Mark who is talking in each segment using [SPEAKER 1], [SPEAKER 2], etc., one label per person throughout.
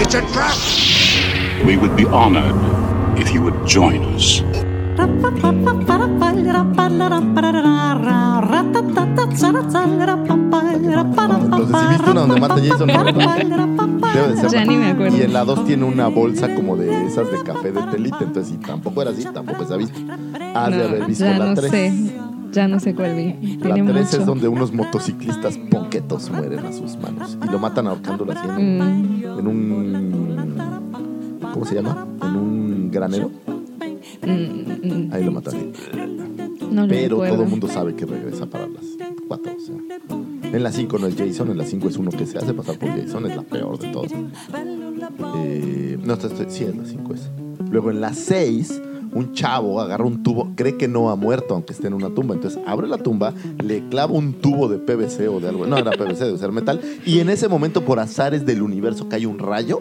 [SPEAKER 1] It's a trap!
[SPEAKER 2] We would be honored if you would join us.
[SPEAKER 3] Entonces,
[SPEAKER 4] Entonces,
[SPEAKER 3] ¿sí viste una donde mata a Jason, Debe de ser.
[SPEAKER 4] Ya ni me acuerdo.
[SPEAKER 3] Y en la 2 tiene una bolsa como de esas de café de telita. Entonces, si tampoco era así, tampoco se ha visto. Has de haber
[SPEAKER 4] No,
[SPEAKER 3] visto
[SPEAKER 4] ya
[SPEAKER 3] la
[SPEAKER 4] no
[SPEAKER 3] 3.
[SPEAKER 4] sé. Ya no sé cuál vi.
[SPEAKER 3] La
[SPEAKER 4] Tiene
[SPEAKER 3] 3 es
[SPEAKER 4] mucho.
[SPEAKER 3] donde unos motociclistas ponquetos mueren a sus manos y lo matan ahorcándolo así en,
[SPEAKER 4] Mm,
[SPEAKER 3] en un. ¿Cómo se llama? En un granero.
[SPEAKER 4] mm, mm,
[SPEAKER 3] Ahí lo matan.
[SPEAKER 4] no lo
[SPEAKER 3] Pero
[SPEAKER 4] recuerdo.
[SPEAKER 3] todo el mundo sabe que regresa para las 4. O sea. En la 5 no es Jason, en la 5 es uno que se hace pasar por Jason, es la peor de todas. Eh, no, estoy, estoy- sí, en la 5 es. Luego en la 6, un chavo agarra un tubo, cree que no ha muerto aunque esté en una tumba. Entonces abre la tumba, le clava un tubo de PVC o de algo. No, era PVC, debe ser metal. Y en ese momento, por azares del universo, cae un rayo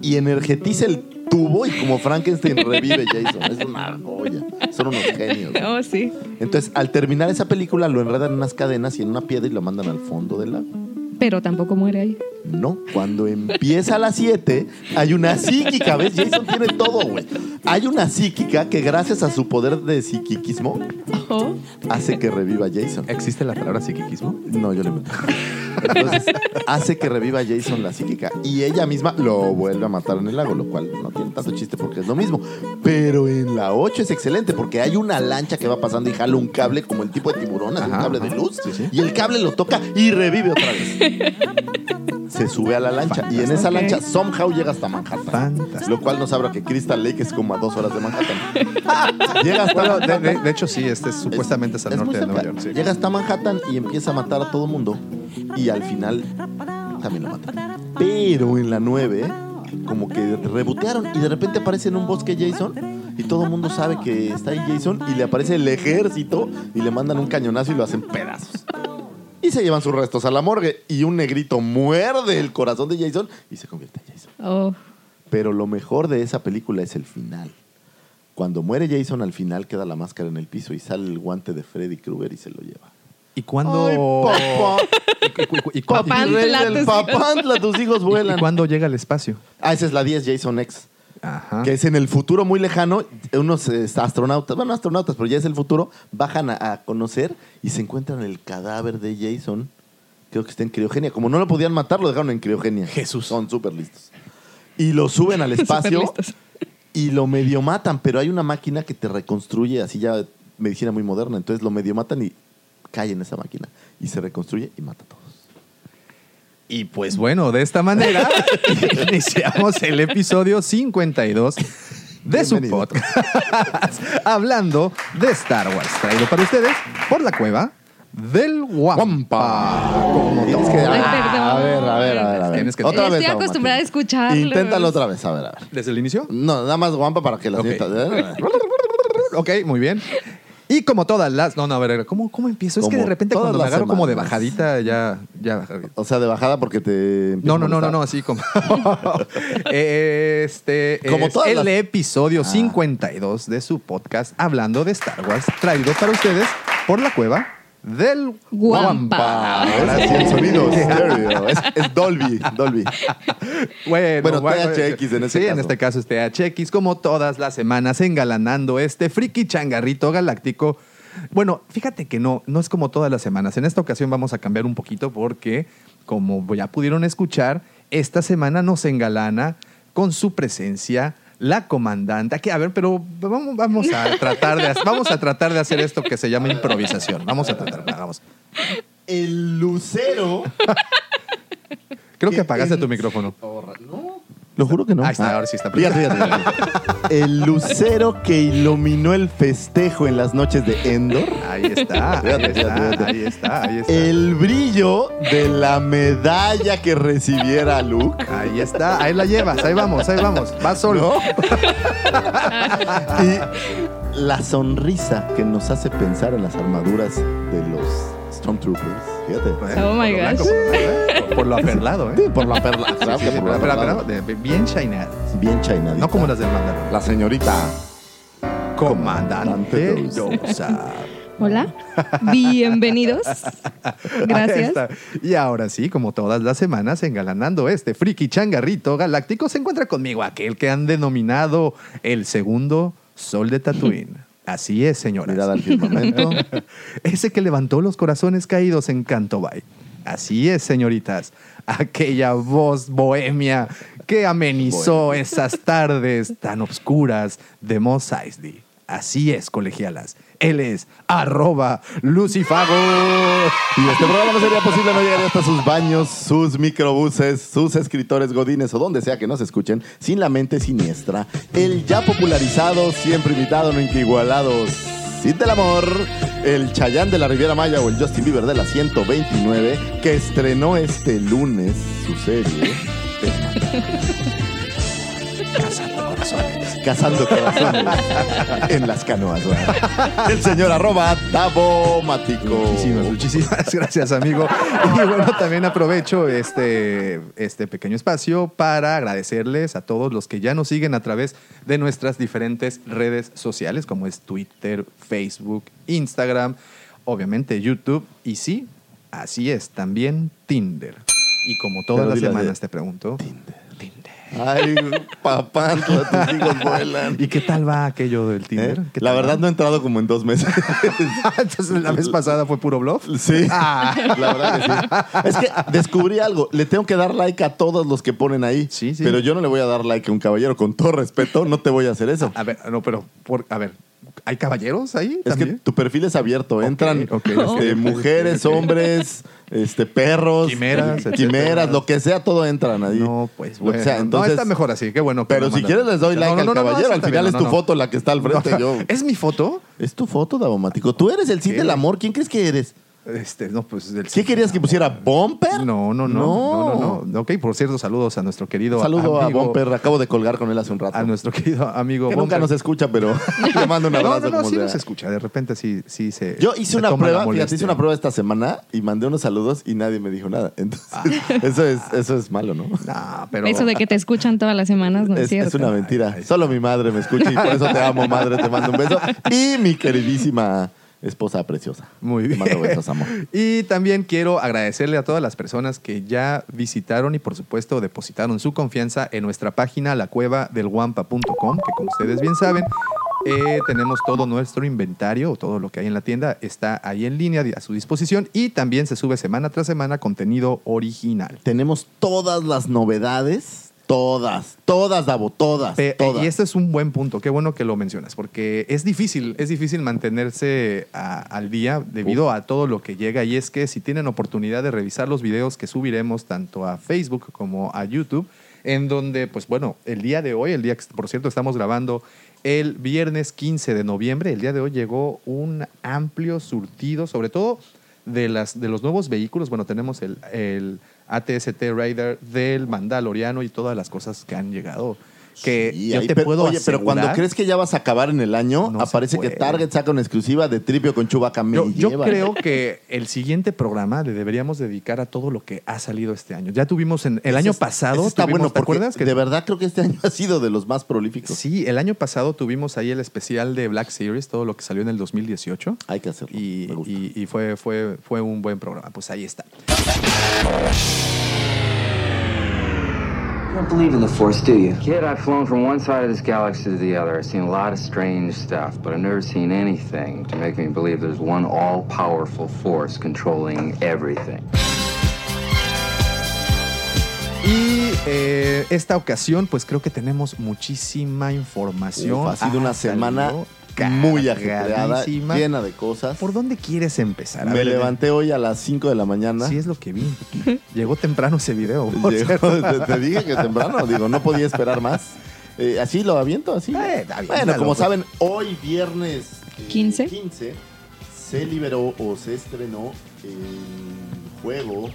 [SPEAKER 3] y energetiza el tubo y como Frankenstein revive Jason. Es una joya. Son unos genios.
[SPEAKER 4] Oh, sí.
[SPEAKER 3] Entonces, al terminar esa película, lo enredan en unas cadenas y en una piedra y lo mandan al fondo del lago.
[SPEAKER 4] Pero tampoco muere ahí.
[SPEAKER 3] No, cuando empieza a las 7, hay una psíquica, ¿ves? Jason tiene todo, güey. Hay una psíquica que gracias a su poder de psiquiquismo
[SPEAKER 4] Oh.
[SPEAKER 3] hace que reviva a Jason.
[SPEAKER 5] ¿Existe la palabra psiquiquismo?
[SPEAKER 3] No, yo le inventé. Entonces, hace que reviva a Jason la psíquica. Y ella misma lo vuelve a matar en el lago, lo cual no tiene tanto chiste porque es lo mismo. Pero en la 8 es excelente porque hay una lancha que va pasando y jala un cable como el tipo de tiburón, así, un
[SPEAKER 5] Ajá,
[SPEAKER 3] cable
[SPEAKER 5] ajá.
[SPEAKER 3] de luz.
[SPEAKER 5] Sí, sí.
[SPEAKER 3] Y el cable lo toca y revive otra vez. Se sube a la lancha y en esa
[SPEAKER 4] Ok.
[SPEAKER 3] lancha somehow llega hasta Manhattan.
[SPEAKER 5] Fantástico.
[SPEAKER 3] Lo cual nos habla que Crystal Lake es como a dos horas de Manhattan. llega hasta
[SPEAKER 5] Bueno, de,
[SPEAKER 3] Manhattan.
[SPEAKER 5] de- de hecho, sí, este es supuestamente es al
[SPEAKER 3] Es muy
[SPEAKER 5] norte de Nueva
[SPEAKER 3] cerca.
[SPEAKER 5] York. sí.
[SPEAKER 3] Llega hasta Manhattan y empieza a matar a todo mundo. Y al final también lo mata. Pero en la 9, como que rebotearon y de repente aparece en un bosque Jason. Y todo el mundo sabe que está ahí Jason y le aparece el ejército y le mandan un cañonazo y lo hacen pedazos. Y se llevan sus restos a la morgue y un negrito muerde el corazón de Jason y se convierte en Jason.
[SPEAKER 4] Oh.
[SPEAKER 3] Pero lo mejor de esa película es el final. Cuando muere Jason al final queda la máscara en el piso y sale el guante de Freddy Krueger y se lo lleva.
[SPEAKER 5] ¿Y cuándo?
[SPEAKER 3] Ay, papá.
[SPEAKER 5] y, y- y-
[SPEAKER 3] Papá,
[SPEAKER 5] y-
[SPEAKER 3] rey del
[SPEAKER 4] tus
[SPEAKER 3] papantla, tus hijos
[SPEAKER 5] y- y
[SPEAKER 3] vuelan.
[SPEAKER 5] cuándo llega al espacio?
[SPEAKER 3] Ah, esa es la 10, Jason X.
[SPEAKER 5] Ajá.
[SPEAKER 3] Que es en el futuro muy lejano, unos eh, astronautas, bueno, astronautas, pero ya es el futuro, bajan a, a conocer y se encuentran el cadáver de Jason. Creo que está en criogenia. Como no lo podían matar, lo dejaron en criogenia.
[SPEAKER 5] Jesús.
[SPEAKER 3] Son súper listos. Y lo suben al espacio
[SPEAKER 4] Superlistos.
[SPEAKER 3] y lo medio matan, pero hay una máquina que te reconstruye, así ya medicina muy moderna. Entonces lo medio matan y cae en esa máquina. Y se reconstruye y mata a todos.
[SPEAKER 5] Y pues bueno, de esta manera iniciamos el episodio 52 de su
[SPEAKER 3] Bienvenido.
[SPEAKER 5] podcast. Hablando de Star Wars, traído para ustedes por la cueva del Wampa.
[SPEAKER 3] Tienes que. ah,
[SPEAKER 4] Ay,
[SPEAKER 3] a ver, a ver, a ver. A ver.
[SPEAKER 5] Tienes que-
[SPEAKER 3] otra vez.
[SPEAKER 4] Estoy
[SPEAKER 3] Tao
[SPEAKER 4] acostumbrada a
[SPEAKER 3] Martín.
[SPEAKER 4] escucharlos.
[SPEAKER 3] Inténtalo otra vez, a ver, a ver.
[SPEAKER 5] ¿Desde el inicio?
[SPEAKER 3] No, nada más guampa para que las ¿eh?
[SPEAKER 5] Ok.
[SPEAKER 3] nietas-
[SPEAKER 5] Ok, muy bien. Y como todas las... No, no, a ver, ¿cómo, cómo empiezo? es que
[SPEAKER 3] Como
[SPEAKER 5] de repente
[SPEAKER 3] todas
[SPEAKER 5] cuando la
[SPEAKER 3] las
[SPEAKER 5] agarro como de
[SPEAKER 3] semanas.
[SPEAKER 5] bajadita, ya... ya
[SPEAKER 3] O sea, de bajada porque te. empieza
[SPEAKER 5] no, no,
[SPEAKER 3] a
[SPEAKER 5] no,
[SPEAKER 3] molestar.
[SPEAKER 5] no, no, así como... este
[SPEAKER 3] Como
[SPEAKER 5] es
[SPEAKER 3] todas
[SPEAKER 5] el
[SPEAKER 3] las-
[SPEAKER 5] episodio
[SPEAKER 3] Ah.
[SPEAKER 5] 52 de su podcast Hablando de Star Wars, traído para ustedes por la cueva del
[SPEAKER 4] Guampa.
[SPEAKER 5] Guampa.
[SPEAKER 3] Ahora Ah, sí, el sonido estéreo. Es, es Dolby, Dolby.
[SPEAKER 5] Bueno,
[SPEAKER 3] Bueno, THX en este
[SPEAKER 5] sí, en
[SPEAKER 3] caso.
[SPEAKER 5] este caso es THX, como todas las semanas, engalanando este friki changarrito galáctico. Bueno, fíjate que no, no es como todas las semanas. En esta ocasión vamos a cambiar un poquito porque, como ya pudieron escuchar, esta semana nos engalana con su presencia la comandante. Aquí, a ver, pero vamos, vamos a tratar de, vamos a tratar de hacer esto que se llama improvisación. Vamos a tratar, vamos.
[SPEAKER 3] El lucero.
[SPEAKER 5] Creo que apagaste tu micrófono.
[SPEAKER 3] No. Lo juro que no. Ah.
[SPEAKER 5] Ahí está, ahora sí está.
[SPEAKER 3] Fíjate, fíjate, fíjate. El lucero que iluminó el festejo en las noches de Endor.
[SPEAKER 5] Ahí está, ahí
[SPEAKER 3] Fíjate,
[SPEAKER 5] está,
[SPEAKER 3] fíjate.
[SPEAKER 5] ahí está, ahí está.
[SPEAKER 3] El brillo de la medalla que recibiera Luke.
[SPEAKER 5] Ahí está, ahí la llevas, ahí vamos, ahí vamos. Va solo.
[SPEAKER 3] Y la sonrisa que nos hace pensar en las armaduras de los Stormtroopers. Fíjate.
[SPEAKER 5] Bueno,
[SPEAKER 4] Oh, my
[SPEAKER 5] por lo blanco,
[SPEAKER 4] gosh.
[SPEAKER 5] por lo blanco, ¿eh? Por lo aperlado, ¿eh?
[SPEAKER 3] Sí, por la perla. claro
[SPEAKER 5] Sí,
[SPEAKER 3] que
[SPEAKER 5] sí,
[SPEAKER 3] por la
[SPEAKER 5] pero-
[SPEAKER 3] perla.
[SPEAKER 5] pero- de- bien shineadas.
[SPEAKER 3] Bien chainadita.
[SPEAKER 5] No como las del Mandalorian.
[SPEAKER 3] La señorita.
[SPEAKER 5] Comandante
[SPEAKER 3] Comandante
[SPEAKER 5] Yosa.
[SPEAKER 4] Hola, bienvenidos.
[SPEAKER 5] Ahí
[SPEAKER 4] Gracias.
[SPEAKER 5] está. Y ahora sí, como todas las semanas, engalanando este friki changarrito galáctico, se encuentra conmigo aquel que han denominado el segundo sol de Tatooine. Así es, señoras.
[SPEAKER 3] Mirada al firmamento.
[SPEAKER 5] Ese que levantó los corazones caídos en Canto Bay. Así es, señoritas. Aquella voz bohemia que amenizó esas tardes tan oscuras de Mos Eisley. Así es, colegialas. Él es arroba lucifago.
[SPEAKER 3] Y este programa no sería posible no llegar hasta sus baños, sus microbuses, sus escritores godines o donde sea que nos escuchen, sin la mente siniestra, el ya popularizado, siempre imitado, nunca igualado, Cid del Amor, el Chayán de la Riviera Maya o el Justin Bieber de la 129, que estrenó este lunes su serie. Cazando corazones en las canoas. ¿verdad? El señor arroba Tabo Matico.
[SPEAKER 5] Muchísimas, muchísimas gracias, amigo. Y bueno, también aprovecho este, este pequeño espacio para agradecerles a todos los que ya nos siguen a través de nuestras diferentes redes sociales, como es Twitter, Facebook, Instagram, obviamente YouTube y sí, así es, también Tinder. Y como todas
[SPEAKER 3] Pero
[SPEAKER 5] las
[SPEAKER 3] di la de-
[SPEAKER 5] semanas te pregunto, Tinder.
[SPEAKER 3] Ay, papá, todos tus hijos vuelan.
[SPEAKER 5] ¿Y qué tal va aquello del Tinder?
[SPEAKER 3] ¿Eh?
[SPEAKER 5] ¿Qué
[SPEAKER 3] La
[SPEAKER 5] tal ah?
[SPEAKER 3] verdad no
[SPEAKER 5] va?
[SPEAKER 3] he entrado como en dos meses.
[SPEAKER 5] Entonces la vez pasada fue puro bluff. Ah.
[SPEAKER 3] Sí. La verdad que sí. Es que descubrí algo. Le tengo que dar like a todos los que ponen ahí.
[SPEAKER 5] Sí, sí.
[SPEAKER 3] Pero yo no le voy a dar like a un caballero. Con todo respeto, no te voy a hacer eso.
[SPEAKER 5] A ver, no, pero por- a ver, ¿hay caballeros ahí?
[SPEAKER 3] Es que
[SPEAKER 5] también?
[SPEAKER 3] tu perfil es abierto. Entran
[SPEAKER 5] ok,
[SPEAKER 3] este,
[SPEAKER 5] ok, ok,
[SPEAKER 3] mujeres, hombres, este, perros,
[SPEAKER 5] Quimeras,
[SPEAKER 3] quimeras,
[SPEAKER 5] etcétera.
[SPEAKER 3] lo que sea, todo entran ahí.
[SPEAKER 5] No, pues
[SPEAKER 3] Lo que
[SPEAKER 5] bueno.
[SPEAKER 3] sea, entonces-
[SPEAKER 5] no, está mejor así, qué bueno. que
[SPEAKER 3] Pero
[SPEAKER 5] lo
[SPEAKER 3] si
[SPEAKER 5] mandaron.
[SPEAKER 3] quieres les doy
[SPEAKER 5] No,
[SPEAKER 3] like
[SPEAKER 5] no,
[SPEAKER 3] al
[SPEAKER 5] no, no,
[SPEAKER 3] caballero.
[SPEAKER 5] eso
[SPEAKER 3] al
[SPEAKER 5] está
[SPEAKER 3] final
[SPEAKER 5] bien,
[SPEAKER 3] es
[SPEAKER 5] no,
[SPEAKER 3] tu
[SPEAKER 5] no.
[SPEAKER 3] foto la que está al frente. Yo.
[SPEAKER 5] ¿Es mi foto?
[SPEAKER 3] Es tu foto, Davomático. Tú eres el Cid
[SPEAKER 5] Sí.
[SPEAKER 3] del amor. ¿Quién crees que eres?
[SPEAKER 5] Este, no, pues del
[SPEAKER 3] ¿Qué querías que pusiera? ¿Bumper?
[SPEAKER 5] No, no, no. No, no, no. Ok, por cierto, saludos a nuestro querido
[SPEAKER 3] Saludo
[SPEAKER 5] amigo,
[SPEAKER 3] a Bumper. Acabo de colgar con él hace un rato.
[SPEAKER 5] A nuestro querido amigo
[SPEAKER 3] que nunca
[SPEAKER 5] Bumper.
[SPEAKER 3] nos escucha, pero le mando un
[SPEAKER 5] No,
[SPEAKER 3] abrazo.
[SPEAKER 5] no, no,
[SPEAKER 3] como
[SPEAKER 5] sí
[SPEAKER 3] sea.
[SPEAKER 5] nos escucha. De repente sí, sí se.
[SPEAKER 3] Yo hice
[SPEAKER 5] se
[SPEAKER 3] una
[SPEAKER 5] toma la
[SPEAKER 3] prueba, fíjate, hice
[SPEAKER 5] molestia.
[SPEAKER 3] una prueba esta semana y mandé unos saludos y nadie me dijo nada. Entonces,
[SPEAKER 5] Ah.
[SPEAKER 3] eso, es, eso es malo, ¿no?
[SPEAKER 5] No, pero.
[SPEAKER 4] Eso de que te escuchan todas las semanas no es,
[SPEAKER 3] Es,
[SPEAKER 4] cierto.
[SPEAKER 3] es una mentira. Solo mi madre me escucha y por eso te amo, madre. Te mando un beso. Y mi queridísima esposa preciosa.
[SPEAKER 5] Muy bien.
[SPEAKER 3] Te mando besos, amor.
[SPEAKER 5] Y también quiero agradecerle a todas las personas que ya visitaron y por supuesto depositaron su confianza en nuestra página lacuevadelguampa.com, que como ustedes bien saben, eh, tenemos todo nuestro inventario, o todo lo que hay en la tienda está ahí en línea a su disposición y también se sube semana tras semana contenido original.
[SPEAKER 3] Tenemos todas las novedades. Todas, todas, Davo, todas.
[SPEAKER 5] Pe-
[SPEAKER 3] todas.
[SPEAKER 5] Y este es un buen punto, qué bueno que lo mencionas, porque es difícil, es difícil mantenerse a- al día debido a todo lo que llega y es que si tienen oportunidad de revisar los videos que subiremos tanto a Facebook como a YouTube, en donde, pues bueno, el día de hoy, el día que, por cierto, estamos grabando el viernes 15 de noviembre, el día de hoy llegó un amplio surtido, sobre todo de, las, de los nuevos vehículos, bueno, tenemos el, el ATST Raider del Mandaloriano y todas las cosas que han llegado. Que
[SPEAKER 3] Sí,
[SPEAKER 5] yo
[SPEAKER 3] ahí,
[SPEAKER 5] te
[SPEAKER 3] pero-
[SPEAKER 5] puedo
[SPEAKER 3] oye, pero cuando
[SPEAKER 5] asegurar-
[SPEAKER 3] crees que ya vas a acabar en el año,
[SPEAKER 5] No se
[SPEAKER 3] aparece que
[SPEAKER 5] puede.
[SPEAKER 3] Target saca una exclusiva de Tripio con Chubaca. Me
[SPEAKER 5] Yo, yo
[SPEAKER 3] lleva. ¿eh?
[SPEAKER 5] creo que el siguiente programa le deberíamos dedicar a todo lo que ha salido este año. Ya tuvimos en el
[SPEAKER 3] Ese
[SPEAKER 5] año
[SPEAKER 3] es-
[SPEAKER 5] pasado,
[SPEAKER 3] ese está
[SPEAKER 5] tuvimos-
[SPEAKER 3] bueno,
[SPEAKER 5] ¿te
[SPEAKER 3] porque
[SPEAKER 5] acuerdas? Que
[SPEAKER 3] de verdad creo que este año ha sido de los más prolíficos.
[SPEAKER 5] Sí, el año pasado tuvimos ahí el especial de Black Series, todo lo que salió en el 2018.
[SPEAKER 3] Hay que hacerlo.
[SPEAKER 5] Y,
[SPEAKER 3] me gusta.
[SPEAKER 5] y- y fue, fue, fue un buen programa. Pues ahí está.
[SPEAKER 1] You don't believe in the Force, do you?
[SPEAKER 6] Kid, I've flown from one side of this galaxy to the other. I've seen a lot of strange stuff, but I've never seen anything to make me believe there's one all powerful force controlling everything.
[SPEAKER 5] Y eh, esta ocasión, pues creo que tenemos muchísima información.
[SPEAKER 3] Uf, ha sido una semana
[SPEAKER 5] salido
[SPEAKER 3] muy ajetreada,
[SPEAKER 5] Cargadísima.
[SPEAKER 3] llena de cosas.
[SPEAKER 5] ¿Por dónde quieres empezar? A
[SPEAKER 3] Me
[SPEAKER 5] ver,
[SPEAKER 3] levanté hoy a las 5 de la mañana.
[SPEAKER 5] Sí, es lo que vi. Llegó temprano ese video. por
[SPEAKER 3] Llegó-
[SPEAKER 5] cierto.
[SPEAKER 3] te, te dije que temprano, digo, no podía esperar más. Eh, así lo aviento, así.
[SPEAKER 5] Eh, está bien,
[SPEAKER 3] bueno,
[SPEAKER 5] dalo,
[SPEAKER 3] como
[SPEAKER 5] pues.
[SPEAKER 3] saben, hoy viernes eh,
[SPEAKER 4] 15.
[SPEAKER 3] 15, se liberó o se estrenó el juego.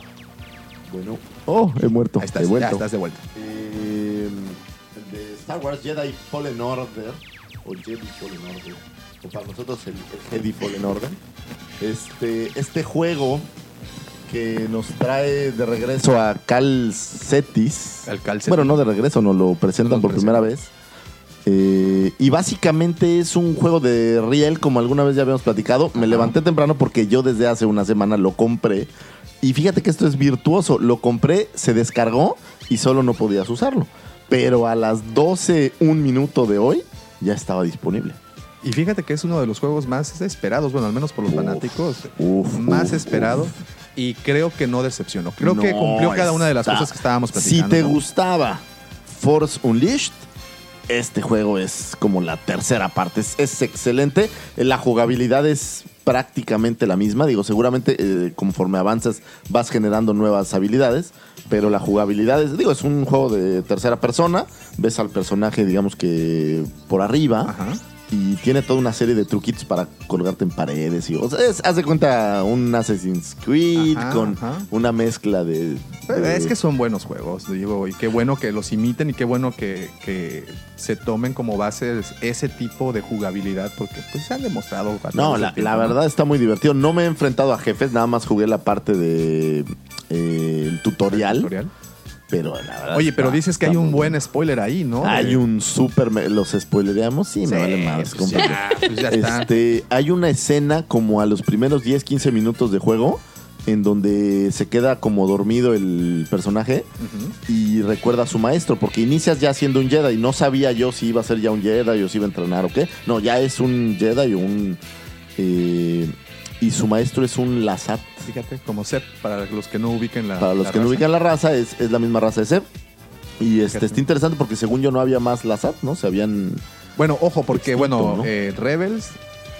[SPEAKER 3] Bueno, oh, he muerto.
[SPEAKER 5] Ahí estás,
[SPEAKER 3] he
[SPEAKER 5] ya
[SPEAKER 3] vuelto.
[SPEAKER 5] estás de vuelta.
[SPEAKER 3] Eh, el de Star Wars Jedi Fallen Order o Jedi Fallen Order o para nosotros el, el Jedi Fallen Order este este juego que nos trae de regreso a Cal Cetis
[SPEAKER 5] Al calcetín.
[SPEAKER 3] bueno no de regreso nos lo presentan
[SPEAKER 5] Nos
[SPEAKER 3] por
[SPEAKER 5] presentan.
[SPEAKER 3] primera vez Eh, y básicamente es un juego de riel como alguna vez ya habíamos platicado me levanté temprano porque yo desde hace una semana lo compré y fíjate que esto es virtuoso. Lo compré, se descargó y solo no podías usarlo. Pero a las 12, un minuto de hoy, ya estaba disponible.
[SPEAKER 5] Y fíjate que es uno de los juegos más esperados, bueno, al menos por los
[SPEAKER 3] Uf,
[SPEAKER 5] fanáticos,
[SPEAKER 3] uf,
[SPEAKER 5] más
[SPEAKER 3] uf,
[SPEAKER 5] esperado.
[SPEAKER 3] uf.
[SPEAKER 5] Y creo que no decepcionó. Creo que
[SPEAKER 3] No
[SPEAKER 5] cumplió cada una de las
[SPEAKER 3] está.
[SPEAKER 5] cosas que estábamos platicando.
[SPEAKER 3] Si te
[SPEAKER 5] ¿no?
[SPEAKER 3] gustaba Force Unleashed, este juego es como la tercera parte. Es, es excelente. La jugabilidad es prácticamente la misma. Digo, seguramente eh, conforme avanzas vas generando nuevas habilidades. Pero la jugabilidad es, digo, es un juego de tercera persona. Ves al personaje, digamos que por arriba.
[SPEAKER 5] Ajá.
[SPEAKER 3] Y tiene toda una serie de truquitos para colgarte en paredes. Y, o sea, es- haz de cuenta un Assassin's Creed
[SPEAKER 5] Ajá,
[SPEAKER 3] con
[SPEAKER 5] ajá.
[SPEAKER 3] una mezcla de, de-
[SPEAKER 5] Es que son buenos juegos, digo, y qué bueno que los imiten y qué bueno que, que se tomen como base ese tipo de jugabilidad, porque pues se han demostrado. a través
[SPEAKER 3] No,
[SPEAKER 5] del
[SPEAKER 3] la,
[SPEAKER 5] tiempo,
[SPEAKER 3] la
[SPEAKER 5] ¿no?
[SPEAKER 3] verdad está muy divertido. No me he enfrentado a jefes, nada más jugué la parte de eh, el tutorial,
[SPEAKER 5] Tutorial.
[SPEAKER 3] Pero la verdad
[SPEAKER 5] Oye, pero
[SPEAKER 3] está-
[SPEAKER 5] dices que
[SPEAKER 3] Ah, está
[SPEAKER 5] hay un
[SPEAKER 3] muy
[SPEAKER 5] buen
[SPEAKER 3] bueno.
[SPEAKER 5] spoiler ahí, ¿no?
[SPEAKER 3] Hay
[SPEAKER 5] De-
[SPEAKER 3] un super me- los spoilereamos, sí,
[SPEAKER 5] Sí,
[SPEAKER 3] me vale más.
[SPEAKER 5] pues ya, pues ya está.
[SPEAKER 3] Este, hay una escena como a los primeros 10, 15 minutos de juego en donde se queda como dormido el personaje
[SPEAKER 5] Ujú.
[SPEAKER 3] y recuerda a su maestro, porque inicias ya siendo un Jedi. No sabía yo si iba a ser ya un Jedi o si iba a entrenar o qué. No, ya es un Jedi o un. eh, y su maestro es un Lazat.
[SPEAKER 5] Fíjate, como set, para los que no ubiquen la.
[SPEAKER 3] Para los
[SPEAKER 5] la
[SPEAKER 3] que no
[SPEAKER 5] raza.
[SPEAKER 3] ubican la raza, es, es la misma raza de Zeb. Y este,
[SPEAKER 5] Fíjate.
[SPEAKER 3] está interesante porque según yo no había más Lazat, ¿no? Se habían.
[SPEAKER 5] Bueno, ojo, porque,
[SPEAKER 3] Extinto,
[SPEAKER 5] bueno,
[SPEAKER 3] ¿no?
[SPEAKER 5] eh, Rebels.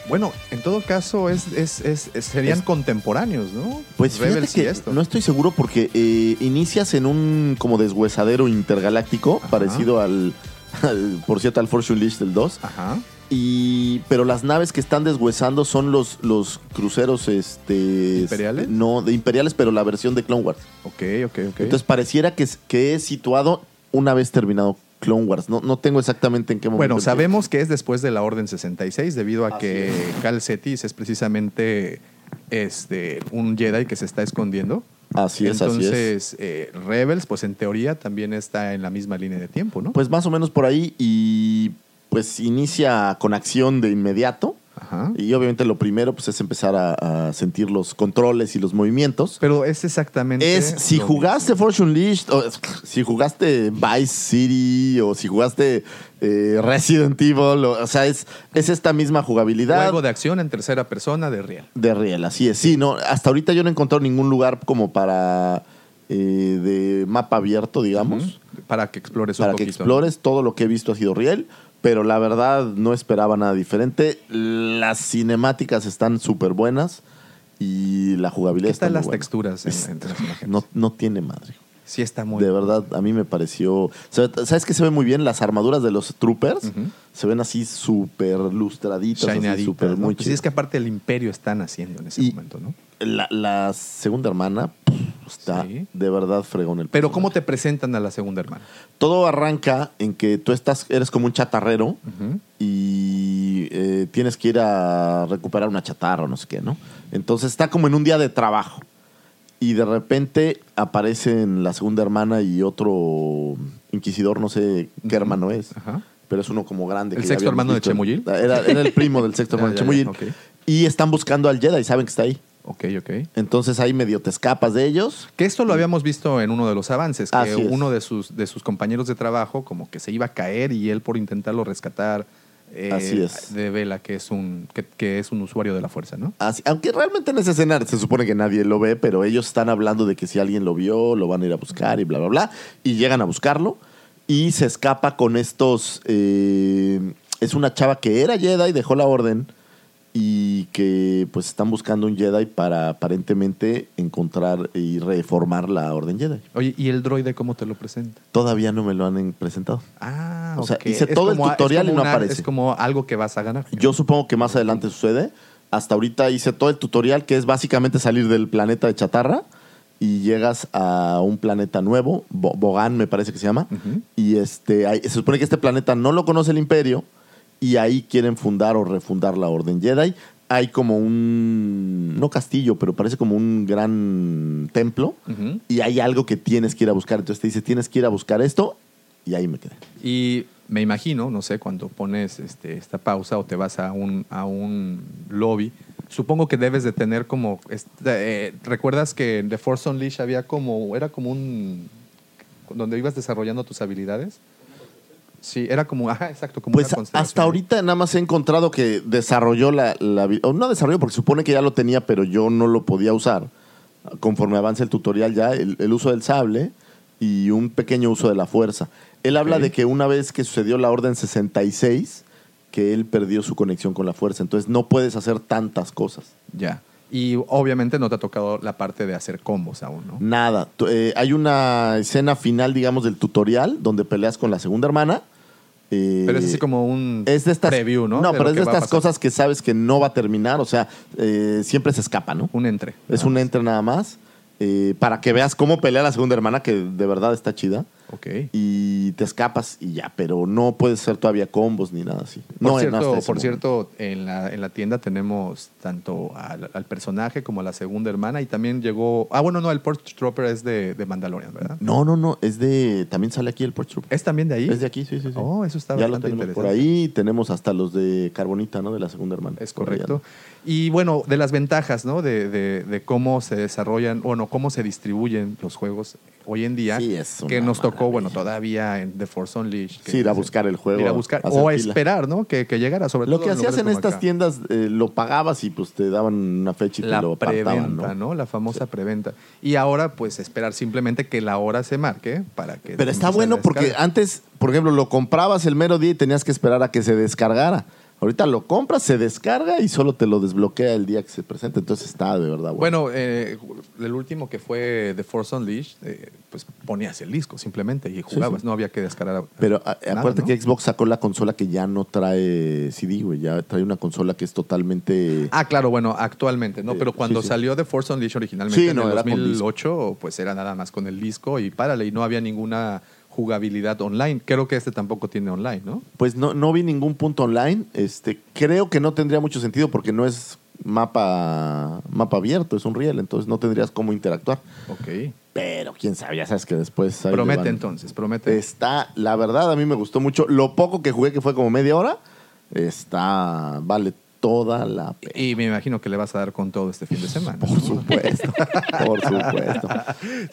[SPEAKER 5] Bueno, en todo caso, es, es, es- es- serían
[SPEAKER 3] Es-
[SPEAKER 5] contemporáneos, ¿no?
[SPEAKER 3] Pues fíjate
[SPEAKER 5] Rebels y
[SPEAKER 3] que
[SPEAKER 5] esto.
[SPEAKER 3] no estoy seguro porque eh, inicias en un como deshuesadero intergaláctico
[SPEAKER 5] Ajá.
[SPEAKER 3] parecido al, al- por cierto, al Fortune List del 2.
[SPEAKER 5] Ajá.
[SPEAKER 3] Y, pero las naves que están deshuesando son los, los cruceros este,
[SPEAKER 5] ¿Imperiales?
[SPEAKER 3] este, no, de imperiales, pero la versión de Clone Wars.
[SPEAKER 5] Ok, ok, ok.
[SPEAKER 3] Entonces pareciera que, es- que es situado una vez terminado Clone Wars. No, no tengo exactamente en qué momento.
[SPEAKER 5] Bueno,
[SPEAKER 3] empieza.
[SPEAKER 5] sabemos que es después de la Orden 66, debido a
[SPEAKER 3] Así
[SPEAKER 5] que
[SPEAKER 3] es.
[SPEAKER 5] Cal Cetis es precisamente este, un Jedi que se está escondiendo.
[SPEAKER 3] Así es, así es.
[SPEAKER 5] Entonces, eh, Rebels, pues en teoría también está en la misma línea de tiempo, ¿no?
[SPEAKER 3] Pues más o menos por ahí y pues inicia con acción de inmediato.
[SPEAKER 5] Ajá.
[SPEAKER 3] Y obviamente lo primero pues es empezar a, a sentir los controles y los movimientos.
[SPEAKER 5] Pero es exactamente.
[SPEAKER 3] Es si
[SPEAKER 5] lo
[SPEAKER 3] jugaste Fortune List, o si jugaste Vice City, o si jugaste eh, Resident Evil, o, o sea, es, es esta misma
[SPEAKER 5] mismo.
[SPEAKER 3] jugabilidad.
[SPEAKER 5] Juego de acción en tercera persona de Riel.
[SPEAKER 3] De riel, así es. Sí, no, hasta ahorita yo no he encontrado ningún lugar como para eh, de mapa abierto, digamos.
[SPEAKER 5] Ujú. Para que explores
[SPEAKER 3] Para
[SPEAKER 5] un
[SPEAKER 3] que
[SPEAKER 5] poquito.
[SPEAKER 3] explores todo lo que he visto ha sido riel, pero la verdad no esperaba nada diferente. Las cinemáticas están súper buenas y la jugabilidad
[SPEAKER 5] ¿Qué
[SPEAKER 3] está
[SPEAKER 5] tal
[SPEAKER 3] muy
[SPEAKER 5] las
[SPEAKER 3] buena.
[SPEAKER 5] texturas en, entre las imágenes?
[SPEAKER 3] No, no tiene madre.
[SPEAKER 5] sí, está muy.
[SPEAKER 3] de verdad, a mí me pareció. se- ¿Sabes qué se ve muy bien? Las armaduras de los troopers
[SPEAKER 5] Ujú.
[SPEAKER 3] se ven así súper lustraditas, así
[SPEAKER 5] shineaditas,
[SPEAKER 3] súper
[SPEAKER 5] ¿no?
[SPEAKER 3] muy
[SPEAKER 5] Pues sí, es
[SPEAKER 3] chidas.
[SPEAKER 5] que aparte el Imperio están haciendo en ese
[SPEAKER 3] Y-
[SPEAKER 5] momento, ¿no?
[SPEAKER 3] La, la segunda hermana pff, está
[SPEAKER 5] Sí.
[SPEAKER 3] de verdad fregón el
[SPEAKER 5] Pero ¿cómo
[SPEAKER 3] personaje.
[SPEAKER 5] te presentan a la segunda hermana?
[SPEAKER 3] Todo arranca en que tú estás, eres como un chatarrero
[SPEAKER 5] Ujú.
[SPEAKER 3] y eh, tienes que ir a recuperar una chatarra o no sé qué, ¿no? Entonces está como en un día de trabajo y de repente aparecen la segunda hermana y otro inquisidor, no sé qué hermano es.
[SPEAKER 5] Ajá.
[SPEAKER 3] pero es uno como grande.
[SPEAKER 5] ¿El
[SPEAKER 3] que ya
[SPEAKER 5] sexto
[SPEAKER 3] habíamos
[SPEAKER 5] hermano de
[SPEAKER 3] visto.
[SPEAKER 5] Chemuyil?
[SPEAKER 3] Era, era el primo del sexto
[SPEAKER 5] Ya,
[SPEAKER 3] hermano de
[SPEAKER 5] ya,
[SPEAKER 3] Chemuyil.
[SPEAKER 5] ya, ok.
[SPEAKER 3] Y están buscando al Jedi, saben que está ahí.
[SPEAKER 5] Ok, ok.
[SPEAKER 3] Entonces ahí medio te escapas de ellos.
[SPEAKER 5] Que esto lo habíamos visto en uno de los avances, que
[SPEAKER 3] Así es.
[SPEAKER 5] uno de sus, de sus compañeros de trabajo como que se iba a caer y él por intentarlo rescatar eh,
[SPEAKER 3] Así es.
[SPEAKER 5] de Vela, que es un que, que es un usuario de la fuerza, ¿no?
[SPEAKER 3] Así- aunque realmente en ese escenario se supone que nadie lo ve, pero ellos están hablando de que si alguien lo vio, lo van a ir a buscar y bla, bla, bla. Y llegan a buscarlo y se escapa con estos eh, es una chava que era Jedi, dejó la orden y que pues están buscando un Jedi para aparentemente encontrar y reformar la orden Jedi.
[SPEAKER 5] Oye, ¿y el droide cómo te lo presenta?
[SPEAKER 3] Todavía no me lo han en- presentado.
[SPEAKER 5] Ah,
[SPEAKER 3] O sea,
[SPEAKER 5] ok.
[SPEAKER 3] hice
[SPEAKER 5] Es
[SPEAKER 3] todo el
[SPEAKER 5] como- es
[SPEAKER 3] tutorial
[SPEAKER 5] como
[SPEAKER 3] y no
[SPEAKER 5] una-
[SPEAKER 3] aparece.
[SPEAKER 5] Es como algo que vas a ganar.
[SPEAKER 3] Yo supongo que más adelante sucede. Hasta ahorita hice todo el tutorial que es básicamente salir del planeta de chatarra y llegas a un planeta nuevo, Bo- Bogán me parece que se llama,
[SPEAKER 5] Ujú.
[SPEAKER 3] y este ahí- se supone que este planeta no lo conoce el imperio y ahí quieren fundar o refundar la Orden Jedi. Hay como un, no castillo, pero parece como un gran templo
[SPEAKER 5] Ujú.
[SPEAKER 3] y hay algo que tienes que ir a buscar. Entonces te dice, tienes que ir a buscar esto y ahí me quedé.
[SPEAKER 5] Y me imagino, no sé, cuando pones este, esta pausa o te vas a un, a un lobby, supongo que debes de tener como... este, eh, ¿Recuerdas que en The Force Unleashed había como... Era como un... donde ibas desarrollando tus habilidades? Sí, era como... Ajá, exacto, como
[SPEAKER 3] Pues
[SPEAKER 5] una constelación.
[SPEAKER 3] hasta ahorita nada más he encontrado que desarrolló la, la vi- o no desarrolló porque supone que ya lo tenía, pero yo no lo podía usar. Conforme avanza el tutorial ya, el, el uso del sable y un pequeño uso de la fuerza. Él habla
[SPEAKER 5] Ok.
[SPEAKER 3] de que una vez que sucedió la Orden 66, que él perdió su conexión con la fuerza. Entonces no puedes hacer tantas cosas.
[SPEAKER 5] Ya. Y obviamente no te ha tocado la parte de hacer combos aún, ¿no?
[SPEAKER 3] Nada. Tú- eh, hay una escena final, digamos, del tutorial donde peleas con la segunda hermana. eh,
[SPEAKER 5] Pero es así como un
[SPEAKER 3] es de estas,
[SPEAKER 5] preview, ¿no?
[SPEAKER 3] No,
[SPEAKER 5] De
[SPEAKER 3] pero
[SPEAKER 5] lo
[SPEAKER 3] es de
[SPEAKER 5] que va a
[SPEAKER 3] estas
[SPEAKER 5] pasar.
[SPEAKER 3] cosas que sabes que no va a terminar, o sea, eh, siempre se escapa, ¿no?
[SPEAKER 5] Un entre.
[SPEAKER 3] es
[SPEAKER 5] nada
[SPEAKER 3] un
[SPEAKER 5] más.
[SPEAKER 3] entre nada más, eh, para que veas cómo pelea la segunda hermana, que de verdad está chida,
[SPEAKER 5] Ok.
[SPEAKER 3] y te escapas y ya, pero no puedes hacer todavía combos ni nada así.
[SPEAKER 5] Por
[SPEAKER 3] no, no,
[SPEAKER 5] cierto,
[SPEAKER 3] hasta ese
[SPEAKER 5] por
[SPEAKER 3] momento.
[SPEAKER 5] cierto en, la, en la tienda tenemos tanto al, al personaje como a la segunda hermana y también llegó... Ah, bueno, no, el Port Trooper es de, de Mandalorian, ¿verdad?
[SPEAKER 3] No, no, no, es de, también sale aquí el Porch Troop.
[SPEAKER 5] ¿Es también de ahí?
[SPEAKER 3] Es de aquí, sí, sí, sí.
[SPEAKER 5] Oh, eso está
[SPEAKER 3] ya lo
[SPEAKER 5] bastante
[SPEAKER 3] tenemos por
[SPEAKER 5] interesante.
[SPEAKER 3] ahí, tenemos hasta los de Carbonita, ¿no? De la segunda hermana.
[SPEAKER 5] Es
[SPEAKER 3] Por allá,
[SPEAKER 5] correcto.
[SPEAKER 3] ¿no?
[SPEAKER 5] Y bueno, de las ventajas, ¿no? De, de- de cómo se desarrollan, bueno, cómo se distribuyen los juegos hoy en día.
[SPEAKER 3] Sí, es
[SPEAKER 5] que
[SPEAKER 3] una
[SPEAKER 5] nos tocó, bueno,
[SPEAKER 3] maravilla.
[SPEAKER 5] todavía en The Force Unleashed. que
[SPEAKER 3] Sí, ir a
[SPEAKER 5] dice-
[SPEAKER 3] buscar el juego,
[SPEAKER 5] Ir a buscar,
[SPEAKER 3] hacer
[SPEAKER 5] o a
[SPEAKER 3] fila.
[SPEAKER 5] esperar, ¿no? Que, que llegara, sobre
[SPEAKER 3] Lo
[SPEAKER 5] todo
[SPEAKER 3] que hacías
[SPEAKER 5] lugares
[SPEAKER 3] en
[SPEAKER 5] como
[SPEAKER 3] estas
[SPEAKER 5] acá.
[SPEAKER 3] tiendas, eh, lo pagabas y pues te daban una fecha y te
[SPEAKER 5] la
[SPEAKER 3] lo apartaban,
[SPEAKER 5] preventa,
[SPEAKER 3] ¿no?
[SPEAKER 5] ¿no? La famosa preventa. Y ahora, pues, esperar simplemente que la hora se marque para que...
[SPEAKER 3] Pero está
[SPEAKER 5] empiece
[SPEAKER 3] bueno
[SPEAKER 5] la
[SPEAKER 3] porque
[SPEAKER 5] descarga.
[SPEAKER 3] antes, por ejemplo, lo comprabas el mero día y tenías que esperar a que se descargara. Ahorita lo compras, se descarga y solo te lo desbloquea el día que se presenta. Entonces está de verdad ah, bueno.
[SPEAKER 5] Bueno, eh, el último que fue The Force Unleashed, eh, pues ponías el disco simplemente y jugabas,
[SPEAKER 3] sí.
[SPEAKER 5] no había que descargar.
[SPEAKER 3] Pero a-
[SPEAKER 5] nada,
[SPEAKER 3] acuérdate
[SPEAKER 5] ¿no?
[SPEAKER 3] que Xbox sacó la consola que ya no trae CD, güey. Ya trae una consola que es totalmente...
[SPEAKER 5] Ah, claro, bueno, actualmente, ¿no?
[SPEAKER 3] Eh,
[SPEAKER 5] Pero cuando
[SPEAKER 3] sí, sí.
[SPEAKER 5] salió The Force Unleashed originalmente
[SPEAKER 3] Sí,
[SPEAKER 5] en
[SPEAKER 3] no,
[SPEAKER 5] el
[SPEAKER 3] era con
[SPEAKER 5] 2008, pues era nada más con el disco y párale, y no había ninguna jugabilidad online. Creo que este tampoco tiene online, ¿no?
[SPEAKER 3] Pues no, no vi ningún punto online. Este, creo que no tendría mucho sentido porque no es mapa, mapa abierto, es un riel. Entonces no tendrías cómo interactuar.
[SPEAKER 5] Ok.
[SPEAKER 3] Pero quién sabe, ya sabes que después... ahí le van.
[SPEAKER 5] Promete entonces, promete.
[SPEAKER 3] Está, la verdad, a mí me gustó mucho. Lo poco que jugué, que fue como media hora, está, vale toda la pena.
[SPEAKER 5] Y me imagino que le vas a dar con todo este fin de semana.
[SPEAKER 3] Por supuesto, por supuesto.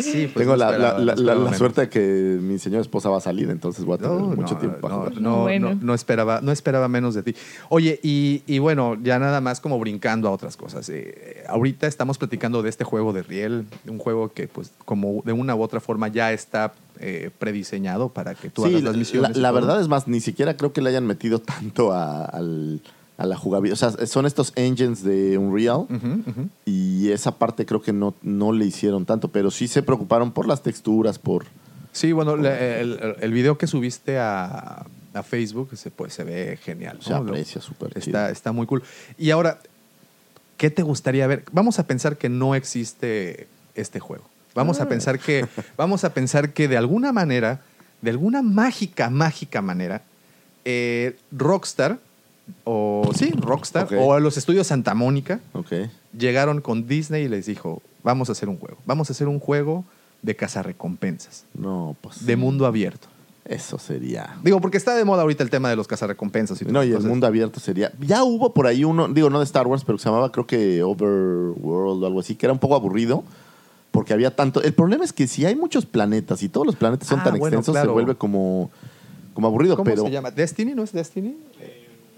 [SPEAKER 5] Sí, pues,
[SPEAKER 3] Tengo
[SPEAKER 5] no
[SPEAKER 3] la, la-
[SPEAKER 5] esperaba, no
[SPEAKER 3] la- la-
[SPEAKER 5] esperaba
[SPEAKER 3] la
[SPEAKER 5] menos.
[SPEAKER 3] suerte de que mi señora esposa va a salir, entonces voy a tener
[SPEAKER 5] No,
[SPEAKER 3] mucho
[SPEAKER 5] no,
[SPEAKER 3] tiempo para
[SPEAKER 5] no,
[SPEAKER 3] jugar.
[SPEAKER 5] no,
[SPEAKER 4] Bueno.
[SPEAKER 5] no, no esperaba, no esperaba menos de ti. Oye, y, y bueno, ya nada más como brincando a otras cosas. Eh, ahorita estamos platicando de este juego de Riel, un juego que pues como de una u otra forma ya está eh, prediseñado para que tú
[SPEAKER 3] Sí,
[SPEAKER 5] hagas
[SPEAKER 3] la,
[SPEAKER 5] las misiones.
[SPEAKER 3] la-
[SPEAKER 5] y
[SPEAKER 3] la
[SPEAKER 5] todo.
[SPEAKER 3] verdad es más, ni siquiera creo que le hayan metido tanto a, al- a la jugabilidad. O sea, son estos engines de Unreal
[SPEAKER 5] Ujú, ujú.
[SPEAKER 3] y esa parte creo que no, no le hicieron tanto, pero sí se preocuparon por las texturas, por...
[SPEAKER 5] Sí, bueno, le- el, el video que subiste a, a Facebook se, pues, se ve genial.
[SPEAKER 3] Se
[SPEAKER 5] ¿no? Lo-
[SPEAKER 3] aprecia súper
[SPEAKER 5] Está, está muy cool. Y ahora, ¿qué te gustaría ver? Vamos a pensar que no existe este juego. Vamos
[SPEAKER 3] Ah.
[SPEAKER 5] a pensar que, vamos a pensar que de alguna manera, de alguna mágica, mágica manera, eh, Rockstar, o sí, Rockstar,
[SPEAKER 3] Ok.
[SPEAKER 5] o los estudios Santa Mónica,
[SPEAKER 3] Ok.
[SPEAKER 5] llegaron con Disney y les dijo, vamos a hacer un juego, vamos a hacer un juego de cazarrecompensas,
[SPEAKER 3] No, pues.
[SPEAKER 5] de mundo abierto.
[SPEAKER 3] Eso sería.
[SPEAKER 5] Digo, porque está de moda ahorita el tema de los cazarrecompensas. Y todo.
[SPEAKER 3] No, y el
[SPEAKER 5] Entonces,
[SPEAKER 3] mundo abierto sería. Ya hubo por ahí uno, digo, no de Star Wars, pero que se llamaba, creo que Overworld o algo así, que era un poco aburrido. Porque había tanto. El problema es que si hay muchos planetas y todos los planetas son
[SPEAKER 5] Ah,
[SPEAKER 3] tan
[SPEAKER 5] bueno,
[SPEAKER 3] extensos,
[SPEAKER 5] claro.
[SPEAKER 3] se vuelve como, como aburrido.
[SPEAKER 5] ¿Cómo
[SPEAKER 3] pero Eh,
[SPEAKER 5] se llama? ¿Destiny? ¿No es Destiny?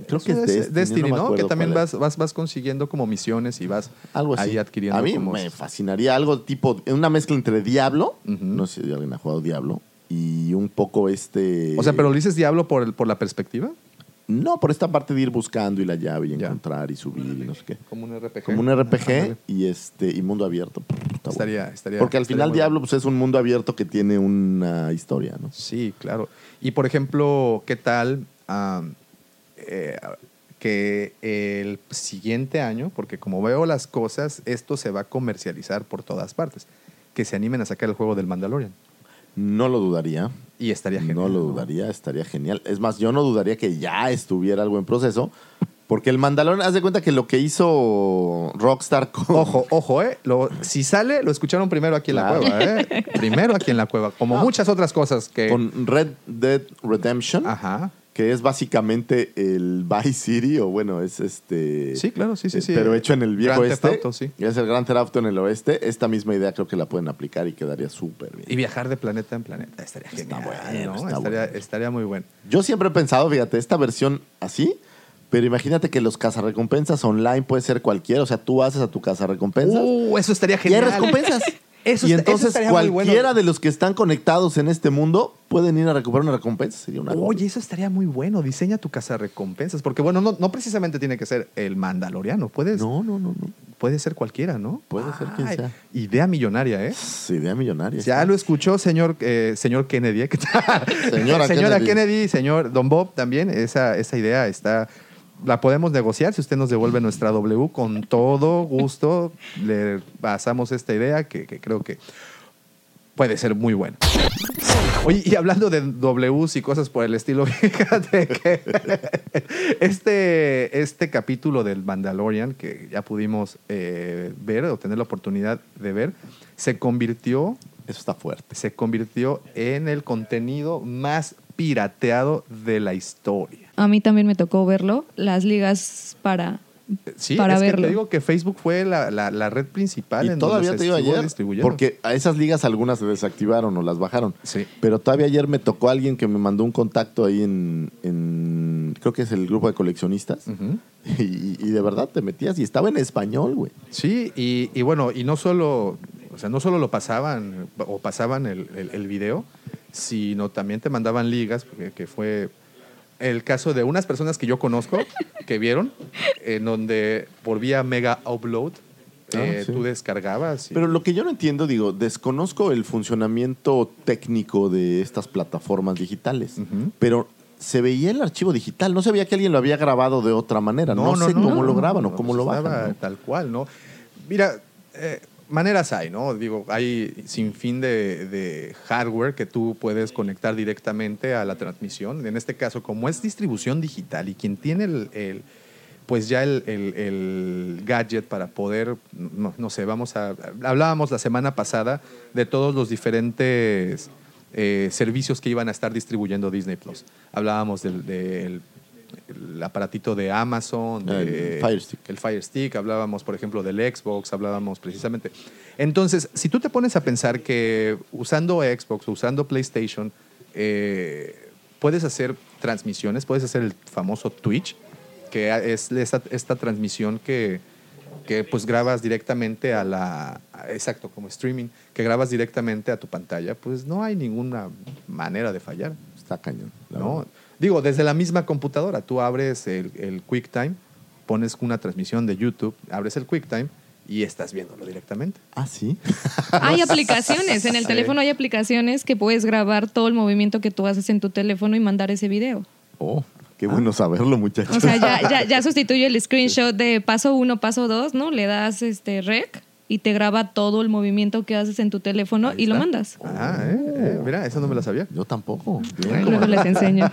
[SPEAKER 3] creo que es Destiny,
[SPEAKER 5] Destiny,
[SPEAKER 3] no
[SPEAKER 5] ¿no?
[SPEAKER 3] me
[SPEAKER 5] que
[SPEAKER 3] acuerdo
[SPEAKER 5] también
[SPEAKER 3] cuál
[SPEAKER 5] vas, vas, vas consiguiendo como misiones y vas
[SPEAKER 3] Algo así.
[SPEAKER 5] ahí adquiriendo
[SPEAKER 3] A mí
[SPEAKER 5] como-
[SPEAKER 3] me fascinaría algo tipo. Una mezcla entre Diablo.
[SPEAKER 5] Ujú.
[SPEAKER 3] No sé si alguien ha jugado Diablo. Y un poco este.
[SPEAKER 5] O sea, pero lo dices Diablo por, el- por la perspectiva.
[SPEAKER 3] No, por esta parte de ir buscando y la llave y
[SPEAKER 5] Ya.
[SPEAKER 3] encontrar y subir y no sé qué.
[SPEAKER 5] Como un RPG.
[SPEAKER 3] Como un RPG
[SPEAKER 5] Ándale.
[SPEAKER 3] y este y mundo abierto. Está bueno.
[SPEAKER 5] Estaría- estaría-
[SPEAKER 3] Porque al
[SPEAKER 5] estaría
[SPEAKER 3] final
[SPEAKER 5] bueno.
[SPEAKER 3] Diablo pues, es un mundo abierto que tiene una historia, ¿no?
[SPEAKER 5] Sí, claro. Y por ejemplo, ¿qué tal am, eh, que el siguiente año, porque como veo las cosas, esto se va a comercializar por todas partes, que se animen a sacar el juego del Mandalorian?
[SPEAKER 3] No lo dudaría.
[SPEAKER 5] Y estaría genial.
[SPEAKER 3] No lo dudaría, estaría genial. Es más, yo no dudaría que ya estuviera algo en proceso. Porque el Mandalón, haz de cuenta que lo que hizo Rockstar con.
[SPEAKER 5] Ojo, ojo, ¿eh? Lo- si sale, lo escucharon primero aquí en
[SPEAKER 3] Claro.
[SPEAKER 5] la cueva, ¿eh? Primero aquí en la cueva, como
[SPEAKER 3] No.
[SPEAKER 5] muchas otras cosas que...
[SPEAKER 3] Con Red Dead Redemption,
[SPEAKER 5] Ajá.
[SPEAKER 3] que es básicamente el Vice City, o bueno, es este.
[SPEAKER 5] Sí, claro, sí, sí,
[SPEAKER 3] eh,
[SPEAKER 5] sí.
[SPEAKER 3] Pero hecho en el viejo
[SPEAKER 5] Grand Theft
[SPEAKER 3] este.
[SPEAKER 5] Auto, sí.
[SPEAKER 3] Es el Gran Theft Auto en el oeste. Esta misma idea creo que la pueden aplicar y quedaría súper bien.
[SPEAKER 5] Y viajar de planeta en planeta, estaría genial,
[SPEAKER 3] bueno,
[SPEAKER 5] ¿no?
[SPEAKER 3] está
[SPEAKER 5] estaría,
[SPEAKER 3] bueno.
[SPEAKER 5] estaría muy bueno.
[SPEAKER 3] Yo siempre he pensado, fíjate, esta versión así, pero imagínate que los cazarrecompensas online puede ser cualquiera, o sea, tú haces a tu cazarrecompensas
[SPEAKER 5] Uh, eso
[SPEAKER 3] y
[SPEAKER 5] estaría
[SPEAKER 3] hay
[SPEAKER 5] genial.
[SPEAKER 3] recompensas.
[SPEAKER 5] Eso
[SPEAKER 3] y
[SPEAKER 5] está- eso
[SPEAKER 3] entonces
[SPEAKER 5] estaría muy
[SPEAKER 3] cualquiera
[SPEAKER 5] bueno.
[SPEAKER 3] de los que están conectados en este mundo pueden ir a recuperar una recompensa, sería una
[SPEAKER 5] Oye, eso estaría muy bueno. Diseña tu casa recompensas. Porque, bueno, no, no precisamente tiene que ser el mandaloriano. Puedes,
[SPEAKER 3] No, no, no, no.
[SPEAKER 5] Puede ser cualquiera, ¿no?
[SPEAKER 3] Puede ser quien
[SPEAKER 5] Ay,
[SPEAKER 3] sea.
[SPEAKER 5] Idea millonaria, ¿eh?
[SPEAKER 3] Es idea millonaria.
[SPEAKER 5] Ya lo escuchó, señor, eh, señor Kennedy. ¿eh? ¿Qué tal?
[SPEAKER 3] Señora
[SPEAKER 5] Señora
[SPEAKER 3] Kennedy.
[SPEAKER 5] Kennedy. señor Don Bob también. Esa, esa idea está. La podemos negociar si usted nos devuelve nuestra W. Con todo gusto le pasamos esta idea que, que creo que puede ser muy buena. Oye, y hablando de Ws y cosas por el estilo, fíjate que este, este capítulo del Mandalorian que ya pudimos eh, ver o tener la oportunidad de ver, se convirtió
[SPEAKER 3] Eso está fuerte.
[SPEAKER 5] se convirtió en el contenido más pirateado de la historia.
[SPEAKER 4] A mí también me tocó verlo. Las ligas para,
[SPEAKER 5] Sí,
[SPEAKER 4] para
[SPEAKER 5] es que
[SPEAKER 4] verlo.
[SPEAKER 5] te digo que Facebook fue la, la- la red principal
[SPEAKER 3] Y
[SPEAKER 5] en
[SPEAKER 3] todavía te
[SPEAKER 5] donde se
[SPEAKER 3] digo
[SPEAKER 5] estuvo
[SPEAKER 3] ayer,
[SPEAKER 5] distribuyendo.
[SPEAKER 3] porque a esas ligas algunas se desactivaron o las bajaron.
[SPEAKER 5] Sí.
[SPEAKER 3] Pero todavía ayer me tocó alguien que me mandó un contacto ahí en, en- creo que es el grupo de coleccionistas.
[SPEAKER 5] Ujú.
[SPEAKER 3] Y, y de verdad te metías y estaba en español, güey.
[SPEAKER 5] Sí, y, y bueno, y no solo, o sea, no solo lo pasaban o pasaban el, el- el video, sino también te mandaban ligas, que, que fue el caso de unas personas que yo conozco que vieron, en donde por vía mega upload
[SPEAKER 3] Ah,
[SPEAKER 5] eh,
[SPEAKER 3] sí.
[SPEAKER 5] tú descargabas. y-
[SPEAKER 3] Pero lo que yo no entiendo, digo, desconozco el funcionamiento técnico de estas plataformas digitales,
[SPEAKER 5] Ujú.
[SPEAKER 3] pero se veía el archivo digital, no se veía que alguien lo había grabado de otra manera, no, sé cómo lo graban o
[SPEAKER 5] no,
[SPEAKER 3] cómo
[SPEAKER 5] pues
[SPEAKER 3] lo bajan.
[SPEAKER 5] estaba
[SPEAKER 3] ¿no?
[SPEAKER 5] Tal cual, ¿no? Mira, eh, maneras hay, ¿no? Digo, hay sin fin de, de hardware que tú puedes conectar directamente a la transmisión. En este caso, como es distribución digital y quien tiene el, el- pues ya el, el- el gadget para poder, no, no sé, vamos a... Hablábamos la semana pasada de todos los diferentes eh, servicios que iban a estar distribuyendo Disney Plus. Hablábamos del, del- el aparatito de Amazon, de-
[SPEAKER 3] Ah, El Fire Stick.
[SPEAKER 5] el Fire Stick, hablábamos, por ejemplo, del Xbox, hablábamos precisamente. Entonces, si tú te pones a pensar que usando Xbox o usando PlayStation, eh, puedes hacer transmisiones, puedes hacer el famoso Twitch, que a- es esta, esta transmisión que, que pues grabas directamente a la, a- exacto, como streaming, que grabas directamente a tu pantalla, pues no hay ninguna manera de fallar.
[SPEAKER 3] Está cañón. la
[SPEAKER 5] ¿no?
[SPEAKER 3] verdad.
[SPEAKER 5] Digo, desde la misma computadora, tú abres el, el QuickTime, pones una transmisión de YouTube, abres el QuickTime y estás viéndolo directamente.
[SPEAKER 3] Ah, sí.
[SPEAKER 4] Hay aplicaciones. En el
[SPEAKER 5] Sí.
[SPEAKER 4] teléfono hay aplicaciones que puedes grabar todo el movimiento que tú haces en tu teléfono y mandar ese video.
[SPEAKER 3] Oh, qué
[SPEAKER 5] Ah.
[SPEAKER 3] bueno saberlo, muchachos.
[SPEAKER 4] O sea, ya, ya, ya sustituye el screenshot de paso uno, paso dos, ¿no? Le das este rec y te graba todo el movimiento que haces en tu teléfono y lo
[SPEAKER 5] está.
[SPEAKER 4] mandas.
[SPEAKER 5] Ah, ¿eh? Eh, mira, eso no me la sabía.
[SPEAKER 3] Yo tampoco. Bien,
[SPEAKER 4] Luego
[SPEAKER 3] comadre.
[SPEAKER 4] les enseño.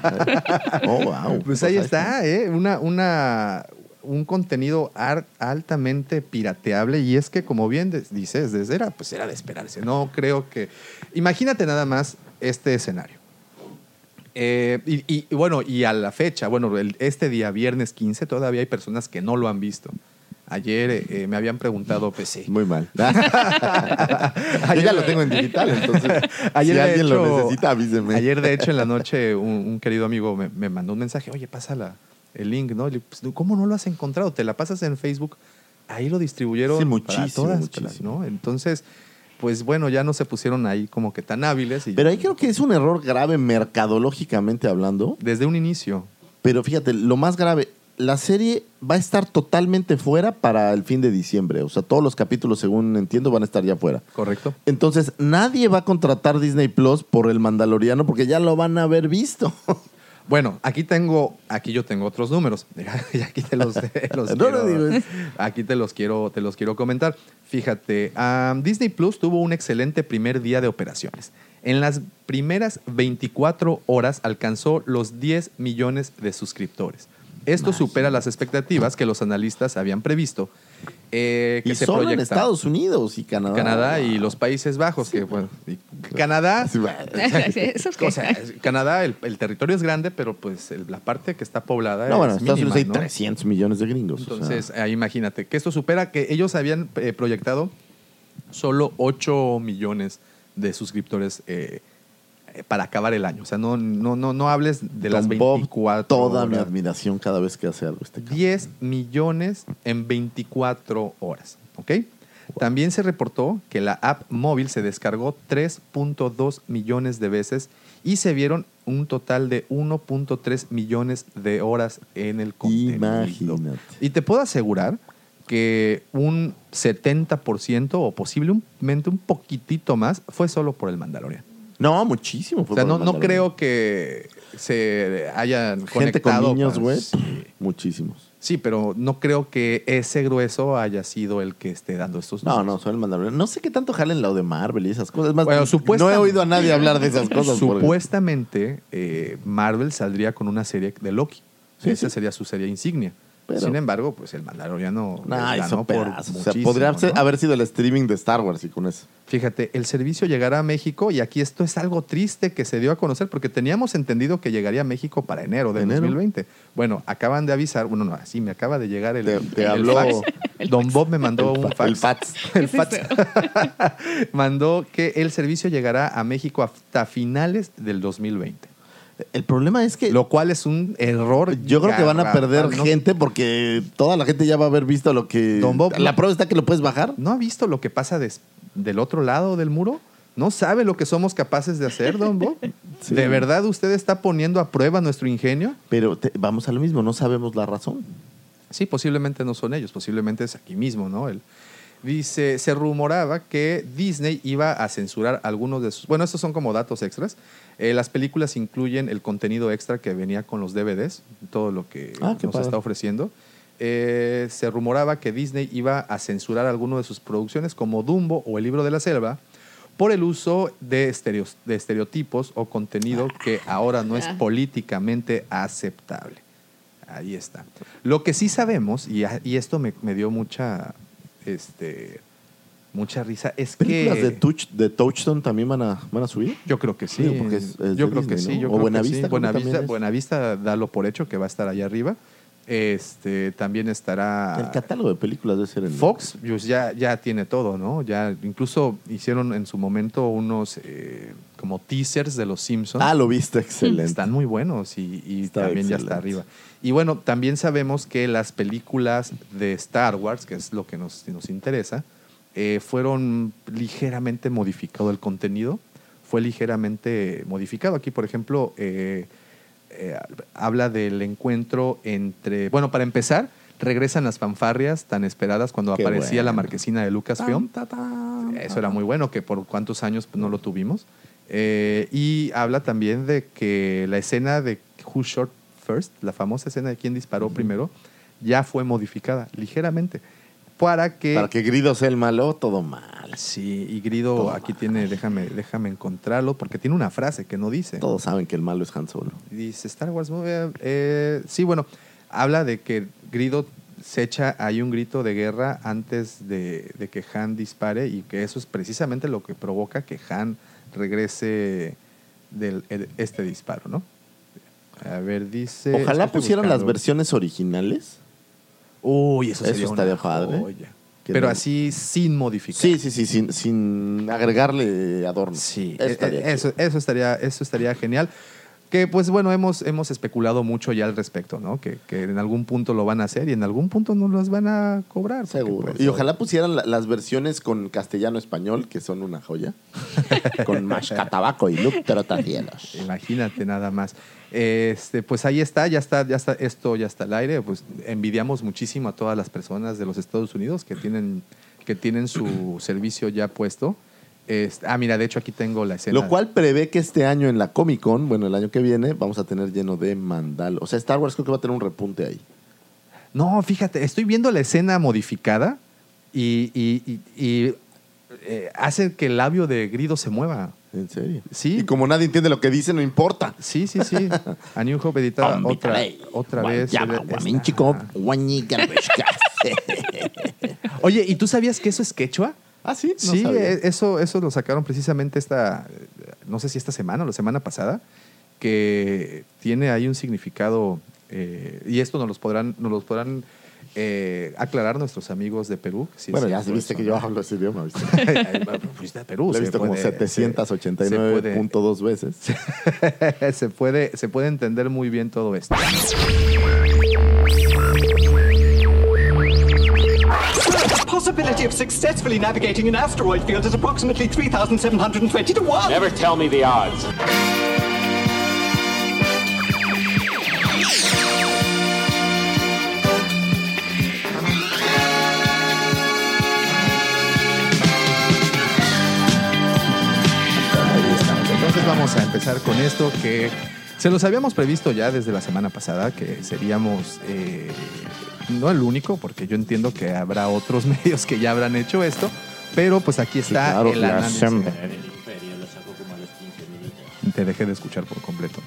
[SPEAKER 3] Oh, wow.
[SPEAKER 5] Pues ahí está, ¿eh? Una, una, un contenido ar- altamente pirateable y es que, como bien de- dices, desde era, pues era de esperarse. No creo que... Imagínate nada más este escenario. Eh, y, y- y bueno, y a la fecha, bueno, el- este día, viernes 15, todavía hay personas que no lo han visto. Ayer eh, me habían preguntado, pues sí.
[SPEAKER 3] Muy mal. Yo ya lo tengo en digital, entonces si
[SPEAKER 5] de
[SPEAKER 3] alguien lo
[SPEAKER 5] hecho-
[SPEAKER 3] necesita, avísenme.
[SPEAKER 5] Ayer, de hecho, en la noche, un, un querido amigo me, me mandó un mensaje. Oye, pásala el link, ¿no? Y le- pues, ¿Cómo no lo has encontrado? Te la pasas en Facebook. Ahí lo distribuyeron
[SPEAKER 3] Sí,
[SPEAKER 5] para
[SPEAKER 3] muchísimo,
[SPEAKER 5] todas, para-
[SPEAKER 3] muchísimo.
[SPEAKER 5] ¿no? Entonces, pues bueno, ya no se pusieron ahí como que tan hábiles. y-
[SPEAKER 3] Pero ahí creo que es un error grave mercadológicamente hablando.
[SPEAKER 5] Desde un inicio.
[SPEAKER 3] Pero fíjate, lo más grave, la serie va a estar totalmente fuera para el fin de diciembre. O sea, todos los capítulos, según entiendo, van a estar ya fuera.
[SPEAKER 5] Correcto.
[SPEAKER 3] Entonces, nadie va a contratar Disney Plus por el Mandaloriano porque ya lo van a haber visto.
[SPEAKER 5] Bueno, aquí tengo, aquí yo tengo otros números. y aquí te los, los
[SPEAKER 3] No,
[SPEAKER 5] quiero,
[SPEAKER 3] no digo.
[SPEAKER 5] aquí te los quiero, te los quiero comentar. Fíjate, am, Disney Plus tuvo un excelente primer día de operaciones. En las primeras 24 horas alcanzó los 10 millones de suscriptores. Esto supera las expectativas que los analistas habían previsto. eh, que
[SPEAKER 3] y
[SPEAKER 5] se
[SPEAKER 3] solo en
[SPEAKER 5] proyectaban.
[SPEAKER 3] Estados Unidos Ah, y Canadá.
[SPEAKER 5] Canadá y los Países Bajos. que, bueno, y Canadá,
[SPEAKER 3] Sí, bueno.
[SPEAKER 4] Eso es que-
[SPEAKER 5] o sea, es- Canadá, el, el territorio es grande, pero pues el- la parte que está poblada
[SPEAKER 3] No, bueno, en
[SPEAKER 5] es
[SPEAKER 3] Estados
[SPEAKER 5] mínima,
[SPEAKER 3] Unidos hay
[SPEAKER 5] ¿no?
[SPEAKER 3] 300 millones de gringos. o sea.
[SPEAKER 5] Entonces, ahí imagínate, que esto supera que ellos habían eh, proyectado solo 8 millones de suscriptores eh, eh, para acabar el año. O sea, no, no, no, no hables de las
[SPEAKER 3] Don Bob,
[SPEAKER 5] 24
[SPEAKER 3] toda mi
[SPEAKER 5] horas.
[SPEAKER 3] admiración cada vez que hace algo este cabrón.
[SPEAKER 5] 10 millones en 24 horas, ¿ok? También se reportó que la app móvil se descargó 3.2 millones de veces y se vieron un total de 1.3 millones de horas en el contenido.
[SPEAKER 3] Imagínate.
[SPEAKER 5] Y te puedo asegurar que un 70% o posiblemente un poquitito más fue solo por el Mandalorian.
[SPEAKER 3] No, muchísimo. fue
[SPEAKER 5] o sea,
[SPEAKER 3] por
[SPEAKER 5] no,
[SPEAKER 3] el
[SPEAKER 5] no
[SPEAKER 3] Mandalorian.
[SPEAKER 5] creo que se hayan
[SPEAKER 3] Gente con
[SPEAKER 5] conectado eh,
[SPEAKER 3] niños,
[SPEAKER 5] para-
[SPEAKER 3] güey.
[SPEAKER 5] Sí.
[SPEAKER 3] Muchísimos.
[SPEAKER 5] Sí, pero no creo que ese grueso haya sido el que esté dando estos
[SPEAKER 3] No,
[SPEAKER 5] números.
[SPEAKER 3] no, son el Mandalorian. No sé qué tanto jalen lo de Marvel y esas cosas. Es más,
[SPEAKER 5] Bueno,
[SPEAKER 3] no he
[SPEAKER 5] supuestamente-
[SPEAKER 3] oído a nadie hablar de esas cosas. porque-
[SPEAKER 5] Supuestamente eh, Marvel saldría con una serie de Loki.
[SPEAKER 3] Sí,
[SPEAKER 5] Esa
[SPEAKER 3] sí.
[SPEAKER 5] sería su serie insignia.
[SPEAKER 3] Pero-
[SPEAKER 5] Sin embargo, pues el Mandaloriano
[SPEAKER 3] Nah,
[SPEAKER 5] les
[SPEAKER 3] hizo
[SPEAKER 5] ganó
[SPEAKER 3] pedazos. O sea,
[SPEAKER 5] muchísimo,
[SPEAKER 3] podría ser-
[SPEAKER 5] ¿no?
[SPEAKER 3] haber sido el streaming de Star Wars y con eso.
[SPEAKER 5] Fíjate, el servicio llegará a México y aquí esto es algo triste que se dio a conocer porque teníamos entendido que llegaría a México para enero de
[SPEAKER 3] Enero.
[SPEAKER 5] 2020. Bueno, acaban de avisar, bueno, no, así me acaba de llegar el,
[SPEAKER 3] Te- te
[SPEAKER 5] el
[SPEAKER 3] habló-
[SPEAKER 5] fax. Don Bob me mandó
[SPEAKER 3] El
[SPEAKER 5] un
[SPEAKER 3] fa-
[SPEAKER 5] fax.
[SPEAKER 3] el fax.
[SPEAKER 5] El
[SPEAKER 4] Qué
[SPEAKER 5] fax.
[SPEAKER 4] feo.
[SPEAKER 5] mandó que el servicio llegará a México hasta finales del 2020.
[SPEAKER 3] El problema es que
[SPEAKER 5] Lo cual es un error.
[SPEAKER 3] yo creo que van a perder
[SPEAKER 5] garrafal, ¿no?
[SPEAKER 3] gente porque toda la gente ya va a haber visto lo que.
[SPEAKER 5] Don Bob,
[SPEAKER 3] la
[SPEAKER 5] no.
[SPEAKER 3] prueba está que lo puedes bajar.
[SPEAKER 5] ¿No ha visto lo que pasa des- del otro lado del muro? ¿No sabe lo que somos capaces de hacer, Don Bob?
[SPEAKER 3] Sí.
[SPEAKER 5] ¿De verdad usted está poniendo a prueba nuestro ingenio?
[SPEAKER 3] Pero te- vamos a lo mismo, no sabemos la razón.
[SPEAKER 5] Sí, posiblemente no son ellos, posiblemente es aquí mismo, ¿no? El, dice, se rumoraba que Disney iba a censurar algunos de sus... Bueno, estos son como datos extras. Eh, las películas incluyen el contenido extra que venía con los DVDs, todo lo que
[SPEAKER 3] Ah, qué
[SPEAKER 5] nos
[SPEAKER 3] padre.
[SPEAKER 5] está ofreciendo. Eh, se rumoraba que Disney iba a censurar algunas de sus producciones como Dumbo o El libro de la selva por el uso de, estereos- de estereotipos o contenido que ahora no es
[SPEAKER 4] Ah.
[SPEAKER 5] políticamente aceptable. Ahí está. Lo que sí sabemos, y, a- y esto me, me dio mucha, este, mucha risa, es
[SPEAKER 3] ¿Películas de,
[SPEAKER 5] que...
[SPEAKER 3] Touch, de Touchstone también van a, van a subir?
[SPEAKER 5] Yo creo que sí.
[SPEAKER 3] Digo, porque es- es
[SPEAKER 5] yo
[SPEAKER 3] de
[SPEAKER 5] creo que
[SPEAKER 3] Disney,
[SPEAKER 5] sí.
[SPEAKER 3] ¿no?
[SPEAKER 5] Yo
[SPEAKER 3] O
[SPEAKER 5] creo
[SPEAKER 3] Buenavista, creo que
[SPEAKER 5] que sí. Buenavista,
[SPEAKER 3] también es.
[SPEAKER 5] Buenavista, dalo por hecho que va a estar allá arriba. Este, también
[SPEAKER 3] El
[SPEAKER 5] estará...
[SPEAKER 3] catálogo de películas debe ser en
[SPEAKER 5] ah, Fox pues, ya, ya tiene todo, ¿no? Ya incluso hicieron en su momento unos eh, como teasers de los Simpsons.
[SPEAKER 3] Ah, lo viste, excelente.
[SPEAKER 5] Están muy buenos y, y
[SPEAKER 3] Está
[SPEAKER 5] también ya está
[SPEAKER 3] excelente.
[SPEAKER 5] arriba. Y bueno, también sabemos que las películas de Star Wars, que es lo que nos, nos interesa, eh, fueron ligeramente modificado el contenido. Fue ligeramente modificado. Aquí, por ejemplo, eh, eh, habla del encuentro entre... Bueno, para empezar, regresan las fanfarrias tan esperadas cuando
[SPEAKER 3] Qué
[SPEAKER 5] aparecía la
[SPEAKER 3] bueno.
[SPEAKER 5] marquesina de
[SPEAKER 3] Ah,
[SPEAKER 5] Lucasfilm. Eso era muy bueno, que por cuántos años pues, no lo tuvimos. Eh, y habla también de que la escena de Who Shot First, la famosa escena de quién disparó primero, ya fue modificada ligeramente para que...
[SPEAKER 3] Para que Grido sea el malo, todo mal.
[SPEAKER 5] Sí, y Grido
[SPEAKER 3] Todo
[SPEAKER 5] aquí
[SPEAKER 3] mal.
[SPEAKER 5] tiene, déjame, déjame encontrarlo, porque tiene una frase que no dice.
[SPEAKER 3] Todos saben que el malo es Han Solo.
[SPEAKER 5] Dice Star Wars Movie. eh, sí, bueno, habla de que Grido se echa ahí un grito de guerra antes de, de que Han dispare y que eso es precisamente lo que provoca que Han regrese de este disparo, ¿no? A ver, dice.
[SPEAKER 3] Ojalá
[SPEAKER 5] estoy
[SPEAKER 3] pusieran las
[SPEAKER 5] buscando.
[SPEAKER 3] versiones originales.
[SPEAKER 5] Uy, eso,
[SPEAKER 3] Eso
[SPEAKER 5] sería
[SPEAKER 3] estaría
[SPEAKER 5] una
[SPEAKER 3] padre.
[SPEAKER 5] joya.
[SPEAKER 3] Que
[SPEAKER 5] Pero
[SPEAKER 3] no-
[SPEAKER 5] así sin modificar.
[SPEAKER 3] Sí, sí, sí, sin, sin agregarle adorno.
[SPEAKER 5] Sí,
[SPEAKER 3] Eso
[SPEAKER 5] eh, eh,
[SPEAKER 3] estaría
[SPEAKER 5] eso, eso estaría, eso estaría genial. Que pues bueno, hemos, hemos especulado mucho ya al respecto, ¿no? Que, que en algún punto lo van a hacer y en algún punto no los van a cobrar. porque,
[SPEAKER 3] Seguro.
[SPEAKER 5] pues,
[SPEAKER 3] Y ojalá pusieran la- las versiones con castellano-español, que son una joya. con mascatabaco y look trotacielos.
[SPEAKER 5] Imagínate nada más. Este, pues ahí está, ya está, ya está, esto ya está al aire. Pues envidiamos muchísimo a todas las personas de los Estados Unidos que tienen, que tienen su servicio ya puesto. Este, ah, mira, de hecho aquí tengo la escena.
[SPEAKER 3] Lo cual prevé que este año en la Comic Con, bueno, el año que viene, vamos a tener lleno de mandal. O sea, Star Wars creo que va a tener un repunte ahí.
[SPEAKER 5] No, fíjate, estoy viendo la escena modificada y, y- y- y, eh, hace que el labio de Grido se mueva.
[SPEAKER 3] En serio.
[SPEAKER 5] Sí.
[SPEAKER 3] Y como nadie entiende lo que dice, no importa.
[SPEAKER 5] Sí, sí, sí. A New Hope editada otra, otra vez. eh, Esta- Oye, ¿y tú sabías que eso es quechua?
[SPEAKER 3] Ah, sí, no
[SPEAKER 5] sí,
[SPEAKER 3] sabía.
[SPEAKER 5] e- eso, eso lo sacaron precisamente esta, eh, no sé si esta semana o la semana pasada, que tiene ahí un significado, eh, y esto nos los podrán, nos los podrán eh, aclarar nuestros amigos de Perú. si es
[SPEAKER 3] bueno, ya
[SPEAKER 5] cierto
[SPEAKER 3] viste
[SPEAKER 5] eso,
[SPEAKER 3] que
[SPEAKER 5] ¿no?
[SPEAKER 3] yo hablo ese idioma, ¿viste?
[SPEAKER 5] Fuiste a Perú.
[SPEAKER 3] Lo he
[SPEAKER 5] se
[SPEAKER 3] visto como
[SPEAKER 5] puede- se- se puede-
[SPEAKER 3] 789.2 veces.
[SPEAKER 5] se puede, se puede entender muy bien todo esto.
[SPEAKER 1] The possibility of successfully navigating an asteroid field is approximately 3,720 to 1.
[SPEAKER 7] Never tell me the odds.
[SPEAKER 5] Ahí estamos. Entonces vamos a empezar con esto que se los habíamos previsto ya desde la semana pasada, que seríamos eh, no el único, porque yo entiendo que habrá otros medios que ya habrán hecho esto, pero pues aquí está
[SPEAKER 3] claro,
[SPEAKER 5] el
[SPEAKER 3] la
[SPEAKER 5] análisis.
[SPEAKER 3] siempre.
[SPEAKER 5] Te dejé de escuchar por completo.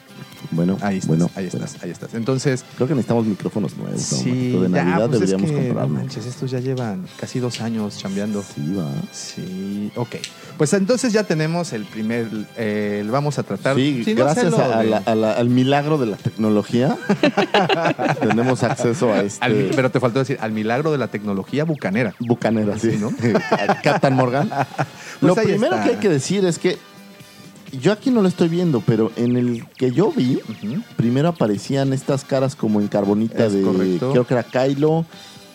[SPEAKER 3] Bueno,
[SPEAKER 5] Ahí estás,
[SPEAKER 3] bueno,
[SPEAKER 5] ahí estás,
[SPEAKER 3] bueno.
[SPEAKER 5] ahí estás. Entonces,
[SPEAKER 3] Creo que necesitamos micrófonos nuevos.
[SPEAKER 5] sí,
[SPEAKER 3] ¿no? de
[SPEAKER 5] ya,
[SPEAKER 3] Navidad
[SPEAKER 5] pues es
[SPEAKER 3] deberíamos
[SPEAKER 5] que, no
[SPEAKER 3] comprarlos.
[SPEAKER 5] manches, estos ya llevan casi dos años chambeando.
[SPEAKER 3] Sí, va.
[SPEAKER 5] Sí, ok. Pues entonces ya tenemos el primer. eh, vamos a tratar.
[SPEAKER 3] Sí,
[SPEAKER 5] si no
[SPEAKER 3] gracias
[SPEAKER 5] sé lo
[SPEAKER 3] a- a
[SPEAKER 5] de-
[SPEAKER 3] la- a la- al milagro de la tecnología tenemos acceso a este
[SPEAKER 5] al mi- pero te faltó decir, al milagro de la tecnología bucanera.
[SPEAKER 3] bucanero así,
[SPEAKER 5] Sí, ¿no?
[SPEAKER 3] ¿no? Captain Morgan. Lo
[SPEAKER 5] Pues ahí
[SPEAKER 3] primero
[SPEAKER 5] está.
[SPEAKER 3] que hay que decir es que yo aquí no lo estoy viendo, pero en el que yo vi,
[SPEAKER 5] Ujú.
[SPEAKER 3] primero aparecían estas caras como en carbonita
[SPEAKER 5] Es
[SPEAKER 3] de
[SPEAKER 5] correcto.
[SPEAKER 3] creo que era Kylo,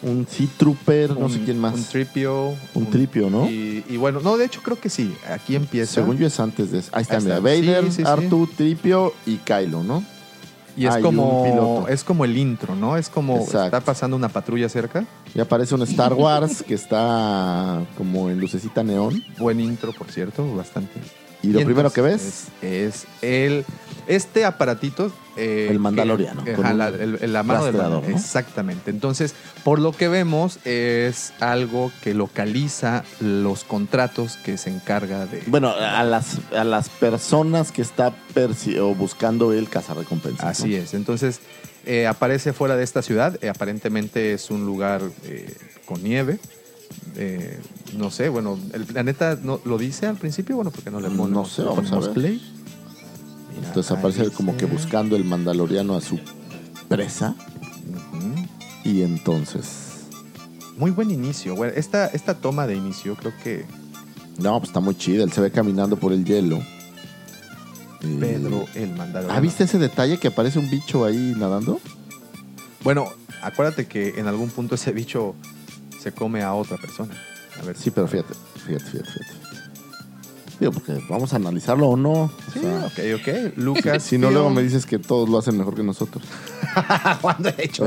[SPEAKER 3] un Sea Trooper, no sé
[SPEAKER 5] Un-
[SPEAKER 3] quién
[SPEAKER 5] Un
[SPEAKER 3] más.
[SPEAKER 5] tripio.
[SPEAKER 3] Un tripio, ¿no?
[SPEAKER 5] Y, y bueno, no, de hecho creo que sí. Aquí empieza.
[SPEAKER 3] Según yo es antes de eso. Ahí está,
[SPEAKER 5] Ahí
[SPEAKER 3] mira,
[SPEAKER 5] está.
[SPEAKER 3] Vader,
[SPEAKER 5] Sí, sí, sí.
[SPEAKER 3] Artu, Tripio y Kylo, ¿no?
[SPEAKER 5] y es
[SPEAKER 3] hay un
[SPEAKER 5] como,
[SPEAKER 3] piloto.
[SPEAKER 5] es como el intro, ¿no? Es como
[SPEAKER 3] Exacto.
[SPEAKER 5] está pasando una patrulla cerca.
[SPEAKER 3] Y aparece un Star Wars que está como en lucecita neón.
[SPEAKER 5] Buen intro, por cierto, bastante.
[SPEAKER 3] Y lo primero que
[SPEAKER 5] entonces
[SPEAKER 3] ves
[SPEAKER 5] es, es el este aparatito. eh,
[SPEAKER 3] El mandaloriano,
[SPEAKER 5] que-
[SPEAKER 3] con
[SPEAKER 5] ajá,
[SPEAKER 3] un
[SPEAKER 5] la, el- el- la mano
[SPEAKER 3] rastreador,
[SPEAKER 5] del mandaloriano.
[SPEAKER 3] ¿no?
[SPEAKER 5] Exactamente. Entonces, por lo que vemos, es algo que localiza los contratos que se encarga de.
[SPEAKER 3] Bueno, a las, a las personas que está persi- o buscando el cazarrecompensas.
[SPEAKER 5] Así es. Entonces, eh, aparece fuera de esta ciudad. eh, aparentemente es un lugar eh, con nieve. Eh, no sé, bueno, el planeta no, lo dice al principio, bueno, porque no le
[SPEAKER 3] No
[SPEAKER 5] ponemos,
[SPEAKER 3] sé,
[SPEAKER 5] le
[SPEAKER 3] vamos a
[SPEAKER 5] ponemos
[SPEAKER 3] ver.
[SPEAKER 5] play. Mira,
[SPEAKER 3] Entonces aparece
[SPEAKER 5] ahí
[SPEAKER 3] como que
[SPEAKER 5] dice-
[SPEAKER 3] buscando el mandaloriano a su presa.
[SPEAKER 5] Ujú.
[SPEAKER 3] Y entonces.
[SPEAKER 5] Muy buen inicio. Bueno, esta, esta toma de inicio creo que...
[SPEAKER 3] No, pues está muy chido. Él se ve caminando por el hielo. Y-
[SPEAKER 5] Pedro el mandador.
[SPEAKER 3] ¿Ah, viste ese detalle que aparece un bicho ahí nadando?
[SPEAKER 5] Bueno, acuérdate que en algún punto ese bicho se come a otra persona. A ver
[SPEAKER 3] Sí, pero fíjate, fíjate, fíjate, fíjate. Digo, porque vamos a analizarlo o no. O
[SPEAKER 5] Sí,
[SPEAKER 3] sea,
[SPEAKER 5] ok, ok. Lucas.
[SPEAKER 3] si no,
[SPEAKER 5] Film.
[SPEAKER 3] luego me dices que todos lo hacen mejor que nosotros.
[SPEAKER 5] ¿Cuándo he hecho?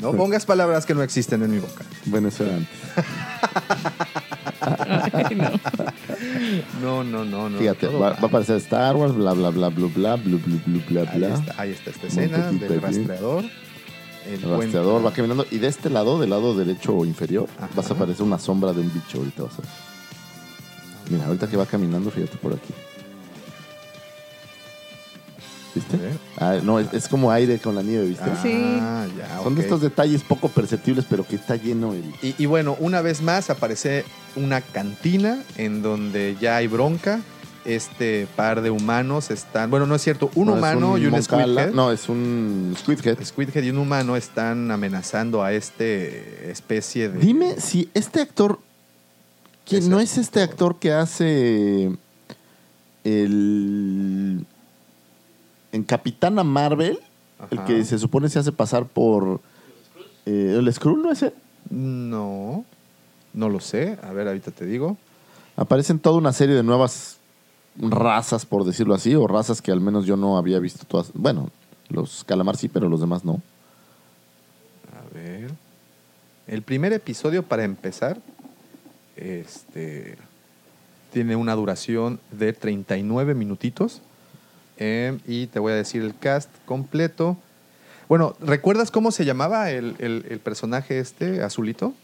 [SPEAKER 5] no pongas palabras que no existen en mi boca.
[SPEAKER 3] Bueno, eso era antes.
[SPEAKER 4] Ay, no.
[SPEAKER 5] No, no, no, no.
[SPEAKER 3] Fíjate,
[SPEAKER 5] Todo
[SPEAKER 3] va,
[SPEAKER 5] mal.
[SPEAKER 3] va a aparecer Star Wars, bla, bla, bla, bla, bla, bla, bla, bla, bla,
[SPEAKER 5] Ahí
[SPEAKER 3] bla.
[SPEAKER 5] está, ahí está esta
[SPEAKER 3] Un
[SPEAKER 5] escena
[SPEAKER 3] poquito
[SPEAKER 5] del
[SPEAKER 3] aquí.
[SPEAKER 5] rastreador. El
[SPEAKER 3] El rastreador
[SPEAKER 5] buen-
[SPEAKER 3] va caminando. Y de este lado, del lado derecho inferior,
[SPEAKER 5] Ajá.
[SPEAKER 3] vas a aparecer una sombra de un bicho ahorita. vas a ver. Mira, ahorita que va caminando, fíjate por aquí.
[SPEAKER 5] A
[SPEAKER 3] ¿Viste?
[SPEAKER 5] ver.
[SPEAKER 3] Ah, no, es, es como aire con la nieve, ¿viste?
[SPEAKER 5] Ah,
[SPEAKER 4] Sí.
[SPEAKER 5] ya,
[SPEAKER 3] Son
[SPEAKER 5] Ah, ok.
[SPEAKER 3] de estos detalles poco perceptibles, pero que está lleno el...
[SPEAKER 5] Y, y bueno, una vez más aparece una cantina en donde ya hay bronca. Este par de humanos están. Bueno, no es cierto. Un
[SPEAKER 3] No, es
[SPEAKER 5] humano y un
[SPEAKER 3] Moncala.
[SPEAKER 5] squidhead.
[SPEAKER 3] No, es un squidhead.
[SPEAKER 5] Squidhead y un humano están amenazando a este especie de.
[SPEAKER 3] Dime si este actor, que
[SPEAKER 5] Ese
[SPEAKER 3] no es este actor que hace el. En Capitana Marvel, el
[SPEAKER 5] Ajá.
[SPEAKER 3] que se supone se hace pasar por. eh, ¿El Skrull no es él?
[SPEAKER 5] No, no lo sé. A ver, ahorita te digo.
[SPEAKER 3] Aparecen toda una serie de nuevas razas, por decirlo así, o razas que al menos yo no había visto todas. Bueno, los calamar sí, pero los demás no.
[SPEAKER 5] A ver. El primer episodio, para empezar, este, tiene una duración de 39 minutitos. Em, y te voy a decir el cast completo. Bueno, ¿recuerdas cómo se llamaba el, el- el personaje este, azulito?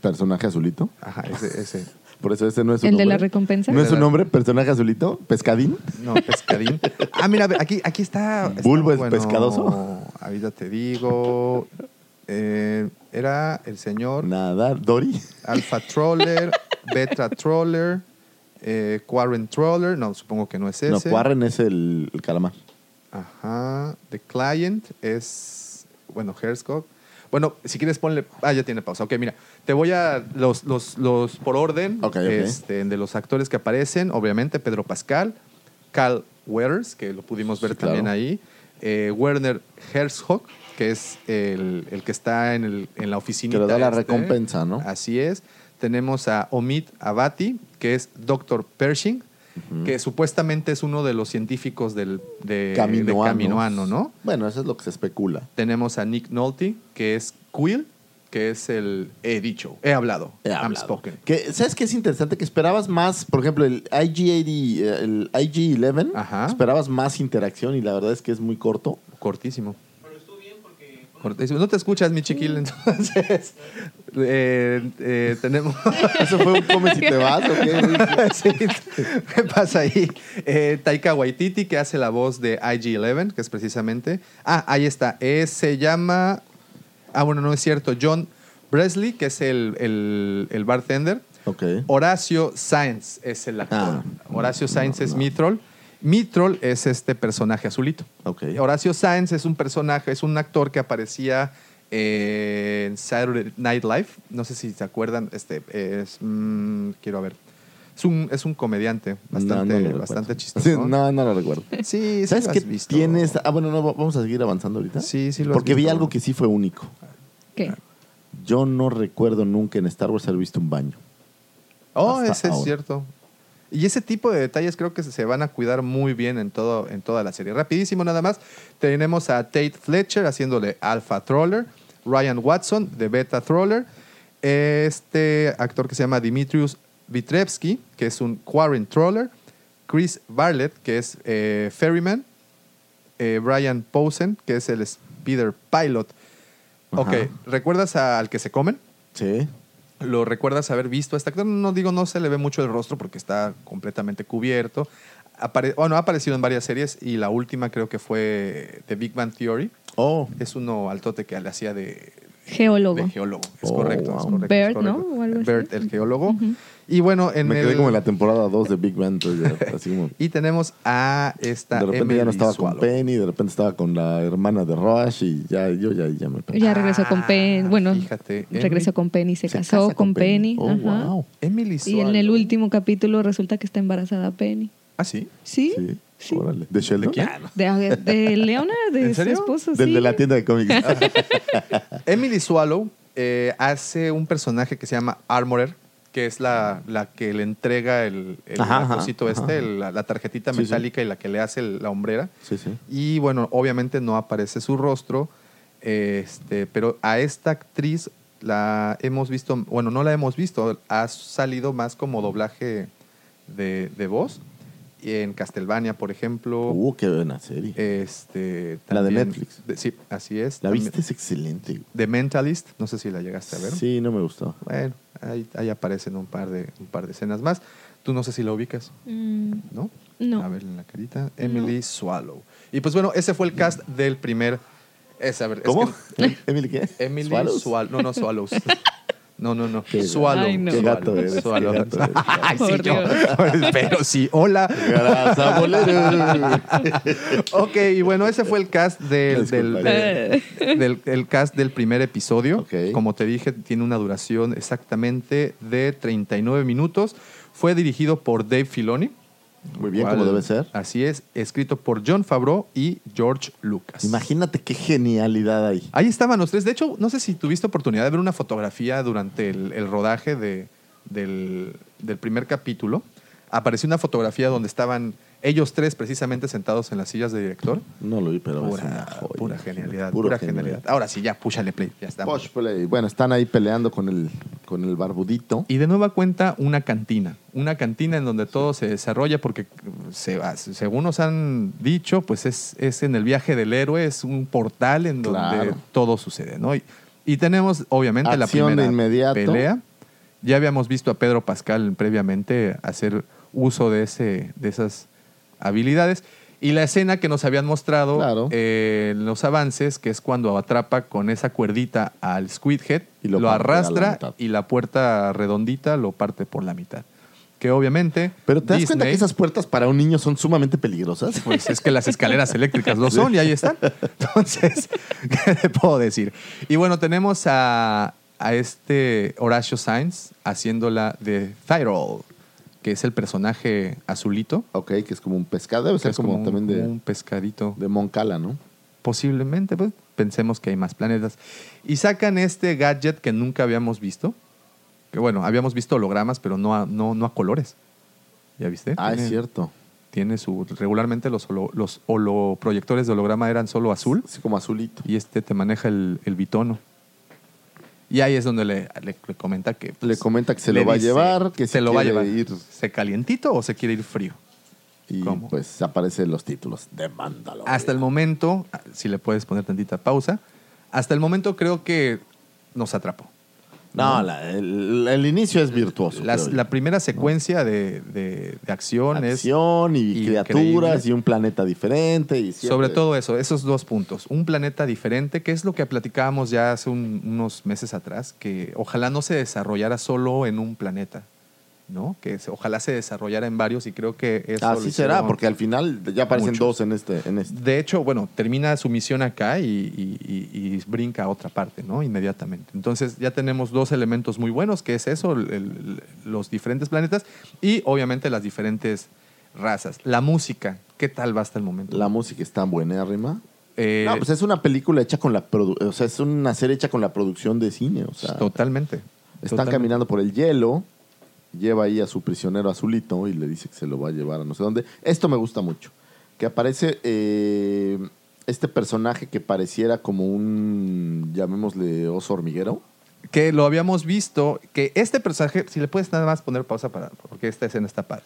[SPEAKER 3] Personaje azulito.
[SPEAKER 5] Ajá, ese. ese.
[SPEAKER 3] Por eso este no es su
[SPEAKER 4] ¿El de
[SPEAKER 3] nombre.
[SPEAKER 4] la recompensa?
[SPEAKER 3] ¿No es su nombre? ¿Personaje azulito? ¿Pescadín?
[SPEAKER 5] No, pescadín. Ah, mira, ve, aquí, aquí está. está
[SPEAKER 3] ¿Bulbo es
[SPEAKER 5] bueno.
[SPEAKER 3] pescadoso?
[SPEAKER 5] Ahorita te digo. Eh, era el señor
[SPEAKER 3] Nada. ¿Dory?
[SPEAKER 5] Alpha Troller, Beta Troller, eh, Quarren Troller, no, supongo que no es
[SPEAKER 3] No,
[SPEAKER 5] ese. Eh,
[SPEAKER 3] Quarren es el, el calamar.
[SPEAKER 5] Ajá. The Client es, bueno, Herzog. Bueno, si quieres ponle, ah, ya tiene pausa. Ok, mira, te voy a los, los, los por orden
[SPEAKER 3] Ok, ok.
[SPEAKER 5] Este, de los actores que aparecen, obviamente Pedro Pascal, Cal Weathers, que lo pudimos ver
[SPEAKER 3] Sí, claro.
[SPEAKER 5] también ahí, eh, Werner Herzog, que es el, el que está en, el, en la oficina.
[SPEAKER 3] Que le da la recompensa, ¿no?
[SPEAKER 5] Así es. Tenemos a Omid Abati, que es Dr. Pershing, que supuestamente es uno de los científicos del, de, eh, de
[SPEAKER 3] Caminoano.
[SPEAKER 5] Caminoano, ¿no?
[SPEAKER 3] Bueno, eso es lo que se especula.
[SPEAKER 5] Tenemos a Nick Nolte, que es Quill, que es el he dicho, he hablado,
[SPEAKER 3] He
[SPEAKER 5] I'm
[SPEAKER 3] hablado.
[SPEAKER 5] spoken.
[SPEAKER 3] Que, ¿Sabes qué es interesante? Que esperabas más, por ejemplo, el IG-80, eh, el IG-11,
[SPEAKER 5] Ajá.
[SPEAKER 3] esperabas más interacción y la verdad es que es muy corto.
[SPEAKER 5] Cortísimo. Cortísimo. No te escuchas, mi chiquil, entonces. Eh, eh, tenemos.
[SPEAKER 3] ¿Eso fue un come si te vas o qué?
[SPEAKER 5] Sí, ¿Qué pasa ahí? Eh, Taika Waititi, que hace la voz de IG-11, que es precisamente... Ah, ahí está. Eh, se llama... Ah, bueno, no es cierto. John Bresley, que es el, el- el bartender.
[SPEAKER 3] Ok.
[SPEAKER 5] Horacio Sainz es el actor.
[SPEAKER 3] Ah,
[SPEAKER 5] Horacio Sainz
[SPEAKER 3] no,
[SPEAKER 5] es
[SPEAKER 3] no.
[SPEAKER 5] Mitrol. Mitrol es este personaje azulito.
[SPEAKER 3] Ok.
[SPEAKER 5] Horacio Sainz es un personaje, es un actor que aparecía eh, en Saturday Night Live. No sé si se acuerdan. Este es, mm, quiero ver. Es un, es un comediante bastante,
[SPEAKER 3] No, no lo
[SPEAKER 5] bastante
[SPEAKER 3] recuerdo.
[SPEAKER 5] chistoso.
[SPEAKER 3] Sí, no, no lo recuerdo.
[SPEAKER 5] Sí, sí
[SPEAKER 3] ¿Sabes
[SPEAKER 5] lo
[SPEAKER 3] qué
[SPEAKER 5] has visto.
[SPEAKER 3] tienes? Ah, bueno, no, vamos a seguir avanzando ahorita.
[SPEAKER 5] Sí, sí lo has
[SPEAKER 3] Porque vi
[SPEAKER 5] visto.
[SPEAKER 3] algo que sí fue único.
[SPEAKER 4] ¿Qué?
[SPEAKER 3] Yo no recuerdo nunca en Star Wars haber visto un baño.
[SPEAKER 5] Oh,
[SPEAKER 3] hasta
[SPEAKER 5] ese es
[SPEAKER 3] ahora.
[SPEAKER 5] cierto. Y ese tipo de detalles creo que se van a cuidar muy bien en, todo, en toda la serie. Rapidísimo nada más, tenemos a Tate Fletcher haciéndole Alpha Troller, Ryan Watson de Beta Troller, este actor que se llama Dimitrius Vitrevsky, que es un Quarren Troller, Chris Barlett, que es eh, Ferryman, eh, Brian Posen, que es el Speeder Pilot. Ok,
[SPEAKER 3] Ajá.
[SPEAKER 5] ¿recuerdas al que se comen?
[SPEAKER 3] Sí.
[SPEAKER 5] lo recuerdas haber visto a este actor. No digo, no se le ve mucho el rostro porque está completamente cubierto. Apare- bueno, ha aparecido en varias series y la última creo que fue The Big Bang Theory.
[SPEAKER 3] Oh,
[SPEAKER 5] Es uno altote que le hacía de,
[SPEAKER 4] Geólogo.
[SPEAKER 5] de geólogo. Es
[SPEAKER 3] Oh,
[SPEAKER 5] correcto. es
[SPEAKER 3] wow.
[SPEAKER 5] correcto, es
[SPEAKER 4] Bert,
[SPEAKER 5] correcto.
[SPEAKER 4] ¿no? O algo así.
[SPEAKER 5] Bert, el geólogo. Y bueno, en
[SPEAKER 3] me quedé
[SPEAKER 5] el-
[SPEAKER 3] como en la temporada 2 de Big Bang. Theory, así como-
[SPEAKER 5] Y tenemos a esta
[SPEAKER 3] de repente ya no
[SPEAKER 5] Emily
[SPEAKER 3] estaba con
[SPEAKER 5] Swallow.
[SPEAKER 3] Penny, de repente estaba con la hermana de Rush y ya yo ya, ya me perdí.
[SPEAKER 4] Ya regresó con Penny.
[SPEAKER 5] Ah,
[SPEAKER 4] Bueno,
[SPEAKER 5] fíjate, Emily
[SPEAKER 4] regresó con Penny. Se,
[SPEAKER 3] Se
[SPEAKER 4] casó
[SPEAKER 3] casa
[SPEAKER 4] con Penny.
[SPEAKER 3] Oh,
[SPEAKER 4] ajá.
[SPEAKER 3] wow.
[SPEAKER 5] Emily
[SPEAKER 4] Y en el
[SPEAKER 5] Swallow.
[SPEAKER 4] último capítulo resulta que está embarazada Penny.
[SPEAKER 5] Ah, sí.
[SPEAKER 4] ¿Sí?
[SPEAKER 3] Sí,
[SPEAKER 4] Sí.
[SPEAKER 3] órale. ¿De Sheldon?
[SPEAKER 5] quién?
[SPEAKER 3] Ah, no.
[SPEAKER 4] De, de Leona, de
[SPEAKER 5] ¿En
[SPEAKER 4] su
[SPEAKER 5] serio?
[SPEAKER 4] esposo.
[SPEAKER 3] Del
[SPEAKER 4] sí.
[SPEAKER 3] de la tienda de cómics. Ah,
[SPEAKER 5] Emily Swallow eh, hace un personaje que se llama Armorer, que es la, la que le entrega el, el
[SPEAKER 3] Ajá, ajá,
[SPEAKER 5] cosito
[SPEAKER 3] ajá.
[SPEAKER 5] este, el- la, la tarjetita
[SPEAKER 3] Sí, sí.
[SPEAKER 5] metálica y la que le hace el- la hombrera.
[SPEAKER 3] sí, sí.
[SPEAKER 5] Y bueno, obviamente no aparece su rostro, este, pero a esta actriz la hemos visto, bueno, no la hemos visto, ha salido más como doblaje de, de voz. Y en Castlevania, por ejemplo.
[SPEAKER 3] Uh, qué buena serie.
[SPEAKER 5] Eh, este,
[SPEAKER 3] La de
[SPEAKER 5] también-
[SPEAKER 3] Netflix.
[SPEAKER 5] de- sí, así es.
[SPEAKER 3] la
[SPEAKER 5] También-
[SPEAKER 3] viste es excelente. güey.
[SPEAKER 5] The Mentalist, no sé si la llegaste a ver.
[SPEAKER 3] Sí, no me gustó.
[SPEAKER 5] Bueno, ahí, ahí aparecen un par, de, un par de escenas más. Tú no sé si la ubicas,
[SPEAKER 4] Mm,
[SPEAKER 5] ¿no?
[SPEAKER 4] No.
[SPEAKER 5] A ver en la carita. Emily Swallow. Y pues bueno, ese fue el cast del primer. Es, a ver, es
[SPEAKER 3] Mm. ¿Cómo?
[SPEAKER 5] que-
[SPEAKER 3] ¿Emily qué?
[SPEAKER 5] Emily
[SPEAKER 3] ¿Swallows?
[SPEAKER 5] Swallow. No, no, Swallows. No, no, no.
[SPEAKER 3] Qué-
[SPEAKER 5] Swallow.
[SPEAKER 4] Ay, no.
[SPEAKER 3] Qué gato eres.
[SPEAKER 5] Swallow.
[SPEAKER 3] Qué gato eres.
[SPEAKER 5] Ay, sí,
[SPEAKER 4] Por
[SPEAKER 5] yo. Pero sí, hola.
[SPEAKER 3] Grasa bolero.
[SPEAKER 5] Ok, y bueno, ese fue el cast del, del,
[SPEAKER 3] Disculpa.
[SPEAKER 5] del- del- el cast del primer episodio.
[SPEAKER 3] Ok.
[SPEAKER 5] Como te dije, tiene una duración exactamente de 39 minutos. Fue dirigido por Dave Filoni,
[SPEAKER 3] Muy bien,
[SPEAKER 5] cual-
[SPEAKER 3] como debe ser.
[SPEAKER 5] Así es, escrito por John Favreau y George Lucas.
[SPEAKER 3] Imagínate qué genialidad hay.
[SPEAKER 5] Ahí estaban los tres. De hecho, no sé si tuviste oportunidad de ver una fotografía durante el, el rodaje de- del, del primer capítulo. Apareció una fotografía donde estaban ellos tres precisamente sentados en las sillas de director.
[SPEAKER 3] No lo vi, pero es una
[SPEAKER 5] Pura,
[SPEAKER 3] joya.
[SPEAKER 5] pura genialidad,
[SPEAKER 3] Pura
[SPEAKER 5] pura genialidad. Ahora sí, ya, púchale play, ya está.
[SPEAKER 3] Posh Play. Bueno, están ahí peleando con el, con el barbudito.
[SPEAKER 5] Y de nueva cuenta, una cantina. Una cantina en donde todo se desarrolla porque, se, va- según nos han dicho, pues es, es en el viaje del héroe, es un portal en donde
[SPEAKER 3] Claro.
[SPEAKER 5] todo sucede, ¿no? Y, y tenemos, obviamente,
[SPEAKER 3] Acción
[SPEAKER 5] la
[SPEAKER 3] de
[SPEAKER 5] primera
[SPEAKER 3] inmediato.
[SPEAKER 5] pelea. Ya habíamos visto a Pedro Pascal previamente hacer uso de, ese, de esas habilidades. Y la escena que nos habían mostrado
[SPEAKER 3] Claro.
[SPEAKER 5] eh, en los avances, que es cuando atrapa con esa cuerdita al Squid Head,
[SPEAKER 3] Y lo
[SPEAKER 5] lo,
[SPEAKER 3] parte a la
[SPEAKER 5] arrastra
[SPEAKER 3] mitad.
[SPEAKER 5] y la puerta redondita lo parte por la mitad. Que obviamente.
[SPEAKER 3] Pero te das cuenta
[SPEAKER 5] Disney,
[SPEAKER 3] que esas puertas para un niño son sumamente peligrosas.
[SPEAKER 5] Pues es que las escaleras eléctricas lo son y ahí están. Entonces, ¿qué te puedo decir? Y bueno, tenemos a, a este Horacio Sainz haciéndola de Thyroid, que es el personaje azulito.
[SPEAKER 3] ok, que es como un pescado. Debe
[SPEAKER 5] que
[SPEAKER 3] ser
[SPEAKER 5] es
[SPEAKER 3] como,
[SPEAKER 5] un-
[SPEAKER 3] también
[SPEAKER 5] un
[SPEAKER 3] de,
[SPEAKER 5] pescadito.
[SPEAKER 3] de Moncala, ¿no?
[SPEAKER 5] posiblemente, pues pensemos que hay más planetas. Y sacan este gadget que nunca habíamos visto. Que bueno, habíamos visto hologramas, pero no a, no, no a colores. ¿Ya viste?
[SPEAKER 3] Ah, es
[SPEAKER 5] Tiene-
[SPEAKER 3] cierto.
[SPEAKER 5] Tiene su. Regularmente los, holo- los holoproyectores de holograma eran solo azul.
[SPEAKER 3] Así como azulito.
[SPEAKER 5] Y este te maneja el, el bitono. Y ahí es donde le, le- le comenta que. pues,
[SPEAKER 3] Le comenta que se lo va a llevar, que si
[SPEAKER 5] se lo va a
[SPEAKER 3] quiere
[SPEAKER 5] llevar.
[SPEAKER 3] ir.
[SPEAKER 5] ¿Se calientito o se quiere ir frío?
[SPEAKER 3] Y
[SPEAKER 5] ¿Cómo?
[SPEAKER 3] pues aparecen los títulos. Demándalo.
[SPEAKER 5] Hasta el momento, si le puedes poner tantita pausa, hasta el momento creo que nos atrapó.
[SPEAKER 3] No, la- el, el inicio es virtuoso.
[SPEAKER 5] Las-
[SPEAKER 3] creo yo.
[SPEAKER 5] la primera secuencia de, de- de acción es
[SPEAKER 3] Acción y,
[SPEAKER 5] increíble.
[SPEAKER 3] criaturas y un planeta diferente. Y siempre-
[SPEAKER 5] Sobre todo eso, esos dos puntos. Un planeta diferente, que es lo que platicábamos ya hace un- unos meses atrás, que ojalá no se desarrollara solo en un planeta, ¿no? Que se- ojalá se desarrollara en varios y creo que eso... lo
[SPEAKER 3] Así será,
[SPEAKER 5] hicieron-
[SPEAKER 3] porque al final ya aparecen
[SPEAKER 5] muchos.
[SPEAKER 3] dos en este. En este.
[SPEAKER 5] De hecho, bueno, termina su misión acá y, y- y- y brinca a otra parte, ¿no? Inmediatamente. Entonces ya tenemos dos elementos muy buenos, que es eso, el- el- los diferentes planetas y obviamente las diferentes razas. La música, ¿qué tal va hasta el momento?
[SPEAKER 3] La música está buenérrima.
[SPEAKER 5] Eh,
[SPEAKER 3] no, pues es una película hecha con la produ- o sea, es una serie hecha con la producción de cine, o sea,
[SPEAKER 5] totalmente.
[SPEAKER 3] están
[SPEAKER 5] Totalmente.
[SPEAKER 3] caminando por el hielo, lleva ahí a su prisionero azulito y le dice que se lo va a llevar a no sé dónde. Esto me gusta mucho, que aparece eh, este personaje que pareciera como un, llamémosle oso hormiguero.
[SPEAKER 5] que lo habíamos visto, que este personaje, si le puedes nada más poner pausa para, porque esta escena está padre.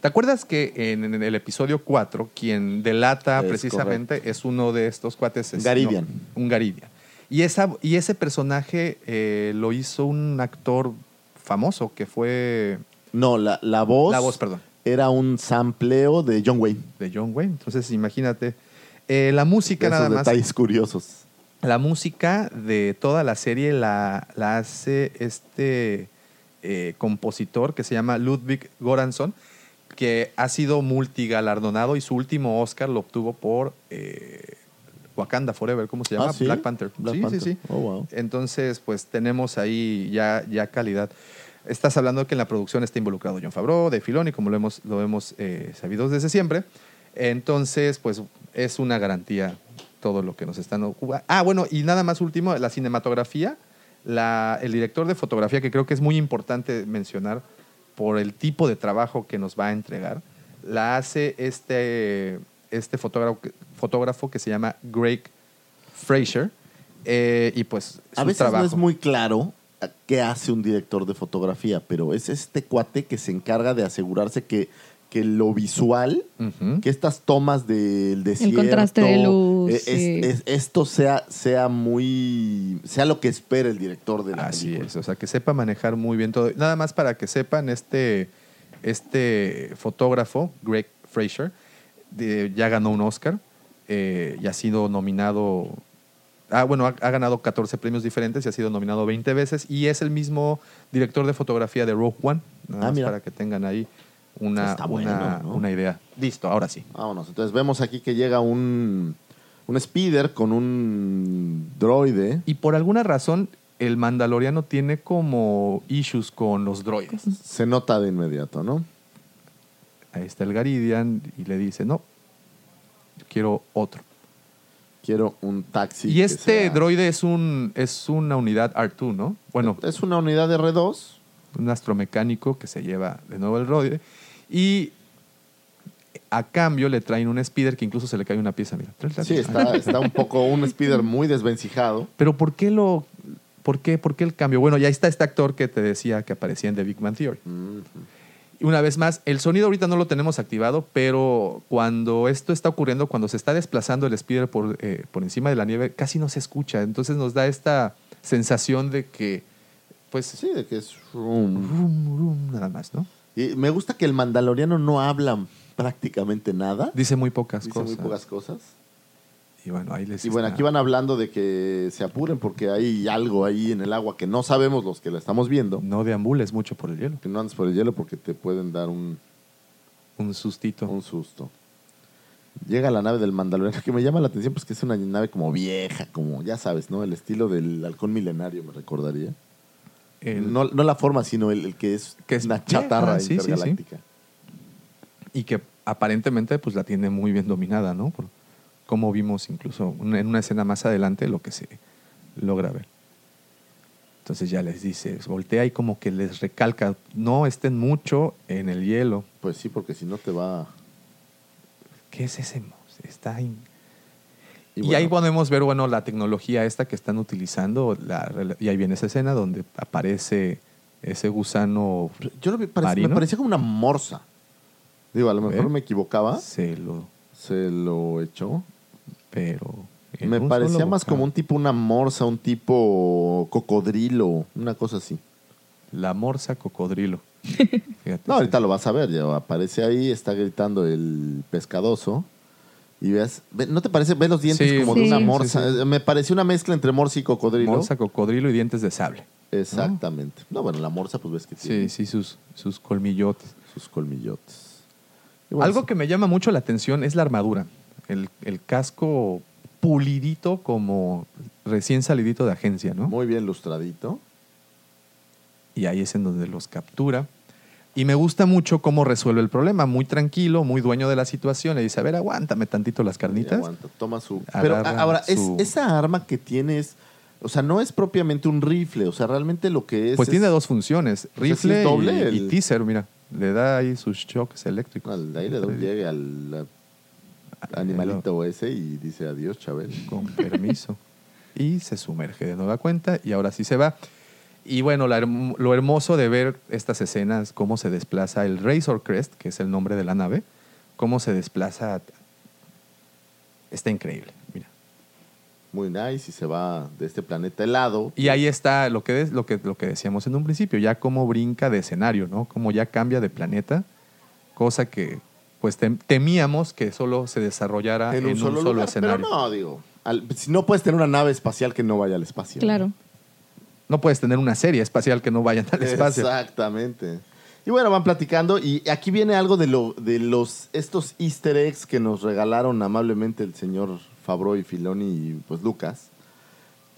[SPEAKER 5] ¿Te acuerdas que en, en el episodio 4, quien delata
[SPEAKER 3] Es
[SPEAKER 5] precisamente es uno de estos cuates? es-
[SPEAKER 3] Garibian.
[SPEAKER 5] no, un Garibian. Y, esa, y ese personaje eh, lo hizo un actor famoso que fue
[SPEAKER 3] No, la, la voz.
[SPEAKER 5] La voz, perdón.
[SPEAKER 3] Era un sampleo de John Wayne.
[SPEAKER 5] de John Wayne. Entonces, imagínate. Eh, la música
[SPEAKER 3] De esos
[SPEAKER 5] nada más.
[SPEAKER 3] detalles curiosos.
[SPEAKER 5] La música de toda la serie la, la hace este eh, compositor que se llama Ludwig Goranson, que ha sido multigalardonado y su último Oscar lo obtuvo por eh, Wakanda Forever, ¿cómo se llama?
[SPEAKER 3] Ah, ¿sí?
[SPEAKER 5] Black Panther.
[SPEAKER 3] Black
[SPEAKER 5] sí,
[SPEAKER 3] Panther.
[SPEAKER 5] sí, sí.
[SPEAKER 3] Oh, wow.
[SPEAKER 5] Entonces, pues tenemos ahí ya, ya calidad. Estás hablando que en la producción está involucrado John Favreau, de Filoni, como lo hemos, lo hemos eh, sabido desde siempre. Entonces, pues es una garantía todo lo que nos están ocupando. Ah, bueno, y nada más último, la cinematografía. La, el director de fotografía, que creo que es muy importante mencionar por el tipo de trabajo que nos va a entregar, la hace este, este fotógrafo, que- fotógrafo que se llama Greg Fraser. eh, y pues
[SPEAKER 3] A
[SPEAKER 5] su
[SPEAKER 3] veces no
[SPEAKER 5] trabajo.
[SPEAKER 3] es muy claro a qué hace un director de fotografía, pero es este cuate que se encarga de asegurarse que, que lo visual,
[SPEAKER 5] Ujú.
[SPEAKER 3] que estas tomas del desierto,
[SPEAKER 4] contraste de luz,
[SPEAKER 3] eh, es-
[SPEAKER 4] sí.
[SPEAKER 3] es- esto sea, sea muy, sea lo que espera el director de la
[SPEAKER 5] Así
[SPEAKER 3] película.
[SPEAKER 5] es, o sea, que sepa manejar muy bien todo. Nada más para que sepan, este, este fotógrafo, Greg Fraser, de- ya ganó un Oscar eh, y ha sido nominado. Ah, bueno, ha, ha ganado 14 premios diferentes y ha sido nominado 20 veces y es el mismo director de fotografía de Rogue One. Nada
[SPEAKER 3] Ah,
[SPEAKER 5] más
[SPEAKER 3] mira.
[SPEAKER 5] para que tengan ahí una,
[SPEAKER 3] Está bueno,
[SPEAKER 5] una,
[SPEAKER 3] ¿no?
[SPEAKER 5] una idea. Listo, ahora sí.
[SPEAKER 3] Vámonos, entonces vemos aquí que llega un, un speeder con un droide.
[SPEAKER 5] Y por alguna razón, el Mandaloriano tiene como issues con los droides.
[SPEAKER 3] Se nota de inmediato, ¿no?
[SPEAKER 5] Ahí está el Garidian y le dice, no, yo quiero otro.
[SPEAKER 3] Quiero un taxi.
[SPEAKER 5] y
[SPEAKER 3] que
[SPEAKER 5] este
[SPEAKER 3] sea-
[SPEAKER 5] droide es, un, es una unidad R2, ¿no? Bueno,
[SPEAKER 3] Es una unidad de R2.
[SPEAKER 5] un astromecánico que se lleva de nuevo el droide. Y a cambio le traen un speeder que incluso se le cae una pieza. Mira, trae la
[SPEAKER 3] Sí,
[SPEAKER 5] pieza.
[SPEAKER 3] está, está un poco un speeder muy desvencijado.
[SPEAKER 5] Pero ¿por qué lo... ¿Por qué, ¿Por qué el cambio? Bueno, ya está este actor que te decía que aparecía en The Big Man Theory. Y una vez más, el sonido ahorita no lo tenemos activado, pero cuando esto está ocurriendo, cuando se está desplazando el speeder por, eh, por encima de la nieve, casi no se escucha. Entonces nos da esta sensación de que, pues,
[SPEAKER 3] Sí, de que es un-
[SPEAKER 5] rum, rum, nada más, ¿no?
[SPEAKER 3] Y me gusta que el mandaloriano no habla prácticamente nada.
[SPEAKER 5] Dice muy pocas
[SPEAKER 3] Dice
[SPEAKER 5] cosas.
[SPEAKER 3] muy pocas cosas.
[SPEAKER 5] Y bueno, ahí les
[SPEAKER 3] Y bueno,
[SPEAKER 5] está-
[SPEAKER 3] aquí van hablando de que se apuren porque hay algo ahí en el agua que no sabemos los que la estamos viendo.
[SPEAKER 5] No deambules mucho por el hielo.
[SPEAKER 3] Que no andes por el hielo porque te pueden dar un,
[SPEAKER 5] Un sustito.
[SPEAKER 3] un susto. Llega la nave del Mandaloriano, que me llama la atención, pues que es una nave como vieja, como ya sabes, ¿no? El estilo del halcón milenario, me recordaría.
[SPEAKER 5] El-
[SPEAKER 3] No, no la forma, sino el, el que es,
[SPEAKER 5] Que es
[SPEAKER 3] una
[SPEAKER 5] vieja,
[SPEAKER 3] chatarra
[SPEAKER 5] sí, sí, sí.
[SPEAKER 3] intergaláctica.
[SPEAKER 5] Y que aparentemente pues la tiene muy bien dominada, ¿no? Por como vimos incluso un- en una escena más adelante lo que se logra ver. Entonces ya les dice, voltea y como que les recalca, no estén mucho en el hielo.
[SPEAKER 3] Pues sí, porque si no te va...
[SPEAKER 5] ¿Qué es ese? mo- Está in- Y,
[SPEAKER 3] bueno,
[SPEAKER 5] ahí podemos ver, bueno, la tecnología esta que están utilizando. la rela- y ahí viene esa escena donde aparece ese gusano.
[SPEAKER 3] Yo lo vi, parece- me
[SPEAKER 5] marino.
[SPEAKER 3] parecía como una morsa. Digo, a lo mejor
[SPEAKER 5] ¿Eh?
[SPEAKER 3] me equivocaba.
[SPEAKER 5] Se lo.
[SPEAKER 3] Se lo echó.
[SPEAKER 5] Pero. en
[SPEAKER 3] Me
[SPEAKER 5] un
[SPEAKER 3] parecía
[SPEAKER 5] solo
[SPEAKER 3] más
[SPEAKER 5] bocado.
[SPEAKER 3] como un tipo, una morsa, un tipo cocodrilo, una cosa así.
[SPEAKER 5] La morsa cocodrilo. Fíjate,
[SPEAKER 3] No, ahorita
[SPEAKER 5] sí.
[SPEAKER 3] lo vas a ver, ya aparece ahí, está gritando el pescadoso. Y ves, ve- ¿no te parece? Ve los dientes
[SPEAKER 5] Sí,
[SPEAKER 3] como
[SPEAKER 4] sí,
[SPEAKER 3] de una
[SPEAKER 4] sí,
[SPEAKER 3] morsa.
[SPEAKER 5] sí.
[SPEAKER 3] Eh, Me pareció una mezcla entre morsa y cocodrilo.
[SPEAKER 5] Morsa cocodrilo y dientes de sable.
[SPEAKER 3] Exactamente. No, bueno, la morsa, pues ves que
[SPEAKER 5] Sí,
[SPEAKER 3] tiene
[SPEAKER 5] sí, sus, sus colmillotes.
[SPEAKER 3] sus colmillotes.
[SPEAKER 5] Algo que me llama mucho la atención es la armadura. El, el casco pulidito como recién salidito de agencia, ¿no?
[SPEAKER 3] Muy bien lustradito.
[SPEAKER 5] y ahí es en donde los captura. Y me gusta mucho cómo resuelve el problema, muy tranquilo, muy dueño de la situación. Le dice, a ver, aguántame tantito las
[SPEAKER 3] Y
[SPEAKER 5] carnitas.
[SPEAKER 3] aguanta, toma su.
[SPEAKER 5] Agarra
[SPEAKER 3] Pero a- ahora, es-
[SPEAKER 5] su-
[SPEAKER 3] esa arma que tiene es. O sea, no es propiamente un rifle. O sea, realmente lo que es.
[SPEAKER 5] pues
[SPEAKER 3] es-
[SPEAKER 5] tiene dos funciones,
[SPEAKER 3] Pues así
[SPEAKER 5] rifle
[SPEAKER 3] es doble
[SPEAKER 5] y, y
[SPEAKER 3] el-
[SPEAKER 5] teaser, mira. Le da ahí sus shocks eléctricos.
[SPEAKER 3] Al, ahí le da un llegue al al animalito ese y dice adiós, Chabel.
[SPEAKER 5] Con permiso. y se sumerge de nueva cuenta y ahora sí se va. Y bueno, la herm- lo hermoso de ver estas escenas, cómo se desplaza el Razor Crest, que es el nombre de la nave, cómo se desplaza. Está increíble, mira.
[SPEAKER 3] Muy nice y se va de este planeta helado.
[SPEAKER 5] Y ahí está lo que, de- lo, que, lo que decíamos en un principio, ya cómo brinca de escenario, ¿no? Cómo ya cambia de planeta, cosa que pues tem- temíamos que solo se desarrollara Ah, en, un, solo,
[SPEAKER 3] lugar.
[SPEAKER 5] escenario.
[SPEAKER 3] Pero
[SPEAKER 5] no.
[SPEAKER 3] no, digo. al- si no puedes tener una nave espacial que no vaya al espacio.
[SPEAKER 4] Claro.
[SPEAKER 5] puedes tener una serie espacial que no vayan al espacio.
[SPEAKER 3] Exactamente. Y bueno, van platicando y aquí viene algo de lo de los estos Easter eggs que nos regalaron amablemente el señor Fabro y Filoni y pues Lucas.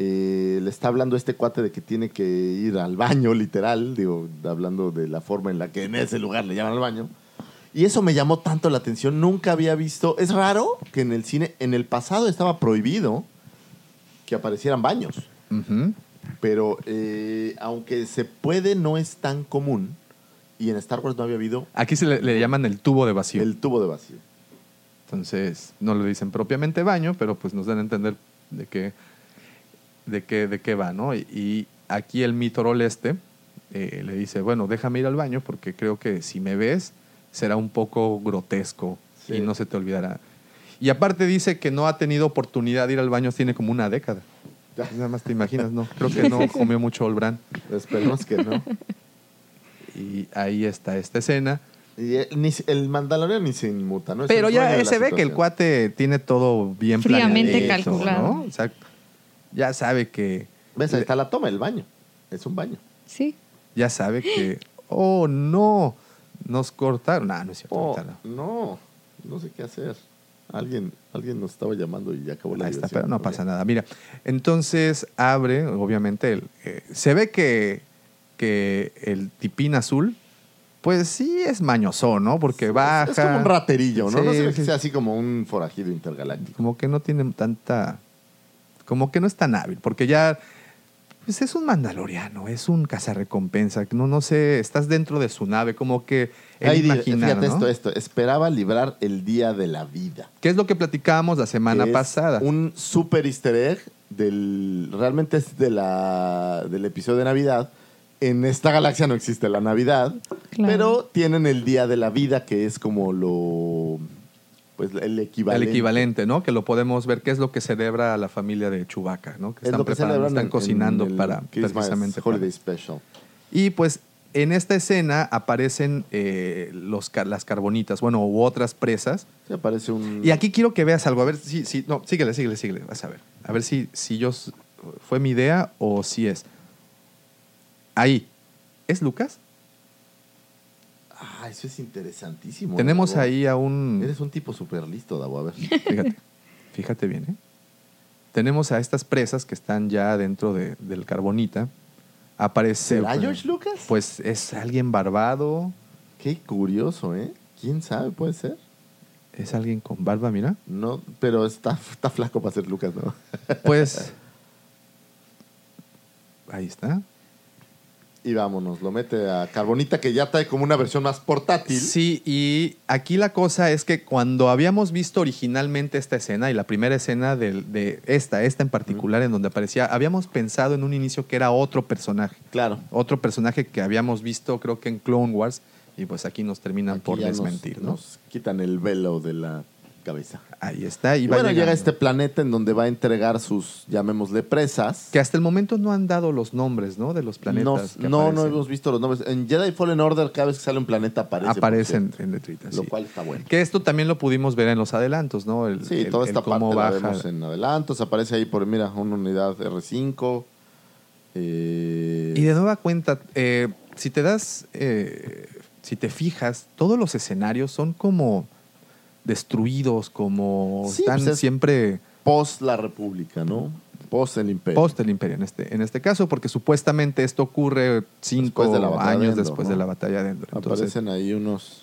[SPEAKER 3] Eh, le está hablando este cuate de que tiene que ir al baño, literal, digo, hablando de la forma en la que en ese lugar le llaman al baño. Y eso me llamó tanto la atención, nunca había visto, es raro que en el cine, en el pasado estaba prohibido que aparecieran baños
[SPEAKER 5] Ujú.
[SPEAKER 3] pero eh, aunque se puede, no es tan común. Y en Star Wars no había habido
[SPEAKER 5] Aquí se le, le llaman el tubo de vacío.
[SPEAKER 3] el tubo de vacío.
[SPEAKER 5] Entonces, no le dicen propiamente baño, pero pues nos dan a entender de qué, de qué, de qué va, ¿no? Y, y aquí el mitorol este eh, le dice, bueno, déjame ir al baño porque creo que si me ves será un poco grotesco
[SPEAKER 3] Sí.
[SPEAKER 5] y no se te olvidará. Y aparte dice que no ha tenido oportunidad de ir al baño, tiene como una década. Nada más te imaginas, ¿no? Creo que no comió mucho Olbrán.
[SPEAKER 3] Esperemos que no.
[SPEAKER 5] Y ahí está esta escena.
[SPEAKER 3] Y eh, ni se- el Mandalorian ni se inmuta, ¿no? Es
[SPEAKER 5] Pero
[SPEAKER 3] el dueño
[SPEAKER 5] ya eh,
[SPEAKER 3] de la
[SPEAKER 5] se ve que el
[SPEAKER 3] situación.
[SPEAKER 5] cuate tiene todo bien
[SPEAKER 4] Fríamente
[SPEAKER 5] planeadito,
[SPEAKER 4] calculado.
[SPEAKER 5] ¿no? Exacto. Ya sabe que.
[SPEAKER 3] ¿Ves? Ahí está la toma, el baño. Es un baño.
[SPEAKER 4] Sí.
[SPEAKER 5] Ya sabe que. Oh, no. Nos cortaron. No, no es cierto.
[SPEAKER 3] Oh,
[SPEAKER 5] ahorita no.
[SPEAKER 3] no, no sé qué hacer. Alguien, alguien nos estaba llamando y ya acabó la
[SPEAKER 5] Ahí está,
[SPEAKER 3] diversión.
[SPEAKER 5] pero no
[SPEAKER 3] Ok.
[SPEAKER 5] pasa nada. Mira, entonces abre, obviamente, el, eh, se ve que, que el tipín azul pues sí es mañoso, ¿no? Porque baja.
[SPEAKER 3] Es como un raterillo, ¿no? no
[SPEAKER 5] Sí,
[SPEAKER 3] se ve que
[SPEAKER 5] sí.
[SPEAKER 3] sea así como un forajido intergaláctico.
[SPEAKER 5] Como que no tiene tanta. Como que no es tan hábil, porque ya. Pues es un mandaloriano, es un cazarrecompensa. que No, no sé, estás dentro de su nave, como que él
[SPEAKER 3] Ahí di-
[SPEAKER 5] imaginar,
[SPEAKER 3] fíjate
[SPEAKER 5] ¿no?
[SPEAKER 3] esto, esto. Esperaba librar el día de la vida.
[SPEAKER 5] ¿Qué es lo que platicábamos la semana
[SPEAKER 3] que es
[SPEAKER 5] pasada?
[SPEAKER 3] Un super easter egg del. Realmente es de la, del episodio de Navidad. En esta galaxia no existe la Navidad,
[SPEAKER 4] Claro.
[SPEAKER 3] pero tienen el Día de la Vida, que es como lo. Pues el equivalente.
[SPEAKER 5] El equivalente, ¿no? Que lo podemos ver, qué es lo que celebra a la familia de Chubaca, ¿no? Que
[SPEAKER 3] Es
[SPEAKER 5] están
[SPEAKER 3] lo que
[SPEAKER 5] preparando,
[SPEAKER 3] celebran
[SPEAKER 5] están
[SPEAKER 3] en-
[SPEAKER 5] cocinando
[SPEAKER 3] en el
[SPEAKER 5] para
[SPEAKER 3] Christmas
[SPEAKER 5] precisamente. para-
[SPEAKER 3] Holiday Special.
[SPEAKER 5] Y pues en esta escena aparecen eh, los, ca- las carbonitas, bueno, u otras presas.
[SPEAKER 3] Sí, aparece un.
[SPEAKER 5] Y aquí quiero que veas algo, a ver si, si no, síguele, síguele, síguele, vas a ver. A ver si, si yo s- fue mi idea o si es. Ahí. ¿Es Lucas?
[SPEAKER 3] Ah, eso es interesantísimo.
[SPEAKER 5] Tenemos
[SPEAKER 3] Davo.
[SPEAKER 5] ahí a un
[SPEAKER 3] Eres un tipo súper listo, Davo. A ver.
[SPEAKER 5] Fíjate, fíjate bien, ¿eh? Tenemos a estas presas que están ya dentro de- del carbonita. Aparece.
[SPEAKER 3] ¿Será George Lucas?
[SPEAKER 5] Pues es alguien barbado,
[SPEAKER 3] Qué curioso, ¿eh? ¿Quién sabe? Puede ser.
[SPEAKER 5] es alguien con barba, mira.
[SPEAKER 3] No, pero está, está flaco para ser Lucas, ¿no?
[SPEAKER 5] Pues. Ahí está.
[SPEAKER 3] Y vámonos, lo mete a Carbonita, que ya trae como una versión más portátil.
[SPEAKER 5] Sí, y aquí la cosa es que cuando habíamos visto originalmente esta escena y la primera escena del- de, esta, esta en particular, en donde aparecía, habíamos pensado en un inicio que era otro personaje.
[SPEAKER 3] Claro.
[SPEAKER 5] otro personaje que habíamos visto creo que en Clone Wars y pues aquí nos terminan
[SPEAKER 3] Aquí
[SPEAKER 5] por
[SPEAKER 3] ya nos-
[SPEAKER 5] desmentir, ¿no?
[SPEAKER 3] Nos quitan el velo de la cabeza.
[SPEAKER 5] Ahí está. Y,
[SPEAKER 3] Y,
[SPEAKER 5] va
[SPEAKER 3] bueno, llega
[SPEAKER 5] llegando.
[SPEAKER 3] este planeta en donde va a entregar sus, llamémosle, presas.
[SPEAKER 5] Que hasta el momento no han dado los nombres, ¿no? De los planetas.
[SPEAKER 3] Nos-
[SPEAKER 5] que
[SPEAKER 3] no, no
[SPEAKER 5] aparecen.
[SPEAKER 3] hemos visto los nombres. En Jedi Fallen Order, cada vez que sale un planeta aparece. por
[SPEAKER 5] Aparecen
[SPEAKER 3] cierto.
[SPEAKER 5] en letritas.
[SPEAKER 3] Lo
[SPEAKER 5] sí.
[SPEAKER 3] cual está bueno.
[SPEAKER 5] Que esto también lo pudimos ver en los adelantos, ¿no? El,
[SPEAKER 3] Sí,
[SPEAKER 5] el-
[SPEAKER 3] toda
[SPEAKER 5] el
[SPEAKER 3] esta
[SPEAKER 5] cómo
[SPEAKER 3] parte la
[SPEAKER 5] baja.
[SPEAKER 3] vemos en adelantos. Aparece ahí por, mira, una unidad R5. eh,
[SPEAKER 5] Y de nueva cuenta, eh, si te das, eh, si te fijas, todos los escenarios son como destruidos, como
[SPEAKER 3] Sí,
[SPEAKER 5] están
[SPEAKER 3] pues es-
[SPEAKER 5] siempre...
[SPEAKER 3] post la República, ¿no? Post el Imperio.
[SPEAKER 5] post el imperio en este, en este caso, porque supuestamente esto ocurre cinco
[SPEAKER 3] Después de la batalla de
[SPEAKER 5] años
[SPEAKER 3] Endor,
[SPEAKER 5] después
[SPEAKER 3] ¿no?
[SPEAKER 5] de la batalla de Endor. Entonces,
[SPEAKER 3] Aparecen ahí unos.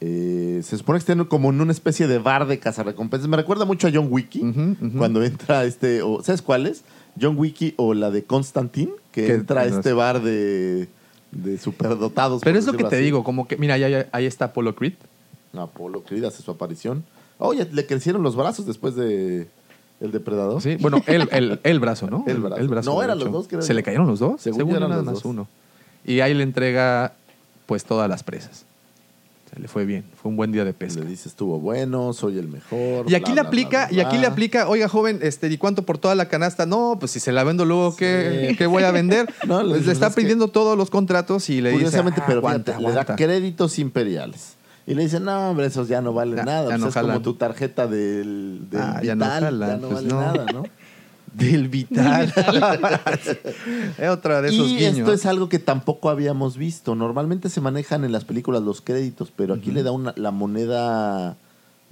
[SPEAKER 3] eh, se supone que están como en una especie de bar de cazarrecompensas. Me recuerda mucho a John Wiki
[SPEAKER 5] Ujú, ujú.
[SPEAKER 3] cuando entra este. O, ¿Sabes cuál es? John Wiki o la de Constantine, que
[SPEAKER 5] Que-
[SPEAKER 3] entra a
[SPEAKER 5] no
[SPEAKER 3] este
[SPEAKER 5] sé.
[SPEAKER 3] bar de, de superdotados. por
[SPEAKER 5] pero es lo que
[SPEAKER 3] decirlo
[SPEAKER 5] te
[SPEAKER 3] así.
[SPEAKER 5] digo, como que, mira, ahí, ahí- ahí está Apolo Creed.
[SPEAKER 3] Apolo Creed hace su aparición. Oye, le crecieron los brazos después de El Depredador.
[SPEAKER 5] Sí, bueno, el, el- el brazo, ¿no?
[SPEAKER 3] El brazo. No,
[SPEAKER 5] de
[SPEAKER 3] eran los
[SPEAKER 5] hecho.
[SPEAKER 3] dos, creo
[SPEAKER 5] ¿Se
[SPEAKER 3] yo.
[SPEAKER 5] le cayeron los dos?
[SPEAKER 3] Según
[SPEAKER 5] Según,
[SPEAKER 3] yo eran
[SPEAKER 5] nada
[SPEAKER 3] los
[SPEAKER 5] más
[SPEAKER 3] dos.
[SPEAKER 5] uno. Y ahí le entrega, pues, todas las presas. Se le fue bien, fue un buen día de pesca.
[SPEAKER 3] Le dice, estuvo bueno, soy el mejor.
[SPEAKER 5] Y aquí
[SPEAKER 3] bla,
[SPEAKER 5] le
[SPEAKER 3] bla,
[SPEAKER 5] aplica,
[SPEAKER 3] bla,
[SPEAKER 5] y
[SPEAKER 3] bla,
[SPEAKER 5] aquí le
[SPEAKER 3] bla.
[SPEAKER 5] aplica, oiga joven, este, ¿y cuánto por toda la canasta? No, pues si se la vendo luego, ¿qué,
[SPEAKER 3] Sí.
[SPEAKER 5] qué voy a vender?
[SPEAKER 3] No, lo-
[SPEAKER 5] Pues le está
[SPEAKER 3] es que-
[SPEAKER 5] pidiendo todos los contratos y le dice,
[SPEAKER 3] Curiosamente,
[SPEAKER 5] "Ah,
[SPEAKER 3] pero
[SPEAKER 5] aguanta,
[SPEAKER 3] fíjate, le da
[SPEAKER 5] aguanta".
[SPEAKER 3] créditos imperiales. Y le dicen, no, hombre, esos ya no valen
[SPEAKER 5] Ya-
[SPEAKER 3] nada.
[SPEAKER 5] ya
[SPEAKER 3] pues
[SPEAKER 5] no
[SPEAKER 3] es
[SPEAKER 5] jalan.
[SPEAKER 3] como tu tarjeta del, del
[SPEAKER 5] Ah, ya no
[SPEAKER 3] vital, ya no,
[SPEAKER 5] jalan, pues
[SPEAKER 3] vale
[SPEAKER 5] no.
[SPEAKER 3] nada, ¿no?
[SPEAKER 5] Del vital. Es Otra de esos
[SPEAKER 3] y
[SPEAKER 5] guiños.
[SPEAKER 3] esto es algo que tampoco habíamos visto. Normalmente se manejan en las películas los créditos, pero aquí le da una, la moneda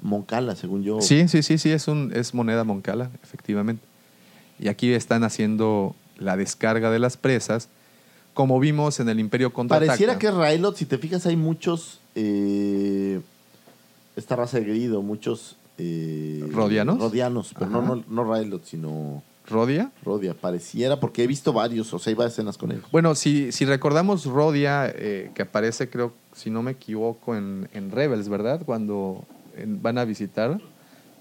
[SPEAKER 3] Moncala, según yo.
[SPEAKER 5] Sí, sí, sí, sí, es, un, es moneda moncala, efectivamente. Y aquí están haciendo la descarga de las presas, como vimos en el Imperio Contraataca.
[SPEAKER 3] Pareciera que es Railot, si te fijas, hay muchos. eh, esta raza de grido, muchos. eh,
[SPEAKER 5] ¿Rodianos?
[SPEAKER 3] Rodianos, pero no,
[SPEAKER 5] Ajá.
[SPEAKER 3] no, no Railot, sino.
[SPEAKER 5] ¿Rodia?
[SPEAKER 3] Rodia, pareciera, porque he visto varios, o sea, iba a escenas con ellos.
[SPEAKER 5] Bueno, si, si recordamos Rodia, eh, que aparece, creo, si no me equivoco, en, en Rebels, ¿verdad? Cuando en- van a visitar.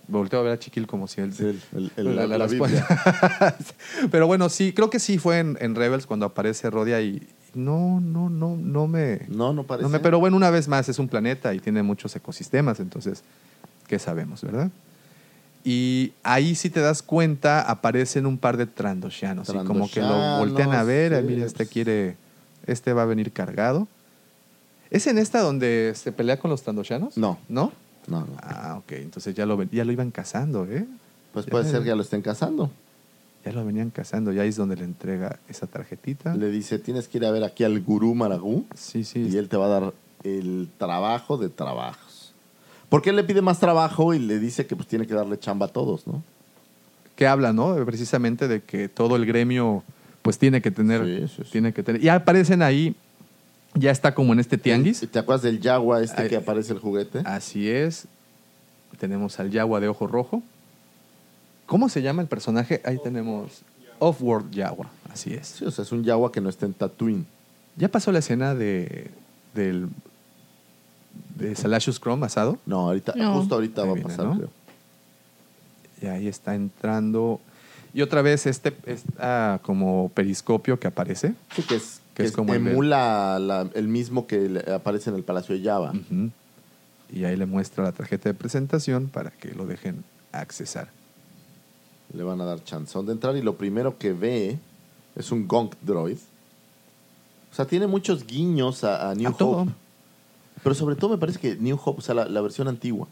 [SPEAKER 5] Volteo a ver a Chiquil como si él...
[SPEAKER 3] Sí, el- el- el- la- la
[SPEAKER 5] Pero bueno, sí, creo que sí fue en, en Rebels cuando aparece Rodia y... No, no, no, no me...
[SPEAKER 3] No, no parece.
[SPEAKER 5] No me- pero bueno, una vez más, es un planeta y tiene muchos ecosistemas, entonces, ¿qué sabemos, verdad? Y ahí, si te das cuenta, aparecen un par de trandoshanos, y como que lo
[SPEAKER 3] Trandoshanos,
[SPEAKER 5] voltean a ver,
[SPEAKER 3] sí,
[SPEAKER 5] eh, mira, este
[SPEAKER 3] pues.
[SPEAKER 5] quiere, este va a venir cargado. ¿Es en esta donde se pelea con los trandoshanos?
[SPEAKER 3] No.
[SPEAKER 5] ¿No?
[SPEAKER 3] No, no.
[SPEAKER 5] Ah, ok, entonces ya lo, ven- ya lo iban cazando, ¿eh?
[SPEAKER 3] Pues puede
[SPEAKER 5] Ya-
[SPEAKER 3] ser que ya lo estén casando.
[SPEAKER 5] Ya lo venían cazando, y ahí es donde le entrega esa tarjetita.
[SPEAKER 3] Le dice, tienes que ir a ver aquí al gurú Maragú
[SPEAKER 5] Ah. Sí, sí.
[SPEAKER 3] y él te va a dar el trabajo de trabajos. Porque él le pide más trabajo y le dice que pues tiene que darle chamba a todos, ¿no?
[SPEAKER 5] que habla, ¿no? Precisamente de que todo el gremio pues tiene que tener,
[SPEAKER 3] Sí, sí, sí.
[SPEAKER 5] tiene que tener. Y aparecen ahí Ya está como en este tianguis.
[SPEAKER 3] ¿Te acuerdas del Yagua este
[SPEAKER 5] Ay. ah,
[SPEAKER 3] que aparece el juguete?
[SPEAKER 5] Así es. Tenemos al Yagua de ojo rojo. ¿Cómo se llama el personaje? Ahí tenemos Offworld Yagua. Así es.
[SPEAKER 3] Sí, o sea, es un Yagua que no está en Tatooine.
[SPEAKER 5] Ya pasó la escena de del de Salacious Chrome asado.
[SPEAKER 3] No, ahorita,
[SPEAKER 4] No.
[SPEAKER 3] justo ahorita
[SPEAKER 5] Ahí
[SPEAKER 3] va
[SPEAKER 5] viene,
[SPEAKER 3] a pasar,
[SPEAKER 5] ¿no?
[SPEAKER 3] creo.
[SPEAKER 5] Y ahí está entrando. Y otra vez este, esta como periscopio que aparece.
[SPEAKER 3] Sí, que es,
[SPEAKER 5] Que es como el de-
[SPEAKER 3] emula la- el mismo que le- aparece en el Palacio de Java.
[SPEAKER 5] Ujú. Y ahí le muestra la tarjeta de presentación para que lo dejen accesar.
[SPEAKER 3] Le van a dar chanzón de entrar y lo primero que ve es un Gonk Droid. O sea, tiene muchos guiños a, a New
[SPEAKER 5] A
[SPEAKER 3] Hope.
[SPEAKER 5] todo.
[SPEAKER 3] Pero sobre todo me parece que New Hope, o sea, la, la versión antigua.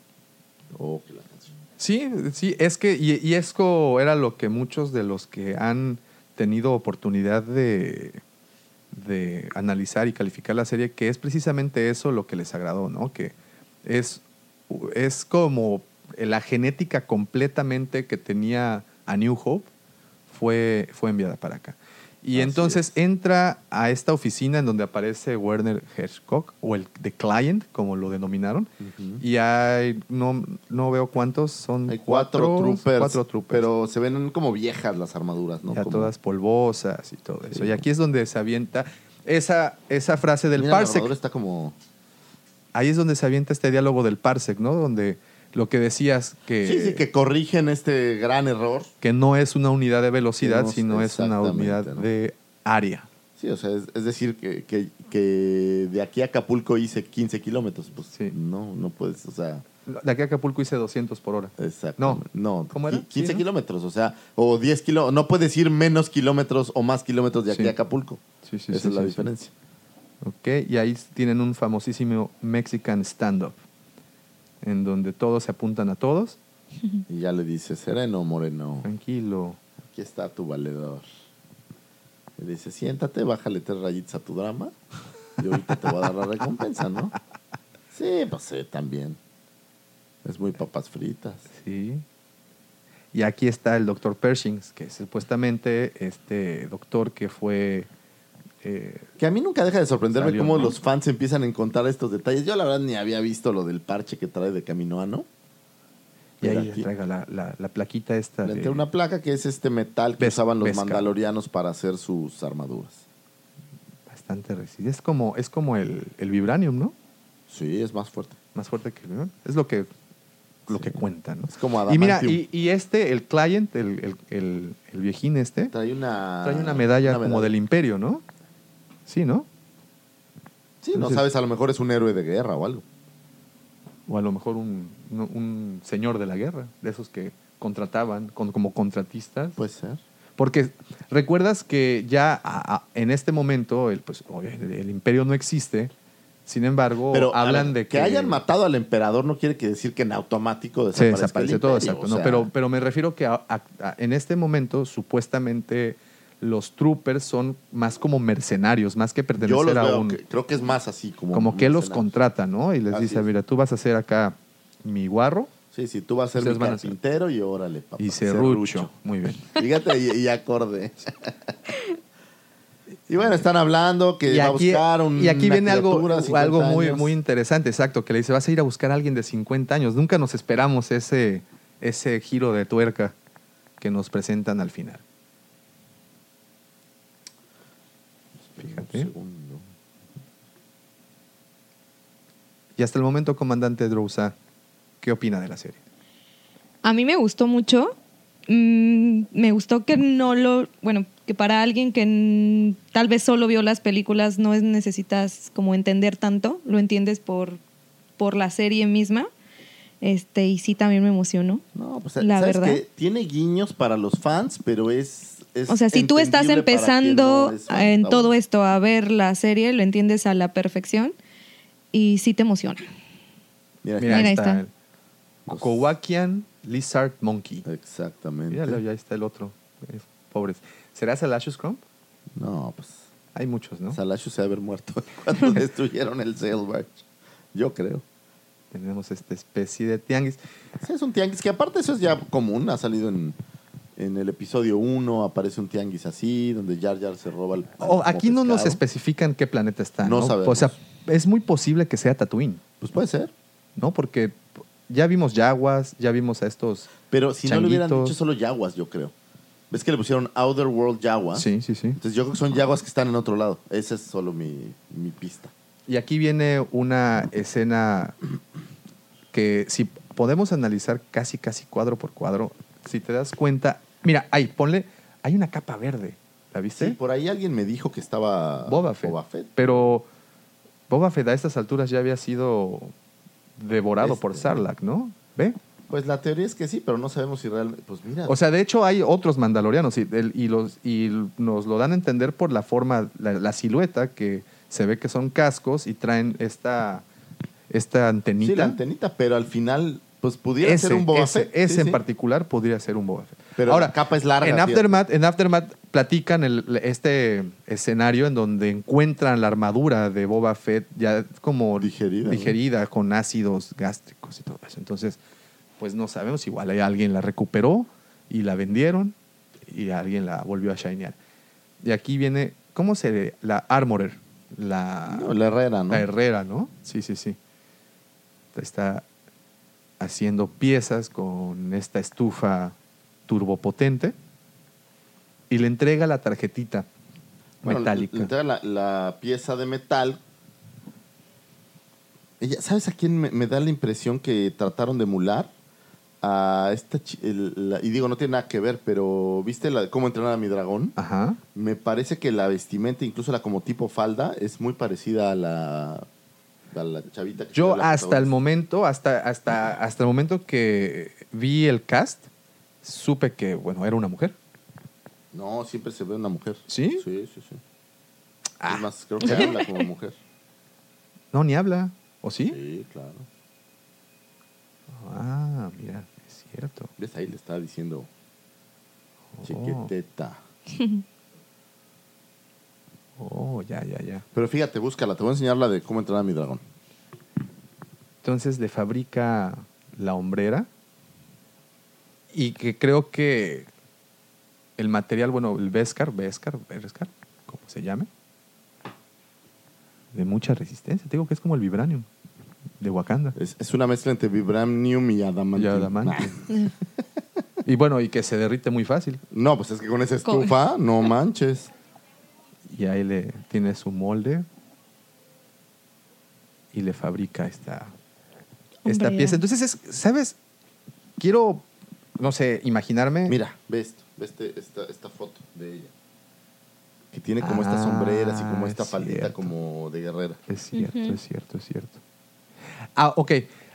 [SPEAKER 3] Oh, que la canción.
[SPEAKER 5] Sí, sí, es que, y, y Esco era lo que muchos de los que han tenido oportunidad de, de analizar y calificar la serie, que es precisamente eso lo que les agradó, ¿no? Que es, es como la genética completamente que tenía a New Hope fue, fue enviada para acá. Y
[SPEAKER 3] Así
[SPEAKER 5] entonces
[SPEAKER 3] es.
[SPEAKER 5] entra a esta oficina en donde aparece Werner Hitchcock, o el The Client, como lo denominaron, y hay, no, no veo cuántos, son
[SPEAKER 3] Hay cuatro, troopers,
[SPEAKER 5] cuatro troopers.
[SPEAKER 3] Pero se ven como viejas las armaduras, ¿no?
[SPEAKER 5] ya
[SPEAKER 3] Como-
[SPEAKER 5] todas polvosas y todo eso.
[SPEAKER 3] Sí.
[SPEAKER 5] Y aquí es donde se avienta esa, esa frase del
[SPEAKER 3] Mira, la
[SPEAKER 5] Parsec.
[SPEAKER 3] armadura está como...
[SPEAKER 5] Ahí es donde se avienta este diálogo del Parsec, ¿no? Donde lo que decías que,
[SPEAKER 3] sí, sí, que corrigen este gran error.
[SPEAKER 5] que no es una unidad de velocidad,
[SPEAKER 3] Que no-
[SPEAKER 5] sino es una
[SPEAKER 3] exactamente,
[SPEAKER 5] unidad
[SPEAKER 3] ¿no?
[SPEAKER 5] de área.
[SPEAKER 3] Sí, o sea, es, es decir, que, que- que de aquí a Acapulco hice 15 kilómetros. Pues
[SPEAKER 5] Sí.
[SPEAKER 3] no, no puedes, o sea...
[SPEAKER 5] De aquí a Acapulco hice 200 por hora.
[SPEAKER 3] Exacto.
[SPEAKER 5] No.
[SPEAKER 3] no.
[SPEAKER 5] ¿Cómo era?
[SPEAKER 3] qui- 15
[SPEAKER 5] Sí, ¿no?
[SPEAKER 3] kilómetros, o sea, o 10 kilómetros. No puedes ir menos kilómetros o más kilómetros de aquí
[SPEAKER 5] Sí.
[SPEAKER 3] a Acapulco.
[SPEAKER 5] Sí, sí,
[SPEAKER 3] Esa
[SPEAKER 5] sí,
[SPEAKER 3] es la
[SPEAKER 5] sí, sí.
[SPEAKER 3] diferencia.
[SPEAKER 5] Ok, y ahí tienen un famosísimo Mexican stand-up, en donde todos se apuntan a todos.
[SPEAKER 3] Y ya le dice, sereno, moreno,
[SPEAKER 5] Tranquilo.
[SPEAKER 3] aquí está tu valedor. Le dice, siéntate, bájale tres rayitas a tu drama y ahorita te voy a dar la recompensa, ¿no? Sí, pues sí, también. Es muy papas fritas.
[SPEAKER 5] Sí. Y aquí está el doctor Pershings, que es supuestamente este doctor que fue... eh,
[SPEAKER 3] Que a mí nunca deja de sorprenderme
[SPEAKER 5] Salió,
[SPEAKER 3] cómo
[SPEAKER 5] ¿no?
[SPEAKER 3] los fans empiezan a encontrar estos detalles. Yo la verdad ni había visto lo del parche que trae de Caminoano.
[SPEAKER 5] y
[SPEAKER 3] Mira
[SPEAKER 5] ahí le
[SPEAKER 3] aquí.
[SPEAKER 5] traiga la, la- la plaquita esta.
[SPEAKER 3] Le
[SPEAKER 5] de-
[SPEAKER 3] entró una placa que es este metal que
[SPEAKER 5] Ves-
[SPEAKER 3] usaban los
[SPEAKER 5] vesca.
[SPEAKER 3] mandalorianos para hacer sus armaduras.
[SPEAKER 5] Bastante resistente. Es como, es como el, el vibranium, ¿no?
[SPEAKER 3] Sí, es más fuerte.
[SPEAKER 5] Más fuerte que el vibranium. Es lo que, lo que cuenta, ¿no?
[SPEAKER 3] Es como
[SPEAKER 5] Y
[SPEAKER 3] adamantium.
[SPEAKER 5] mira, y, y este, el client, el, el- el- el viejín este,
[SPEAKER 3] Trae una...
[SPEAKER 5] trae una medalla
[SPEAKER 3] una
[SPEAKER 5] como del imperio, ¿no? Sí, ¿no?
[SPEAKER 3] Sí, no
[SPEAKER 5] Entonces-
[SPEAKER 3] sabes, a lo mejor es un héroe de guerra o algo.
[SPEAKER 5] O a lo mejor un, no- un señor de la guerra, de esos que contrataban con- como contratistas.
[SPEAKER 3] Puede ser.
[SPEAKER 5] Porque recuerdas que ya a- a- en este momento el, pues, obviamente, el imperio no existe, sin embargo,
[SPEAKER 3] Pero a
[SPEAKER 5] hablan
[SPEAKER 3] ver,
[SPEAKER 5] de que...
[SPEAKER 3] hayan matado al emperador no quiere que decir que en automático
[SPEAKER 5] Se
[SPEAKER 3] desaparezca
[SPEAKER 5] desaparece
[SPEAKER 3] el
[SPEAKER 5] todo,
[SPEAKER 3] imperio,
[SPEAKER 5] exacto.
[SPEAKER 3] o
[SPEAKER 5] no,
[SPEAKER 3] sea,
[SPEAKER 5] pero, pero me refiero que a- a- a- en este momento supuestamente los troopers son más como mercenarios, más que pertenecer
[SPEAKER 3] yo los
[SPEAKER 5] a
[SPEAKER 3] veo
[SPEAKER 5] un...
[SPEAKER 3] que- creo que es más así como
[SPEAKER 5] como que los
[SPEAKER 3] mercenarios.
[SPEAKER 5] contrata, ¿no? Y les
[SPEAKER 3] Así
[SPEAKER 5] dice,
[SPEAKER 3] es.
[SPEAKER 5] mira, tú vas a ser acá mi guarro
[SPEAKER 3] Sí, sí, tú vas a ser
[SPEAKER 5] Ustedes
[SPEAKER 3] mi
[SPEAKER 5] van a ser-
[SPEAKER 3] carpintero y órale, papá.
[SPEAKER 5] y
[SPEAKER 3] serrucho.
[SPEAKER 5] serrucho. Muy bien.
[SPEAKER 3] Fíjate y, y acorde. Y bueno, están hablando que va a buscar un
[SPEAKER 5] y aquí
[SPEAKER 3] una
[SPEAKER 5] viene algo,
[SPEAKER 3] criatura, 50
[SPEAKER 5] algo muy,
[SPEAKER 3] años.
[SPEAKER 5] muy interesante, exacto, que le dice, vas a ir a buscar a alguien de 50 años. Nunca nos esperamos ese, ese giro de tuerca que nos presentan al final.
[SPEAKER 3] Un
[SPEAKER 5] Fíjate.
[SPEAKER 3] segundo.
[SPEAKER 5] Y hasta el momento, comandante Drousa, ¿qué opina de la serie?
[SPEAKER 4] A mí me gustó mucho. Mm, me gustó que no lo. Bueno, que para alguien que mm, tal vez solo vio las películas no es, necesitas como entender tanto. Lo entiendes por, por la serie misma. Este, y sí, también me emocionó.
[SPEAKER 3] No, pues
[SPEAKER 4] La
[SPEAKER 3] ¿sabes
[SPEAKER 4] verdad.
[SPEAKER 3] qué? tiene guiños para los fans, pero es. es
[SPEAKER 4] O sea, si tú estás
[SPEAKER 3] entendible para
[SPEAKER 4] empezando
[SPEAKER 3] quien no es fan.
[SPEAKER 4] en
[SPEAKER 3] Está
[SPEAKER 4] todo
[SPEAKER 3] bueno.
[SPEAKER 4] esto a ver la serie, lo entiendes a la perfección y sí te emociona.
[SPEAKER 3] Mira,
[SPEAKER 5] Mira,
[SPEAKER 4] Mira,
[SPEAKER 5] ahí
[SPEAKER 4] ahí
[SPEAKER 5] está.
[SPEAKER 4] está.
[SPEAKER 5] el Kowakian Lizard Monkey.
[SPEAKER 3] Exactamente.
[SPEAKER 5] Míralo, ya está el otro. Eh, Pobres. ¿Será Salacious Crump?
[SPEAKER 3] No, pues.
[SPEAKER 5] Hay muchos, ¿no?
[SPEAKER 3] Salacio se ha de haber muerto cuando destruyeron el Sailbarge. Yo creo.
[SPEAKER 5] Tenemos esta especie de tianguis.
[SPEAKER 3] Sí, es un tianguis que, aparte, eso es ya común. Ha salido en, En el episodio 1 aparece un tianguis así, donde Jar Jar se roba el.
[SPEAKER 5] O aquí no nos
[SPEAKER 3] pescado.
[SPEAKER 5] especifican qué planeta está.
[SPEAKER 3] No
[SPEAKER 5] No,
[SPEAKER 3] sabemos.
[SPEAKER 5] O sea, es muy posible que sea Tatooine,
[SPEAKER 3] Pues puede ser.
[SPEAKER 5] ¿no? Porque ya vimos Yaguas, ya vimos a estos.
[SPEAKER 3] Pero si no le hubieran
[SPEAKER 5] Changuitos.
[SPEAKER 3] dicho solo Yaguas, yo creo. ¿Ves que le pusieron Outer World Yawa?
[SPEAKER 5] Sí, sí, sí.
[SPEAKER 3] Entonces yo creo que son Yaguas que están en otro lado. Esa es solo mi, mi pista.
[SPEAKER 5] Y aquí viene una escena que si podemos analizar casi, casi cuadro por cuadro, si te das cuenta, mira, ahí, ponle, hay una capa verde, ¿la
[SPEAKER 3] Sí,
[SPEAKER 5] viste?
[SPEAKER 3] por ahí alguien me dijo que estaba
[SPEAKER 5] Boba Fett. Pero Boba Fett a estas alturas ya había sido devorado por
[SPEAKER 3] Este.
[SPEAKER 5] Sarlacc, ¿no? ¿Ve?
[SPEAKER 3] Pues la teoría es que sí, pero no sabemos si realmente. Pues mira.
[SPEAKER 5] O sea, de hecho hay otros mandalorianos y, el- y los, y nos lo dan a entender por la forma, la, la silueta, que se ve que son cascos y traen esta, esta antenita.
[SPEAKER 3] sí, la antenita, pero al final, pues pudiera
[SPEAKER 5] ese,
[SPEAKER 3] ser un Boba
[SPEAKER 5] ese,
[SPEAKER 3] Fett.
[SPEAKER 5] ese
[SPEAKER 3] Sí,
[SPEAKER 5] en
[SPEAKER 3] sí.
[SPEAKER 5] particular podría ser un Boba Fett.
[SPEAKER 3] Pero la capa es larga,
[SPEAKER 5] En
[SPEAKER 3] fíjate.
[SPEAKER 5] Aftermath, en Aftermath platican el- este escenario en donde encuentran la armadura de Boba Fett ya como
[SPEAKER 3] Digerida, ¿no?
[SPEAKER 5] digerida, con ácidos gástricos y todo eso. Entonces, pues no sabemos, igual hay alguien la recuperó y la vendieron y alguien la volvió a shinear. Y aquí viene, ¿cómo se le- la armorer? La,
[SPEAKER 3] No, la Herrera, ¿no?
[SPEAKER 5] la Herrera, ¿no? Sí, sí, sí. Está haciendo piezas con esta estufa turbopotente y le entrega la tarjetita
[SPEAKER 3] Bueno, le-
[SPEAKER 5] metálica.
[SPEAKER 3] le entrega la, la pieza de metal. Ella, ¿Sabes a quién me, me da la impresión que trataron de emular? A esta. chi- el- la- y digo, no tiene nada que ver, pero ¿viste la, de cómo entrenar a mi dragón?
[SPEAKER 5] Ajá.
[SPEAKER 3] Me parece que la vestimenta, incluso la como tipo falda, es muy parecida a la. A la chavita que
[SPEAKER 5] Yo
[SPEAKER 3] tenía la
[SPEAKER 5] hasta el
[SPEAKER 3] protagonista.
[SPEAKER 5] momento, hasta, hasta, hasta el momento que vi el cast, supe que, bueno, era una mujer.
[SPEAKER 3] No, siempre se ve una mujer.
[SPEAKER 5] ¿Sí?
[SPEAKER 3] Sí, sí, sí.
[SPEAKER 5] Ah.
[SPEAKER 3] Es más, creo que habla como mujer.
[SPEAKER 5] No, ni habla. ¿O sí?
[SPEAKER 3] Sí, claro.
[SPEAKER 5] Ah, mira, es cierto.
[SPEAKER 3] ¿Ves? Ahí le estaba diciendo
[SPEAKER 5] Oh.
[SPEAKER 3] chiqueteta.
[SPEAKER 5] Oh, ya, ya, ya.
[SPEAKER 3] Pero fíjate, búscala. Te voy a enseñar la de cómo entrenar a mi dragón.
[SPEAKER 5] Entonces le fabrica la hombrera y que creo que el material, bueno, el Vescar, Vescar, Vescar, como se llame, de mucha resistencia. Te digo que es como el vibranium de Wakanda.
[SPEAKER 3] Es, es una mezcla entre Vibranium y
[SPEAKER 5] Y
[SPEAKER 3] Adamantium.
[SPEAKER 5] adamante.
[SPEAKER 3] Nah.
[SPEAKER 5] y bueno, y que se derrite muy fácil.
[SPEAKER 3] No, pues es que con esa
[SPEAKER 4] Con-
[SPEAKER 3] estufa, no manches.
[SPEAKER 5] Y ahí le tiene su molde y le fabrica esta, esta
[SPEAKER 4] Hombre.
[SPEAKER 5] pieza. Entonces, es, ¿sabes? Quiero, no sé, imaginarme.
[SPEAKER 3] Mira, ve esto. Ve este- esta, esta foto de ella. Que tiene como
[SPEAKER 5] Ah,
[SPEAKER 3] estas sombreras y como esta
[SPEAKER 5] es
[SPEAKER 3] faldita
[SPEAKER 5] cierto.
[SPEAKER 3] como de guerrera.
[SPEAKER 5] Es cierto, es cierto, es cierto. Ah, ok.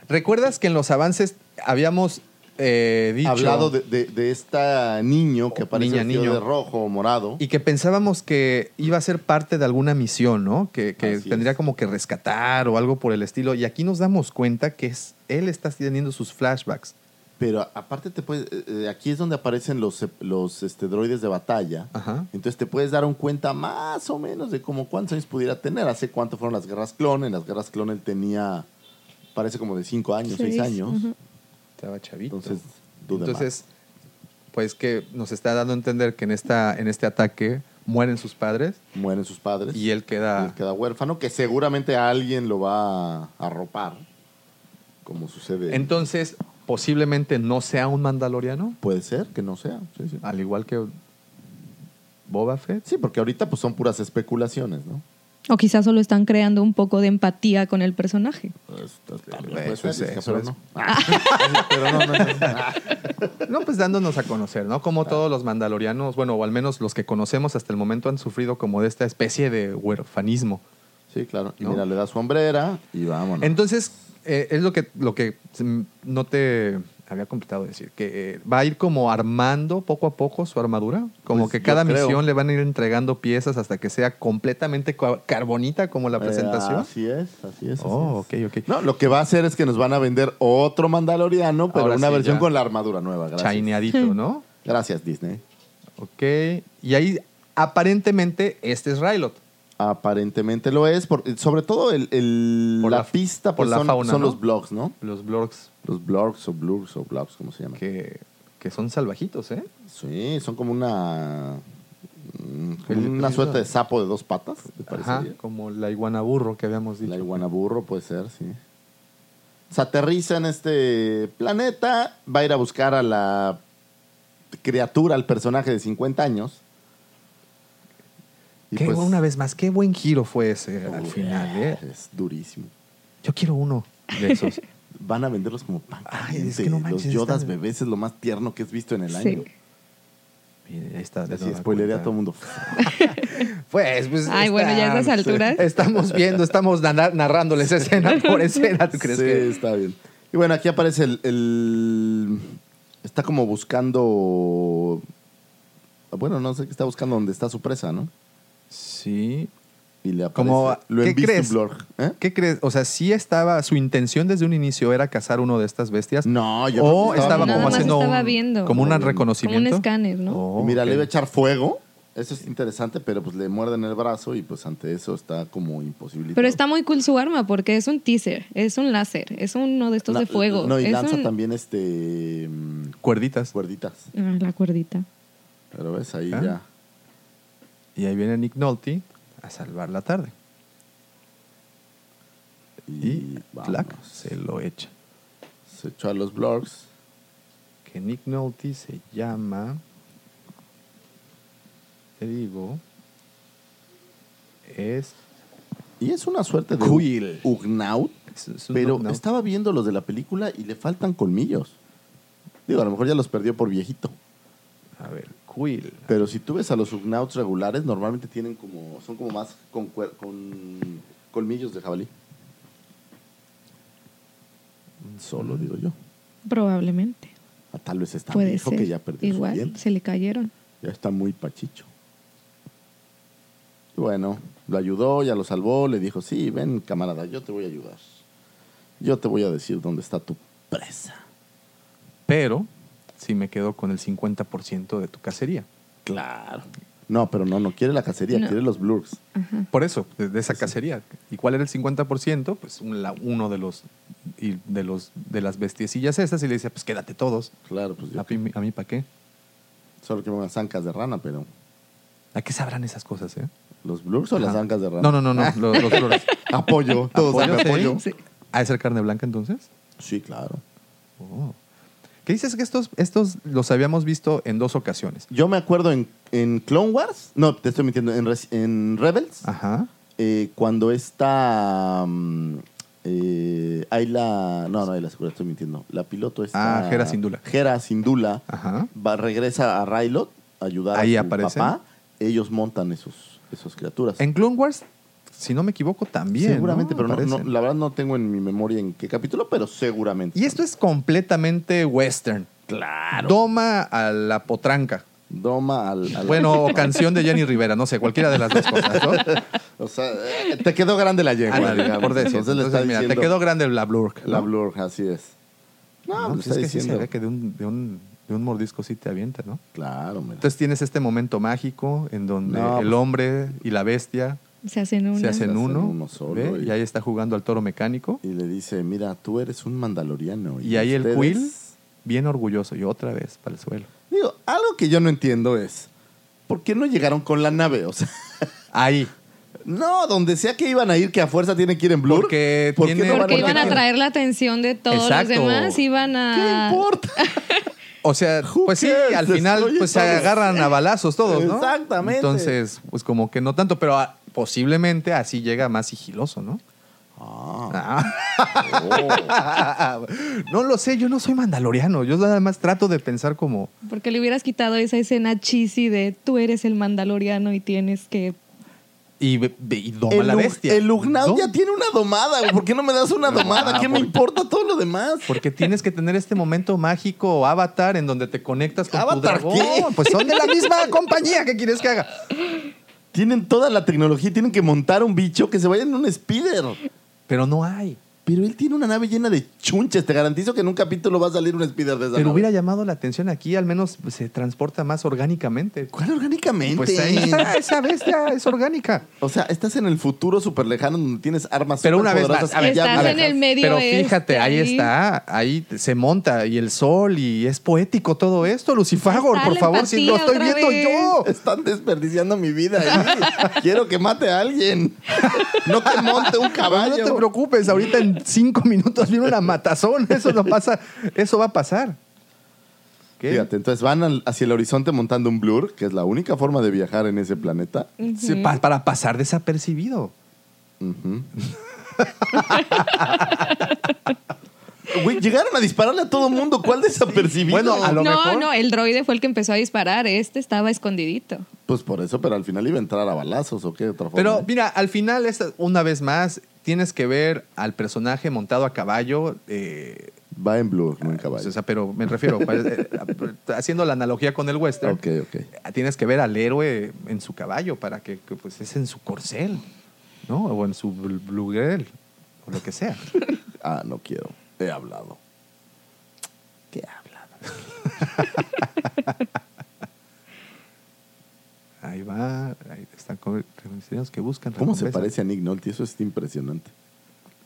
[SPEAKER 5] ¿Recuerdas que en los avances habíamos eh, dicho...
[SPEAKER 3] Hablado de, de, de esta niño que
[SPEAKER 5] Oh,
[SPEAKER 3] aparece
[SPEAKER 5] niña,
[SPEAKER 3] vestido
[SPEAKER 5] niño.
[SPEAKER 3] de rojo o morado.
[SPEAKER 5] Y que pensábamos que iba a ser parte de alguna misión, ¿no? Que, que
[SPEAKER 3] Así
[SPEAKER 5] tendría
[SPEAKER 3] es.
[SPEAKER 5] como que rescatar o algo por el estilo. Y aquí nos damos cuenta que es, él está teniendo sus flashbacks.
[SPEAKER 3] Pero a- aparte te puedes, eh, eh, aquí es donde aparecen los, eh, los este, droides de batalla.
[SPEAKER 5] Ajá.
[SPEAKER 3] Entonces te puedes dar un cuenta más o menos de como cuántos años pudiera tener. Hace cuánto fueron las guerras clon. En las guerras clon él tenía, parece como de 5 años, 6
[SPEAKER 4] Seis,
[SPEAKER 3] años.
[SPEAKER 4] ujú.
[SPEAKER 5] Estaba chavito.
[SPEAKER 3] Entonces, duda
[SPEAKER 5] Entonces, pues que nos está dando a entender que en, esta, en este ataque mueren sus padres
[SPEAKER 3] más. Mueren sus padres.
[SPEAKER 5] y él queda...
[SPEAKER 3] Él queda huérfano, que seguramente alguien lo va a arropar. Como sucede.
[SPEAKER 5] Entonces, posiblemente no sea un mandaloriano.
[SPEAKER 3] Puede ser que no sea. Sí, sí.
[SPEAKER 5] al igual que Boba Fett.
[SPEAKER 3] Sí, porque ahorita pues son puras especulaciones, ¿no?
[SPEAKER 4] O quizás solo están creando un poco de empatía con el personaje.
[SPEAKER 5] Pues, puede ser,
[SPEAKER 3] es-
[SPEAKER 5] eso
[SPEAKER 3] pero
[SPEAKER 5] es. Ah.
[SPEAKER 3] no. Pero no, no es-
[SPEAKER 5] No, pues dándonos a conocer, ¿no? Como todos los mandalorianos, bueno, o al menos los que conocemos hasta el momento han sufrido como de esta especie de huerfanismo.
[SPEAKER 3] Sí, claro. Y
[SPEAKER 5] ¿No?
[SPEAKER 3] mira, le da su hombrera y vámonos.
[SPEAKER 5] Entonces, eh, es lo que, lo que mm, no te había completado decir, que eh, va a ir como armando poco a poco su armadura, como
[SPEAKER 3] Pues,
[SPEAKER 5] que
[SPEAKER 3] yo
[SPEAKER 5] cada
[SPEAKER 3] creo.
[SPEAKER 5] misión le van a ir entregando piezas hasta que sea completamente ca- carbonita como la
[SPEAKER 3] Eh,
[SPEAKER 5] presentación.
[SPEAKER 3] así es, así es. así
[SPEAKER 5] Oh,
[SPEAKER 3] es.
[SPEAKER 5] ok, ok.
[SPEAKER 3] No, lo que va a hacer es que nos van a vender otro Mandaloriano, pero
[SPEAKER 5] Ahora
[SPEAKER 3] una
[SPEAKER 5] sí,
[SPEAKER 3] versión
[SPEAKER 5] ya.
[SPEAKER 3] con la armadura nueva. Gracias.
[SPEAKER 5] Chaineadito, ¿no?
[SPEAKER 3] Gracias, Disney.
[SPEAKER 5] Ok. Y ahí, aparentemente, este es Rylot.
[SPEAKER 3] Aparentemente lo es, por- sobre todo el, el-
[SPEAKER 5] Por
[SPEAKER 3] la,
[SPEAKER 5] la-
[SPEAKER 3] pista,
[SPEAKER 5] por
[SPEAKER 3] pues,
[SPEAKER 5] la
[SPEAKER 3] son,
[SPEAKER 5] fauna,
[SPEAKER 3] son
[SPEAKER 5] ¿no?
[SPEAKER 3] los blogs, ¿no?
[SPEAKER 5] Los blogs
[SPEAKER 3] Los blogs o blurs o blogs, como se llama.
[SPEAKER 5] que, que que son salvajitos, ¿eh?
[SPEAKER 3] Sí, son como una. mm, como
[SPEAKER 5] El-
[SPEAKER 3] una suerte de sapo de dos patas, me
[SPEAKER 5] Ajá,
[SPEAKER 3] parecería.
[SPEAKER 5] como la iguana burro que habíamos dicho.
[SPEAKER 3] La iguana burro puede ser, sí. Se aterriza en este planeta, va a ir a buscar a la criatura, al personaje de 50 años.
[SPEAKER 5] Qué
[SPEAKER 3] pues,
[SPEAKER 5] bu- una vez más, qué buen giro fue ese al
[SPEAKER 3] uy,
[SPEAKER 5] final, ¿eh?
[SPEAKER 3] Es durísimo.
[SPEAKER 5] Yo quiero uno de esos.
[SPEAKER 3] Van a venderlos como pan
[SPEAKER 5] Ay, es
[SPEAKER 3] caliente.
[SPEAKER 5] que no manches,
[SPEAKER 3] Los Yodas
[SPEAKER 5] está-
[SPEAKER 3] bebés es lo más tierno que has visto en el
[SPEAKER 4] Sí.
[SPEAKER 3] año.
[SPEAKER 5] Mira, ahí está. de
[SPEAKER 3] Así
[SPEAKER 5] nueva
[SPEAKER 3] spoileré a
[SPEAKER 5] cuenta.
[SPEAKER 3] todo el mundo.
[SPEAKER 5] Pues, pues.
[SPEAKER 4] Ay, bueno, ya a esas
[SPEAKER 5] están-
[SPEAKER 4] alturas.
[SPEAKER 5] Estamos viendo, estamos nana- narrándoles escena por escena, ¿tú crees
[SPEAKER 3] sí,
[SPEAKER 5] que?
[SPEAKER 3] está bien. Y bueno, aquí aparece el, el- Está como buscando... Bueno, no sé qué está buscando donde está su presa, ¿no?
[SPEAKER 5] Sí.
[SPEAKER 3] Y le aparece...
[SPEAKER 5] Como,
[SPEAKER 3] lo
[SPEAKER 5] ¿qué
[SPEAKER 3] enviste
[SPEAKER 5] crees?
[SPEAKER 3] Blur, ¿eh?
[SPEAKER 5] ¿Qué crees? O sea, sí estaba, su intención desde un inicio era cazar uno de estas bestias.
[SPEAKER 3] No, yo
[SPEAKER 5] o
[SPEAKER 3] creo que
[SPEAKER 5] estaba
[SPEAKER 4] Nada
[SPEAKER 5] como
[SPEAKER 4] más
[SPEAKER 5] haciendo
[SPEAKER 4] estaba
[SPEAKER 5] un-
[SPEAKER 4] viendo.
[SPEAKER 5] como un
[SPEAKER 4] Como un-
[SPEAKER 5] reconocimiento.
[SPEAKER 4] como un escáner, ¿no?
[SPEAKER 5] Oh,
[SPEAKER 3] Y mira,
[SPEAKER 5] ok.
[SPEAKER 3] le iba a echar fuego. Eso es interesante, pero pues le muerden el brazo y pues ante eso está como imposible.
[SPEAKER 4] Pero está muy cool su arma porque es un teaser, es un láser, es uno de estos de fuego.
[SPEAKER 3] No, y
[SPEAKER 4] es
[SPEAKER 3] lanza
[SPEAKER 4] un-
[SPEAKER 3] también este... mm,
[SPEAKER 5] cuerditas.
[SPEAKER 3] cuerditas.
[SPEAKER 4] Ah, la cuerdita.
[SPEAKER 3] Pero ves, ahí
[SPEAKER 5] Ah.
[SPEAKER 3] ya...
[SPEAKER 5] Y ahí viene Nick Nolte a salvar la tarde. Y Black
[SPEAKER 3] vámonos.
[SPEAKER 5] se lo echa.
[SPEAKER 3] se echó a los blogs.
[SPEAKER 5] Que Nick Nolte se llama. Te digo. Es.
[SPEAKER 3] Y es una suerte de
[SPEAKER 5] Quill.
[SPEAKER 3] Ugnaut,
[SPEAKER 5] es- es un
[SPEAKER 3] pero
[SPEAKER 5] knock-knock.
[SPEAKER 3] estaba viendo los de la película y le faltan colmillos. Digo, a lo mejor ya los perdió por viejito.
[SPEAKER 5] A ver, Quill.
[SPEAKER 3] Pero si tú ves a los Ugnauts regulares, normalmente tienen como, son como más con, cuer- con colmillos de jabalí. Solo digo yo.
[SPEAKER 4] Probablemente.
[SPEAKER 3] Ah, tal vez está
[SPEAKER 4] Puede
[SPEAKER 3] viejo
[SPEAKER 4] ser.
[SPEAKER 3] que ya perdió
[SPEAKER 4] Igual,
[SPEAKER 3] su diente.
[SPEAKER 4] se le cayeron.
[SPEAKER 3] Ya está muy pachicho. Y bueno, lo ayudó, ya lo salvó, le dijo, sí, ven camarada, yo te voy a ayudar. Yo te voy a decir dónde está tu presa.
[SPEAKER 5] Pero sí me quedo con el 50% de tu cacería.
[SPEAKER 3] Claro. No, pero no, no quiere la cacería,
[SPEAKER 4] No.
[SPEAKER 3] quiere los blurs.
[SPEAKER 5] Por eso, de, de esa cacería. ¿Y cuál era el 50%? Pues un la- uno de los y de los de las bestiecillas esas y le decía, pues quédate todos.
[SPEAKER 3] Claro, pues yo
[SPEAKER 5] A, pi- a mí para qué.
[SPEAKER 3] solo quiero unas ancas de rana, pero
[SPEAKER 5] ¿A qué sabrán esas cosas, eh?
[SPEAKER 3] ¿los blurs o las
[SPEAKER 5] Ajá.
[SPEAKER 3] ancas de rana? Ah.
[SPEAKER 5] No, no, no, no, los, los flores.
[SPEAKER 3] Apoyo, todos
[SPEAKER 5] ¿Apoyo?
[SPEAKER 3] dan
[SPEAKER 5] Sí.
[SPEAKER 3] apoyo.
[SPEAKER 5] Sí. ¿Ha de ser carne blanca entonces?
[SPEAKER 3] Sí, claro.
[SPEAKER 5] Oh. ¿Qué dices que estos, estos los habíamos visto en dos ocasiones?
[SPEAKER 3] Yo me acuerdo en, en Clone Wars, no, te estoy mintiendo, en, Res- en Rebels,
[SPEAKER 5] Ajá.
[SPEAKER 3] eh, cuando está mm, eh, Ayla, no, no Ayla Segura, estoy mintiendo, la piloto está...
[SPEAKER 5] Ah, Hera Syndulla.
[SPEAKER 3] Hera Sindula
[SPEAKER 5] Ajá.
[SPEAKER 3] va, regresa a Rylot a ayudar
[SPEAKER 5] Ahí
[SPEAKER 3] a su
[SPEAKER 5] aparece.
[SPEAKER 3] papá, ellos montan esos, esos criaturas.
[SPEAKER 5] En Clone Wars, si no me equivoco, también. ¿no?
[SPEAKER 3] seguramente, pero no- no,
[SPEAKER 5] Aparecen.
[SPEAKER 3] la verdad no tengo en mi memoria en qué capítulo, pero seguramente.
[SPEAKER 5] Y esto es completamente western.
[SPEAKER 3] Claro.
[SPEAKER 5] Doma a la potranca.
[SPEAKER 3] Doma al... al-
[SPEAKER 5] Bueno, o canción de Jenny Rivera, no sé, cualquiera de las dos cosas, ¿no?
[SPEAKER 3] O sea, eh, te quedó grande la yegua,
[SPEAKER 5] Ándale,
[SPEAKER 3] digamos.
[SPEAKER 5] Ah, por decir.
[SPEAKER 3] Entonces le
[SPEAKER 5] Entonces,
[SPEAKER 3] está
[SPEAKER 5] mira, te
[SPEAKER 3] diciendo-
[SPEAKER 5] quedó grande la blurk.
[SPEAKER 3] La
[SPEAKER 5] ¿no?
[SPEAKER 3] blur, así es. No,
[SPEAKER 5] No,
[SPEAKER 3] pues
[SPEAKER 5] pues es
[SPEAKER 3] está
[SPEAKER 5] que sí se
[SPEAKER 3] diciendo.
[SPEAKER 5] ve que de un, de, un, de un mordisco sí te avienta, ¿no?
[SPEAKER 3] Claro, mira.
[SPEAKER 5] Entonces tienes este momento mágico en donde
[SPEAKER 3] No,
[SPEAKER 5] el
[SPEAKER 3] pues-
[SPEAKER 5] hombre y la bestia
[SPEAKER 4] Se hacen una.
[SPEAKER 5] se hacen
[SPEAKER 3] hacen
[SPEAKER 5] uno,
[SPEAKER 3] uno solo
[SPEAKER 5] ¿ve?
[SPEAKER 3] y-
[SPEAKER 5] y... ahí está jugando al toro mecánico
[SPEAKER 3] Y le dice, mira, tú eres un mandaloriano.
[SPEAKER 5] y ahí el
[SPEAKER 3] ustedes-"
[SPEAKER 5] Quill bien orgulloso y otra vez para el suelo.
[SPEAKER 3] Digo, algo que yo no entiendo es, ¿por qué no llegaron con la nave? O sea,
[SPEAKER 5] Ahí.
[SPEAKER 3] no, donde sea que iban a ir, que a fuerza tienen que ir en blur.
[SPEAKER 5] Porque
[SPEAKER 3] ¿por qué
[SPEAKER 5] tiene-
[SPEAKER 3] no van
[SPEAKER 4] Porque
[SPEAKER 5] Porque
[SPEAKER 4] iban a
[SPEAKER 5] tiene-
[SPEAKER 4] atraer la atención de todos
[SPEAKER 5] Exacto.
[SPEAKER 4] los demás, iban a...
[SPEAKER 3] ¿Qué importa?
[SPEAKER 5] O sea,
[SPEAKER 3] Who
[SPEAKER 5] pues sí,
[SPEAKER 3] cares?
[SPEAKER 5] al final
[SPEAKER 3] Destruye
[SPEAKER 5] pues se
[SPEAKER 3] todo.
[SPEAKER 5] agarran a balazos todos, ¿no?
[SPEAKER 3] Exactamente.
[SPEAKER 5] Entonces, pues como que no tanto, pero ah, posiblemente así llega más sigiloso, ¿no?
[SPEAKER 3] Ah,
[SPEAKER 5] Ah.
[SPEAKER 3] oh.
[SPEAKER 5] no lo sé, yo no soy mandaloriano, yo nada más trato de pensar como
[SPEAKER 4] Porque le hubieras quitado esa escena cheesy de tú eres el mandaloriano y tienes que...
[SPEAKER 5] y, ve- ve- y doma
[SPEAKER 3] El,
[SPEAKER 5] la
[SPEAKER 3] Ug-
[SPEAKER 5] bestia.
[SPEAKER 3] el Ugnaught
[SPEAKER 5] Dom-
[SPEAKER 3] ya tiene una domada. güey. ¿Por qué no me das una domada? ¿Qué me importa todo lo demás?
[SPEAKER 5] Porque tienes que tener este momento mágico avatar en donde te conectas con
[SPEAKER 3] ¿Avatar
[SPEAKER 5] tu dragón.
[SPEAKER 3] qué?
[SPEAKER 5] Pues son de la misma compañía que quieres que haga.
[SPEAKER 3] Tienen toda la tecnología, tienen que montar un bicho que se vaya en un speeder.
[SPEAKER 5] Pero no hay.
[SPEAKER 3] Pero él tiene una nave llena de chunches. Te garantizo que en un capítulo va a salir un spider de esa
[SPEAKER 5] Pero
[SPEAKER 3] nave.
[SPEAKER 5] hubiera llamado la atención aquí, al menos pues, se transporta más orgánicamente.
[SPEAKER 3] ¿Cuál orgánicamente?
[SPEAKER 5] Pues ahí está, esa bestia es orgánica.
[SPEAKER 3] O sea, estás en el futuro súper lejano donde tienes armas
[SPEAKER 5] Pero una vez
[SPEAKER 3] superpoderosas
[SPEAKER 5] más, a ver,
[SPEAKER 3] y ya
[SPEAKER 4] Estás
[SPEAKER 3] manejas.
[SPEAKER 4] en el medio
[SPEAKER 5] Pero
[SPEAKER 4] este,
[SPEAKER 5] fíjate, ahí
[SPEAKER 4] ahí.
[SPEAKER 5] está, ahí se monta y el sol y es poético todo esto, Lucifagor,
[SPEAKER 4] Ahí está
[SPEAKER 5] por
[SPEAKER 4] la
[SPEAKER 5] favor, si lo
[SPEAKER 4] empatía
[SPEAKER 5] estoy
[SPEAKER 4] otra
[SPEAKER 5] viendo
[SPEAKER 4] vez.
[SPEAKER 5] yo.
[SPEAKER 3] Están desperdiciando mi vida ahí. Quiero que mate a alguien. No que monte un
[SPEAKER 5] No
[SPEAKER 3] caballo.
[SPEAKER 5] te preocupes, ahorita en cinco minutos viene una matazón, eso no pasa, eso va a pasar. ¿Qué?
[SPEAKER 3] Fíjate, entonces van al- hacia el horizonte montando un blur, que es la única forma de viajar en ese planeta.
[SPEAKER 5] Sí, pa- para pasar desapercibido.
[SPEAKER 3] Ujú. Güey, llegaron a dispararle a todo mundo. ¿Cuál desapercibido? Ah,
[SPEAKER 5] Bueno, a lo
[SPEAKER 4] no,
[SPEAKER 5] mejor.
[SPEAKER 4] no, el droide fue el que empezó a disparar. Este estaba escondidito.
[SPEAKER 3] Pues por eso, pero al final iba a entrar a balazos o qué de otra forma.
[SPEAKER 5] Pero mira, al final, es, una vez más, tienes que ver al personaje montado a caballo. eh,
[SPEAKER 3] Va en blur, no en
[SPEAKER 5] pues,
[SPEAKER 3] caballo.
[SPEAKER 5] o sea, pero me refiero, pues, eh, haciendo la analogía con el western,
[SPEAKER 3] Ok, ok.
[SPEAKER 5] tienes que ver al héroe en su caballo para que, que, pues, es en su corcel, ¿no? O en su bl- bluguel, o lo que sea.
[SPEAKER 3] Ah, no quiero. He hablado. ¿Qué he hablado?
[SPEAKER 5] Ahí va, ahí están con- reconocidos que buscan.
[SPEAKER 3] ¿Cómo se
[SPEAKER 5] recompensas.
[SPEAKER 3] parece a Nick Nolte? Eso es impresionante.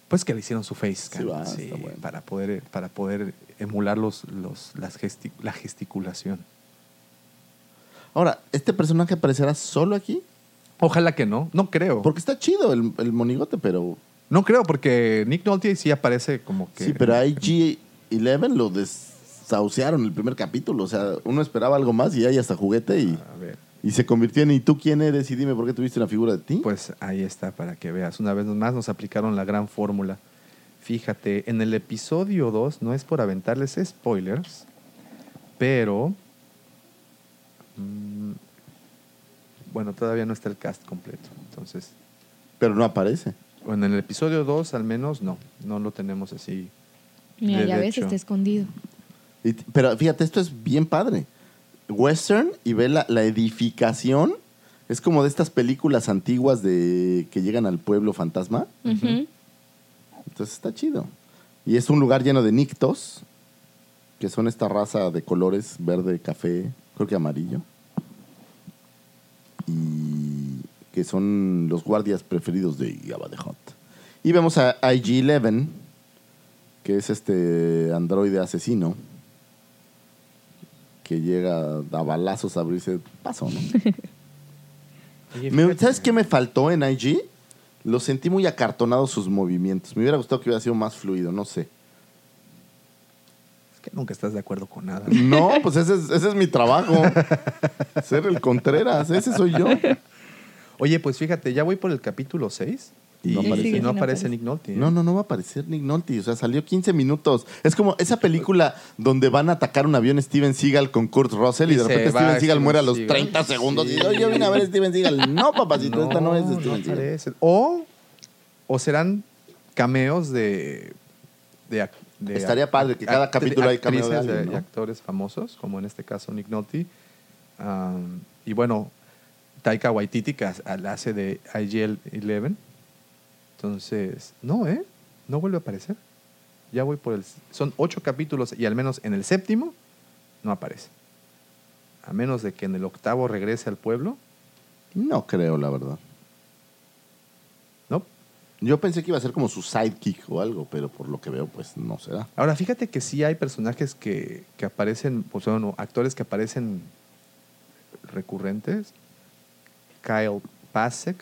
[SPEAKER 5] Pues que le hicieron su face scan,
[SPEAKER 3] Sí, va,
[SPEAKER 5] sí,
[SPEAKER 3] está bueno.
[SPEAKER 5] para poder para poder emular los, los las gesti- la gesticulación.
[SPEAKER 3] Ahora, ¿este personaje aparecerá solo aquí?
[SPEAKER 5] Ojalá que no, no creo.
[SPEAKER 3] Porque está chido el, el monigote, pero.
[SPEAKER 5] No creo porque Nick Nolte sí aparece como que
[SPEAKER 3] Sí, pero a G11 lo desahuciaron el primer capítulo. O sea, uno esperaba algo más y hay hasta juguete y,
[SPEAKER 5] A ver,
[SPEAKER 3] y se convirtió en ¿y tú quién eres? Y dime por qué tuviste una figura de ti.
[SPEAKER 5] pues ahí está para que veas. Una vez más nos aplicaron la gran fórmula. Fíjate, en el episodio 2 no es por aventarles spoilers, pero mm, bueno, todavía no está el cast completo. Entonces,
[SPEAKER 3] pero no aparece.
[SPEAKER 5] Bueno, en el episodio 2 al menos no, no lo tenemos así.
[SPEAKER 4] Mira,
[SPEAKER 5] De-
[SPEAKER 4] ya
[SPEAKER 5] de
[SPEAKER 4] ves,
[SPEAKER 5] hecho.
[SPEAKER 4] está escondido.
[SPEAKER 3] Y t- pero fíjate, esto es bien padre. Western y ve la, la edificación. Es como de estas películas antiguas de que llegan al pueblo fantasma.
[SPEAKER 4] Ujú.
[SPEAKER 3] Entonces está chido. Y es un lugar lleno de nictos, que son esta raza de colores verde, café, creo que amarillo. Y que son los guardias preferidos de Jabba the Hutt. Y vemos a IG-11, que es este androide asesino, que llega a balazos a abrirse paso, ¿no? Me- ¿Sabes qué me faltó en IG? Lo sentí muy acartonado sus movimientos. Me hubiera gustado que hubiera sido más fluido, no sé.
[SPEAKER 5] Es que nunca estás de acuerdo con nada.
[SPEAKER 3] No, pues ese es, ese es mi trabajo. Ser el Contreras, ese soy yo.
[SPEAKER 5] Oye, pues fíjate, ya voy por el capítulo 6 y
[SPEAKER 3] No
[SPEAKER 5] y no
[SPEAKER 3] aparece. Sí,
[SPEAKER 5] aparece,
[SPEAKER 4] sí, no aparece.
[SPEAKER 5] Nick Nolte. ¿eh?
[SPEAKER 3] No, no, no va a aparecer Nick Nolte. O sea, salió 15 minutos. Es como esa película donde van a atacar un avión Steven Seagal con Kurt Russell y,
[SPEAKER 5] Y
[SPEAKER 3] de
[SPEAKER 5] se
[SPEAKER 3] repente
[SPEAKER 5] va
[SPEAKER 3] Steven Seagal
[SPEAKER 5] Steven
[SPEAKER 3] muere a los
[SPEAKER 5] Seagal.
[SPEAKER 3] 30 segundos.
[SPEAKER 5] Sí.
[SPEAKER 3] Y "Oye, yo vine a ver a Steven Seagal. No, papacito, esta no es de
[SPEAKER 5] no
[SPEAKER 3] Steven Seagal.
[SPEAKER 5] aparece. O, o serán cameos de... de, ac- de
[SPEAKER 3] Estaría padre que cada
[SPEAKER 5] actri-
[SPEAKER 3] capítulo hay cameo de
[SPEAKER 5] actrices
[SPEAKER 3] alguien,
[SPEAKER 5] y
[SPEAKER 3] ¿no?
[SPEAKER 5] actores famosos, como en este caso Nick Nolte. Am, y bueno, Taika Waititi que ha- la hace de IGL-11. Entonces, no, ¿eh? No vuelve a aparecer. Ya voy por el... Son ocho capítulos y al menos en el séptimo no aparece. A menos de que en el octavo regrese al pueblo.
[SPEAKER 3] No creo, la verdad.
[SPEAKER 5] No.
[SPEAKER 3] Yo pensé que iba a ser como su sidekick o algo, pero por lo que veo, pues no será.
[SPEAKER 5] Ahora, fíjate que sí hay personajes que, que aparecen, o sea, no, actores que aparecen recurrentes. Kyle Pasek,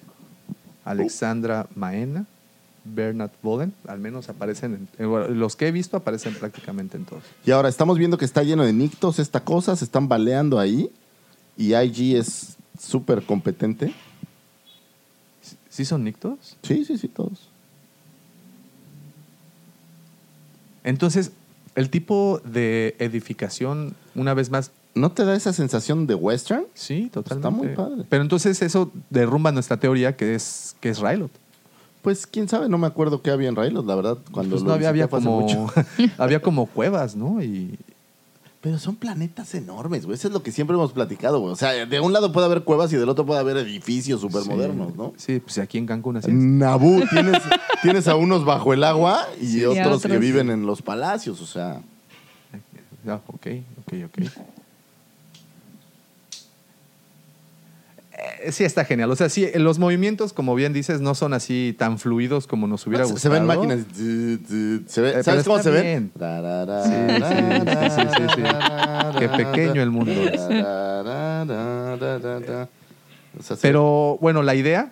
[SPEAKER 5] Alexandra Maena, Bernard Boden, al menos aparecen, en- en- bueno, los que he visto aparecen prácticamente en todos.
[SPEAKER 3] Y ahora estamos viendo que está lleno de nictos esta cosa, se están baleando ahí. Y IG es súper competente.
[SPEAKER 5] ¿Sí son nictos?
[SPEAKER 3] Sí, sí, sí, todos.
[SPEAKER 5] Entonces, el tipo de edificación, una vez más,
[SPEAKER 3] ¿No te da esa sensación de western?
[SPEAKER 5] sí, totalmente.
[SPEAKER 3] muy padre.
[SPEAKER 5] Pero entonces eso derrumba nuestra teoría que es, que es Rylot.
[SPEAKER 3] Pues quién sabe, no me acuerdo qué había en Raylos, la verdad. Cuando
[SPEAKER 5] Pues
[SPEAKER 3] lo
[SPEAKER 5] no había,
[SPEAKER 3] visité
[SPEAKER 5] había
[SPEAKER 3] fue hace
[SPEAKER 5] como
[SPEAKER 3] mucho.
[SPEAKER 5] había como cuevas, ¿no? Y
[SPEAKER 3] Pero son planetas enormes, güey. Eso es lo que siempre hemos platicado, güey. O sea, de un lado puede haber cuevas y del otro puede haber edificios supermodernos, ¿no?
[SPEAKER 5] Sí, pues aquí en Cancún así es.
[SPEAKER 3] Nabú, tienes, tienes a unos bajo el agua y otros, que
[SPEAKER 4] otros.
[SPEAKER 3] viven en los palacios, o sea.
[SPEAKER 5] Ah, ok, ok, ok. Eh, Sí, está genial. O sea, sí, los movimientos, como bien dices, no son así tan fluidos como nos hubiera
[SPEAKER 3] se-
[SPEAKER 5] gustado.
[SPEAKER 3] se ven máquinas. tu, tu, se ve-
[SPEAKER 5] Eh,
[SPEAKER 3] ¿Sabes
[SPEAKER 5] pero
[SPEAKER 3] cómo
[SPEAKER 5] está
[SPEAKER 3] se ven?
[SPEAKER 5] bien.
[SPEAKER 3] Tarara,
[SPEAKER 5] Sí, sí, sí, sí, sí, sí.
[SPEAKER 3] tarara,
[SPEAKER 5] Qué pequeño el mundo es.
[SPEAKER 3] tarara, tarara. O sea, se-
[SPEAKER 5] Pero bueno, la idea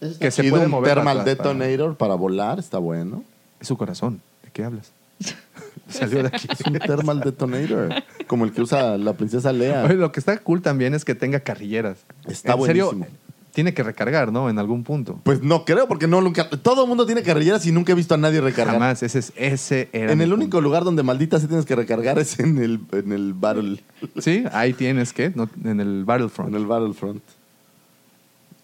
[SPEAKER 3] Está
[SPEAKER 5] que se
[SPEAKER 3] chido,
[SPEAKER 5] puede
[SPEAKER 3] un
[SPEAKER 5] mover
[SPEAKER 3] thermal
[SPEAKER 5] para atrás, para-
[SPEAKER 3] detonator para volar, está bueno.
[SPEAKER 5] es su corazón. ¿De qué hablas? Salió de aquí.
[SPEAKER 3] Es un thermal detonator, como el que usa la princesa Lea.
[SPEAKER 5] Oye, lo que está cool también es que tenga carrilleras.
[SPEAKER 3] Está
[SPEAKER 5] en serio,
[SPEAKER 3] buenísimo.
[SPEAKER 5] tiene que recargar, ¿no? En algún punto.
[SPEAKER 3] Pues no creo, porque no nunca- todo el mundo tiene carrilleras y nunca he visto a nadie recargar.
[SPEAKER 5] Jamás, ese, es, ese era.
[SPEAKER 3] En
[SPEAKER 5] mi
[SPEAKER 3] el
[SPEAKER 5] punto.
[SPEAKER 3] único lugar donde maldita sí tienes que recargar es en el, en el battle,
[SPEAKER 5] Sí, ahí tienes que, no- en el Battlefront.
[SPEAKER 3] en el Battlefront.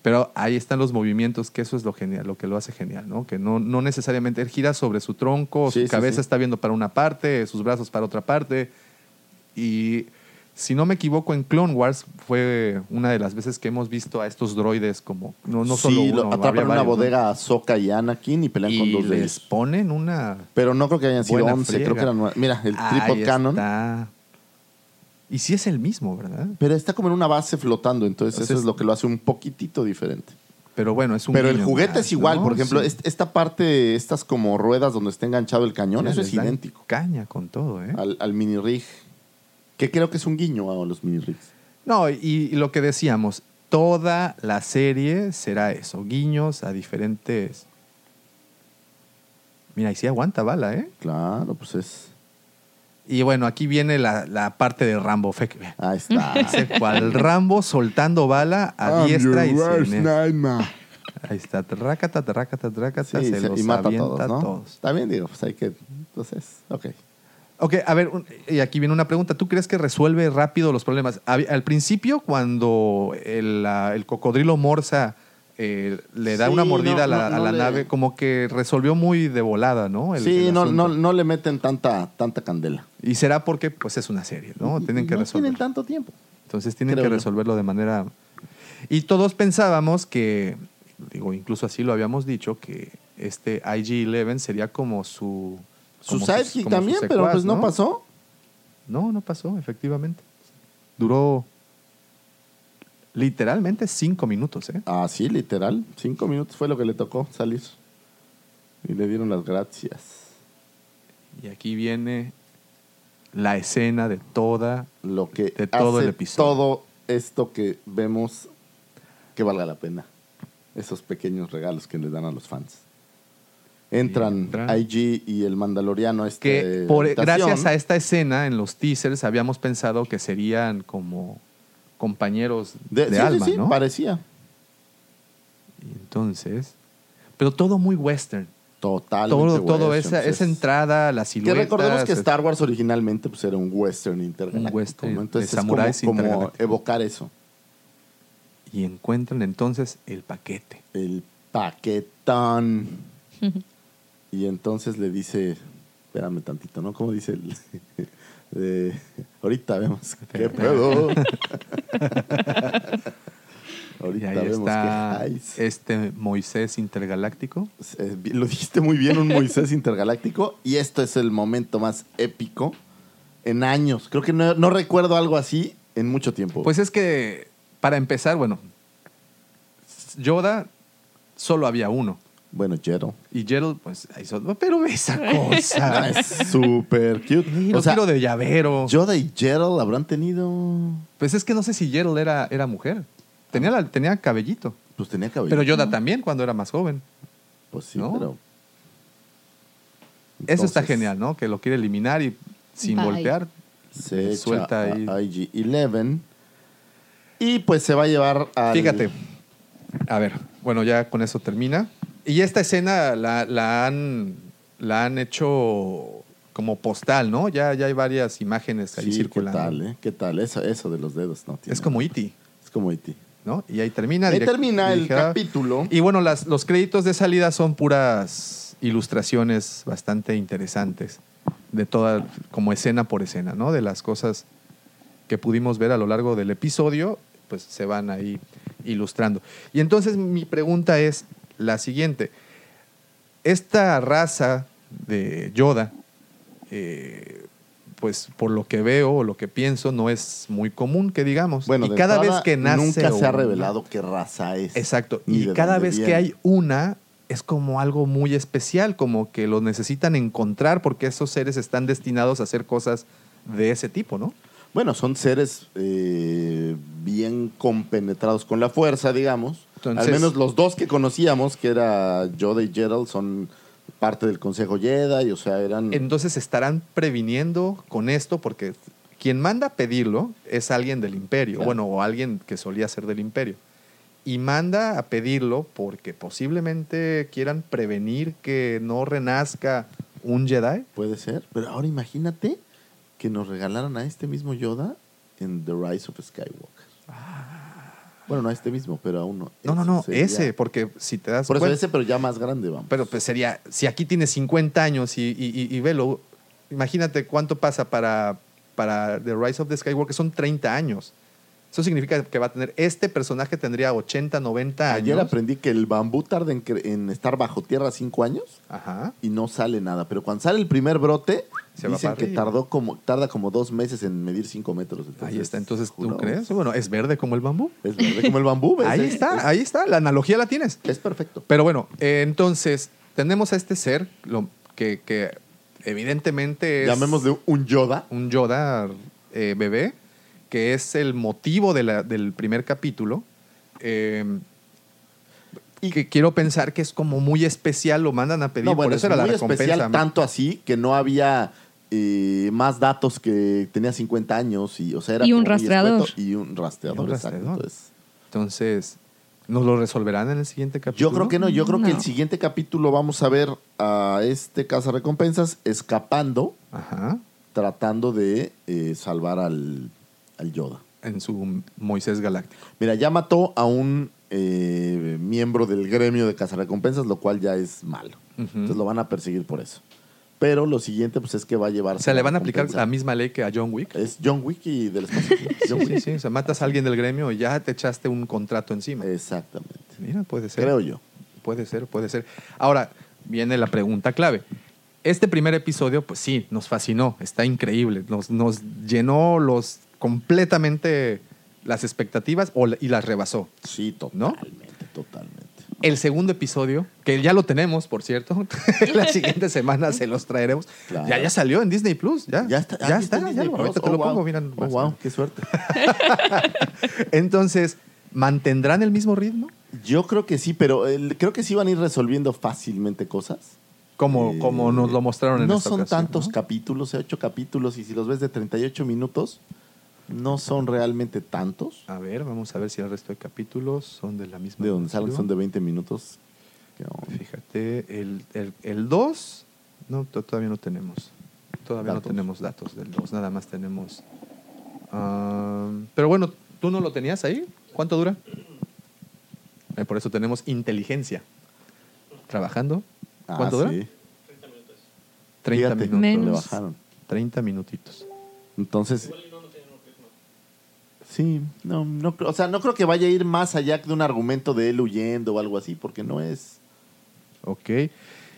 [SPEAKER 5] Pero ahí están los movimientos, que eso es lo genial, lo que lo hace genial, ¿no? Que no, no necesariamente él gira sobre su tronco,
[SPEAKER 3] Sí,
[SPEAKER 5] su
[SPEAKER 3] sí,
[SPEAKER 5] cabeza
[SPEAKER 3] sí.
[SPEAKER 5] está viendo para una parte, sus brazos para otra parte. Y si no me equivoco, en Clone Wars fue una de las veces que hemos visto a estos droides como no, no
[SPEAKER 3] sí,
[SPEAKER 5] solo uno,
[SPEAKER 3] lo atrapan
[SPEAKER 5] había
[SPEAKER 3] en una
[SPEAKER 5] varios, ¿no?
[SPEAKER 3] bodega a Sokka y Anakin y pelean con
[SPEAKER 5] y
[SPEAKER 3] dos de
[SPEAKER 5] les
[SPEAKER 3] ellos.
[SPEAKER 5] ponen una
[SPEAKER 3] Pero no creo que hayan sido
[SPEAKER 5] buena
[SPEAKER 3] 11,
[SPEAKER 5] friega.
[SPEAKER 3] creo que eran nueve. Mira, el
[SPEAKER 5] Ahí
[SPEAKER 3] tripod canon.
[SPEAKER 5] está. Y sí es el mismo, ¿verdad?
[SPEAKER 3] Pero está como en una base flotando, entonces
[SPEAKER 5] Entonces-
[SPEAKER 3] eso es lo que lo hace un poquitito diferente.
[SPEAKER 5] Pero bueno, es un
[SPEAKER 3] Pero el
[SPEAKER 5] guiño,
[SPEAKER 3] juguete
[SPEAKER 5] ¿no?
[SPEAKER 3] es igual, por ejemplo,
[SPEAKER 5] Sí.
[SPEAKER 3] est- esta parte, estas como ruedas donde está enganchado el cañón,
[SPEAKER 5] Ya
[SPEAKER 3] eso
[SPEAKER 5] les
[SPEAKER 3] es
[SPEAKER 5] dan
[SPEAKER 3] idéntico
[SPEAKER 5] Caña con todo, ¿eh?
[SPEAKER 3] al, al mini rig. Que creo que es un guiño a los mini rigs.
[SPEAKER 5] No, y, y lo que decíamos, toda la serie será eso, guiños a diferentes... Mira, y sí aguanta bala, ¿eh?
[SPEAKER 3] Claro, pues es.
[SPEAKER 5] Y bueno, aquí viene la, la parte de Rambo. fe-
[SPEAKER 3] Ahí está.
[SPEAKER 5] Cual Rambo soltando bala a
[SPEAKER 3] I'm
[SPEAKER 5] diestra
[SPEAKER 3] your
[SPEAKER 5] y
[SPEAKER 3] worst
[SPEAKER 5] siniestra.
[SPEAKER 3] nightmare.
[SPEAKER 5] Ahí está, tracata, tracata, tracata,
[SPEAKER 3] Sí,
[SPEAKER 5] se
[SPEAKER 3] se-
[SPEAKER 5] los
[SPEAKER 3] y mata a
[SPEAKER 5] avienta
[SPEAKER 3] todos, ¿no?
[SPEAKER 5] todos.
[SPEAKER 3] También digo, pues hay que. Entonces, ok.
[SPEAKER 5] Ok, a ver, un- y aquí viene una pregunta. ¿Tú crees que resuelve rápido los problemas? A- Al principio, cuando el, la- el cocodrilo morsa eh, le da
[SPEAKER 3] Sí,
[SPEAKER 5] una mordida
[SPEAKER 3] no,
[SPEAKER 5] a la,
[SPEAKER 3] no,
[SPEAKER 5] a
[SPEAKER 3] no
[SPEAKER 5] la
[SPEAKER 3] le-
[SPEAKER 5] nave, como que resolvió muy de volada, ¿no? El-
[SPEAKER 3] sí,
[SPEAKER 5] el
[SPEAKER 3] no,
[SPEAKER 5] asunto.
[SPEAKER 3] no, no le meten tanta, tanta candela.
[SPEAKER 5] Y será porque pues es una serie, ¿no? Tienen que
[SPEAKER 3] no
[SPEAKER 5] resolver.
[SPEAKER 3] tienen tanto tiempo.
[SPEAKER 5] Entonces tienen
[SPEAKER 3] creo
[SPEAKER 5] que
[SPEAKER 3] yo.
[SPEAKER 5] resolverlo de manera... Y todos pensábamos que, digo, incluso así lo habíamos dicho, que este IG-11 sería como su...
[SPEAKER 3] Su
[SPEAKER 5] como
[SPEAKER 3] sidekick
[SPEAKER 5] como su
[SPEAKER 3] también, pero
[SPEAKER 5] secuaz,
[SPEAKER 3] pues no pasó.
[SPEAKER 5] No, no pasó, efectivamente. Duró literalmente cinco minutos, ¿eh?
[SPEAKER 3] Ah, sí, literal. Cinco minutos fue lo que le tocó salir. Y le dieron las gracias.
[SPEAKER 5] Y aquí viene la escena de toda.
[SPEAKER 3] Lo que
[SPEAKER 5] De todo
[SPEAKER 3] hace
[SPEAKER 5] el episodio.
[SPEAKER 3] todo esto que vemos que valga la pena. Esos pequeños regalos que le dan a los fans. Entran
[SPEAKER 5] Entra.
[SPEAKER 3] IG y el Mandaloriano a esta
[SPEAKER 5] Que por-
[SPEAKER 3] habitación.
[SPEAKER 5] gracias a esta escena en los teasers habíamos pensado que serían como compañeros este de,
[SPEAKER 3] De- sí, sí,
[SPEAKER 5] alma,
[SPEAKER 3] sí,
[SPEAKER 5] ¿no?
[SPEAKER 3] parecía.
[SPEAKER 5] Y entonces. Pero todo muy western.
[SPEAKER 3] Totalmente.
[SPEAKER 5] Todo, todo
[SPEAKER 3] western,
[SPEAKER 5] esa,
[SPEAKER 3] pues,
[SPEAKER 5] esa
[SPEAKER 3] es-
[SPEAKER 5] entrada, la
[SPEAKER 3] Que
[SPEAKER 5] silueta.
[SPEAKER 3] recordemos que
[SPEAKER 5] se-
[SPEAKER 3] Star Wars originalmente pues era un western intergaláctico.
[SPEAKER 5] western
[SPEAKER 3] ¿no? Entonces
[SPEAKER 5] de
[SPEAKER 3] es como-
[SPEAKER 5] samuráis
[SPEAKER 3] como,
[SPEAKER 5] intergalácticos.
[SPEAKER 3] evocar eso.
[SPEAKER 5] Y encuentran entonces el paquete.
[SPEAKER 3] El paquetón. y entonces le dice, espérame tantito, ¿no? ¿Cómo dice el... de- ahorita vemos qué pedo.
[SPEAKER 5] Y
[SPEAKER 3] ahorita
[SPEAKER 5] ahí
[SPEAKER 3] vemos
[SPEAKER 5] está
[SPEAKER 3] qué hay.
[SPEAKER 5] este Moisés intergaláctico.
[SPEAKER 3] Eh, bi- Lo dijiste muy bien, un Moisés intergaláctico. Y esto es el momento más épico en años. Creo que no, no recuerdo algo así en mucho tiempo.
[SPEAKER 5] Pues es que, para empezar, bueno, Yoda solo había uno.
[SPEAKER 3] bueno, Jero.
[SPEAKER 5] Y Gerald, pues, ahí solo- pero esa cosa.
[SPEAKER 3] es súper cute.
[SPEAKER 5] Pues, ah. Lo
[SPEAKER 3] O sea,
[SPEAKER 5] tiro de llavero.
[SPEAKER 3] Yoda y Gerald habrán tenido.
[SPEAKER 5] Pues es que no sé si Gerald era, era mujer. Tenía, la- tenía cabellito.
[SPEAKER 3] Pues tenía cabello.
[SPEAKER 5] Pero Yoda también cuando era más joven.
[SPEAKER 3] Pues sí,
[SPEAKER 5] ¿no?
[SPEAKER 3] pero.
[SPEAKER 5] Eso está
[SPEAKER 3] Entonces,
[SPEAKER 5] genial, ¿no? Que lo quiere eliminar y sin
[SPEAKER 4] Bye.
[SPEAKER 5] voltear.
[SPEAKER 3] Se echa
[SPEAKER 5] Suelta
[SPEAKER 3] a
[SPEAKER 5] ahí.
[SPEAKER 3] IG-11. Y pues se va a llevar al.
[SPEAKER 5] Fíjate. A ver, bueno, ya con eso termina. Y esta escena la, la han, la han hecho como postal, ¿no? Ya, ya hay varias imágenes ahí
[SPEAKER 3] Sí, ¿qué
[SPEAKER 5] circulando.
[SPEAKER 3] tal, eh? ¿Qué tal? Eso, eso de los dedos, ¿no? tiene-
[SPEAKER 5] Es como E E.T.,
[SPEAKER 3] Es como E E.T.
[SPEAKER 5] ¿no? Y ahí termina.
[SPEAKER 3] Ahí
[SPEAKER 5] direct-
[SPEAKER 3] termina el
[SPEAKER 5] dirigida.
[SPEAKER 3] capítulo.
[SPEAKER 5] Y bueno, las, los créditos de salida son puras ilustraciones bastante interesantes. de toda, como escena por escena, ¿no? De las cosas que pudimos ver a lo largo del episodio, pues se van ahí ilustrando. Y entonces mi pregunta es la siguiente. Esta raza de Yoda, eh, pues por lo que veo o lo que pienso, no es muy común que digamos.
[SPEAKER 3] Bueno,
[SPEAKER 5] Pues, y
[SPEAKER 3] de
[SPEAKER 5] cada vez
[SPEAKER 3] entrada,
[SPEAKER 5] que nace...
[SPEAKER 3] Nunca se ha
[SPEAKER 5] una-
[SPEAKER 3] revelado qué raza es.
[SPEAKER 5] Exacto.
[SPEAKER 3] ni
[SPEAKER 5] Y
[SPEAKER 3] de
[SPEAKER 5] cada
[SPEAKER 3] dónde
[SPEAKER 5] vez que
[SPEAKER 3] viene.
[SPEAKER 5] hay una, es como algo muy especial, como que los necesitan encontrar porque esos seres están destinados a hacer cosas de ese tipo, ¿no?
[SPEAKER 3] Bueno, son seres eh, bien compenetrados con la fuerza, digamos.
[SPEAKER 5] Entonces-
[SPEAKER 3] Al menos los dos que conocíamos, que era Yoda y Gerald, son parte del Consejo Jedi, o sea, eran...
[SPEAKER 5] Entonces estarán previniendo con esto porque quien manda a pedirlo es alguien del imperio,
[SPEAKER 3] Claro.
[SPEAKER 5] bueno, o alguien que solía ser del imperio. Y manda a pedirlo porque posiblemente quieran prevenir que no renazca un Jedi.
[SPEAKER 3] Puede ser, pero ahora imagínate que nos regalaran a este mismo Yoda en The Rise of Skywalker. Bueno, no a este mismo, pero a uno.
[SPEAKER 5] Ah. No, no,
[SPEAKER 3] Ese
[SPEAKER 5] no,
[SPEAKER 3] sería-
[SPEAKER 5] ese, porque si te das
[SPEAKER 3] Por eso
[SPEAKER 5] cuenta...
[SPEAKER 3] ese, pero ya más grande, vamos.
[SPEAKER 5] Pero pues sería, si aquí tienes 50 años y, y- y- y velo, imagínate cuánto pasa para, para The Rise of the Skywalker, son 30 años. Eso significa que va a tener, este personaje tendría 80, 90 años.
[SPEAKER 3] Ayer aprendí que el bambú tarda en, cre- en estar bajo tierra cinco años
[SPEAKER 5] Ajá.
[SPEAKER 3] y no sale nada. Pero cuando sale el primer brote,
[SPEAKER 5] Se va
[SPEAKER 3] dicen
[SPEAKER 5] para
[SPEAKER 3] que
[SPEAKER 5] arriba.
[SPEAKER 3] tardó como, tarda como dos meses en medir cinco metros.
[SPEAKER 5] Ahí está, entonces, ¿tú
[SPEAKER 3] juro,
[SPEAKER 5] crees? Bueno, es verde como el bambú.
[SPEAKER 3] Es verde como el bambú, ¿ves?
[SPEAKER 5] Ahí
[SPEAKER 3] Es-
[SPEAKER 5] está,
[SPEAKER 3] Pues, eh, es-
[SPEAKER 5] ahí está, la analogía la tienes.
[SPEAKER 3] Es perfecto.
[SPEAKER 5] Pero bueno, eh, entonces, tenemos a este ser lo, que, que evidentemente es...
[SPEAKER 3] Llamémosle un Yoda.
[SPEAKER 5] un Yoda eh, bebé, que es el motivo de la- del primer capítulo. eh, y que quiero pensar que es como muy especial, lo mandan a pedir,
[SPEAKER 3] No,
[SPEAKER 5] por
[SPEAKER 3] bueno,
[SPEAKER 5] eso
[SPEAKER 3] es
[SPEAKER 5] era la
[SPEAKER 3] muy
[SPEAKER 5] recompensa.
[SPEAKER 3] especial, tanto así que no había eh, más datos que tenía 50 años y, o sea, era
[SPEAKER 4] Y un
[SPEAKER 3] como muy
[SPEAKER 4] rastreador.
[SPEAKER 3] escueto Y un rastreador,
[SPEAKER 5] Y un
[SPEAKER 3] exacto.
[SPEAKER 5] rastreador.
[SPEAKER 3] Entonces,
[SPEAKER 5] Entonces, ¿nos lo resolverán en el siguiente capítulo?
[SPEAKER 3] yo creo que no, yo creo
[SPEAKER 4] No.
[SPEAKER 3] que el siguiente capítulo vamos a ver a este cazarrecompensas escapando,
[SPEAKER 5] Ajá,
[SPEAKER 3] tratando de eh, salvar al, al Yoda.
[SPEAKER 5] en su Moisés Galáctico.
[SPEAKER 3] Mira, ya mató a un eh, miembro del gremio de cazarrecompensas, lo cual ya es malo.
[SPEAKER 5] Ujú.
[SPEAKER 3] Entonces lo van a perseguir por eso. Pero lo siguiente pues es que va a llevar...
[SPEAKER 5] O sea, le van a aplicar la misma ley que a John Wick.
[SPEAKER 3] Es John Wick y del espacio. John
[SPEAKER 5] Sí,
[SPEAKER 3] Wick.
[SPEAKER 5] sí, o sea, matas a alguien del gremio y ya te echaste un contrato encima.
[SPEAKER 3] Exactamente.
[SPEAKER 5] Mira, puede ser.
[SPEAKER 3] Creo yo.
[SPEAKER 5] Puede ser, puede ser. Ahora, viene la pregunta clave. Este primer episodio, pues sí, nos fascinó, está increíble, nos, nos llenó los completamente las expectativas o la- y las rebasó.
[SPEAKER 3] Sí, totalmente, totalmente.
[SPEAKER 5] El segundo episodio, que ya lo tenemos, por cierto, la siguiente semana se los traeremos.
[SPEAKER 3] Claro.
[SPEAKER 5] Ya, ya salió en Disney Plus, ya.
[SPEAKER 3] Ya está,
[SPEAKER 5] ya
[SPEAKER 3] ah,
[SPEAKER 5] está,
[SPEAKER 3] en
[SPEAKER 5] ya
[SPEAKER 3] Disney
[SPEAKER 5] lo-
[SPEAKER 3] Plus.
[SPEAKER 5] ahorita te
[SPEAKER 3] Oh,
[SPEAKER 5] lo
[SPEAKER 3] wow.
[SPEAKER 5] pongo, miran.
[SPEAKER 3] Oh, wow, qué suerte.
[SPEAKER 5] Entonces, ¿mantendrán el mismo ritmo?
[SPEAKER 3] Yo creo que sí, pero el- creo que sí van a ir resolviendo fácilmente cosas.
[SPEAKER 5] Como,
[SPEAKER 3] Eh,
[SPEAKER 5] como nos lo mostraron en
[SPEAKER 3] No
[SPEAKER 5] esta
[SPEAKER 3] son
[SPEAKER 5] ocasión,
[SPEAKER 3] tantos
[SPEAKER 5] ¿no?
[SPEAKER 3] capítulos, 8 capítulos, y si los ves de 38 minutos, no son realmente tantos.
[SPEAKER 5] A ver, vamos a ver si el resto de capítulos son de la misma.
[SPEAKER 3] De donde salen
[SPEAKER 5] duración.
[SPEAKER 3] son de 20 minutos. Qué onda.
[SPEAKER 5] Fíjate, el 2, el, el dos, no, to- todavía no tenemos. Todavía
[SPEAKER 3] ¿Datos?
[SPEAKER 5] no tenemos datos del 2, nada más tenemos. ah, pero bueno, ¿tú no lo tenías ahí? ¿Cuánto dura? Eh, por eso tenemos inteligencia. ¿Trabajando?
[SPEAKER 3] Ah,
[SPEAKER 5] ¿Cuánto dura?
[SPEAKER 3] sí.
[SPEAKER 5] 30
[SPEAKER 3] Fíjate,
[SPEAKER 5] minutos.
[SPEAKER 3] Le
[SPEAKER 4] Menos.
[SPEAKER 3] bajaron.
[SPEAKER 5] 30 minutitos.
[SPEAKER 3] Entonces. Sí, no, no, creo- o sea, no creo que vaya a ir más allá de un argumento de él huyendo o algo así, porque no es.
[SPEAKER 5] Ok.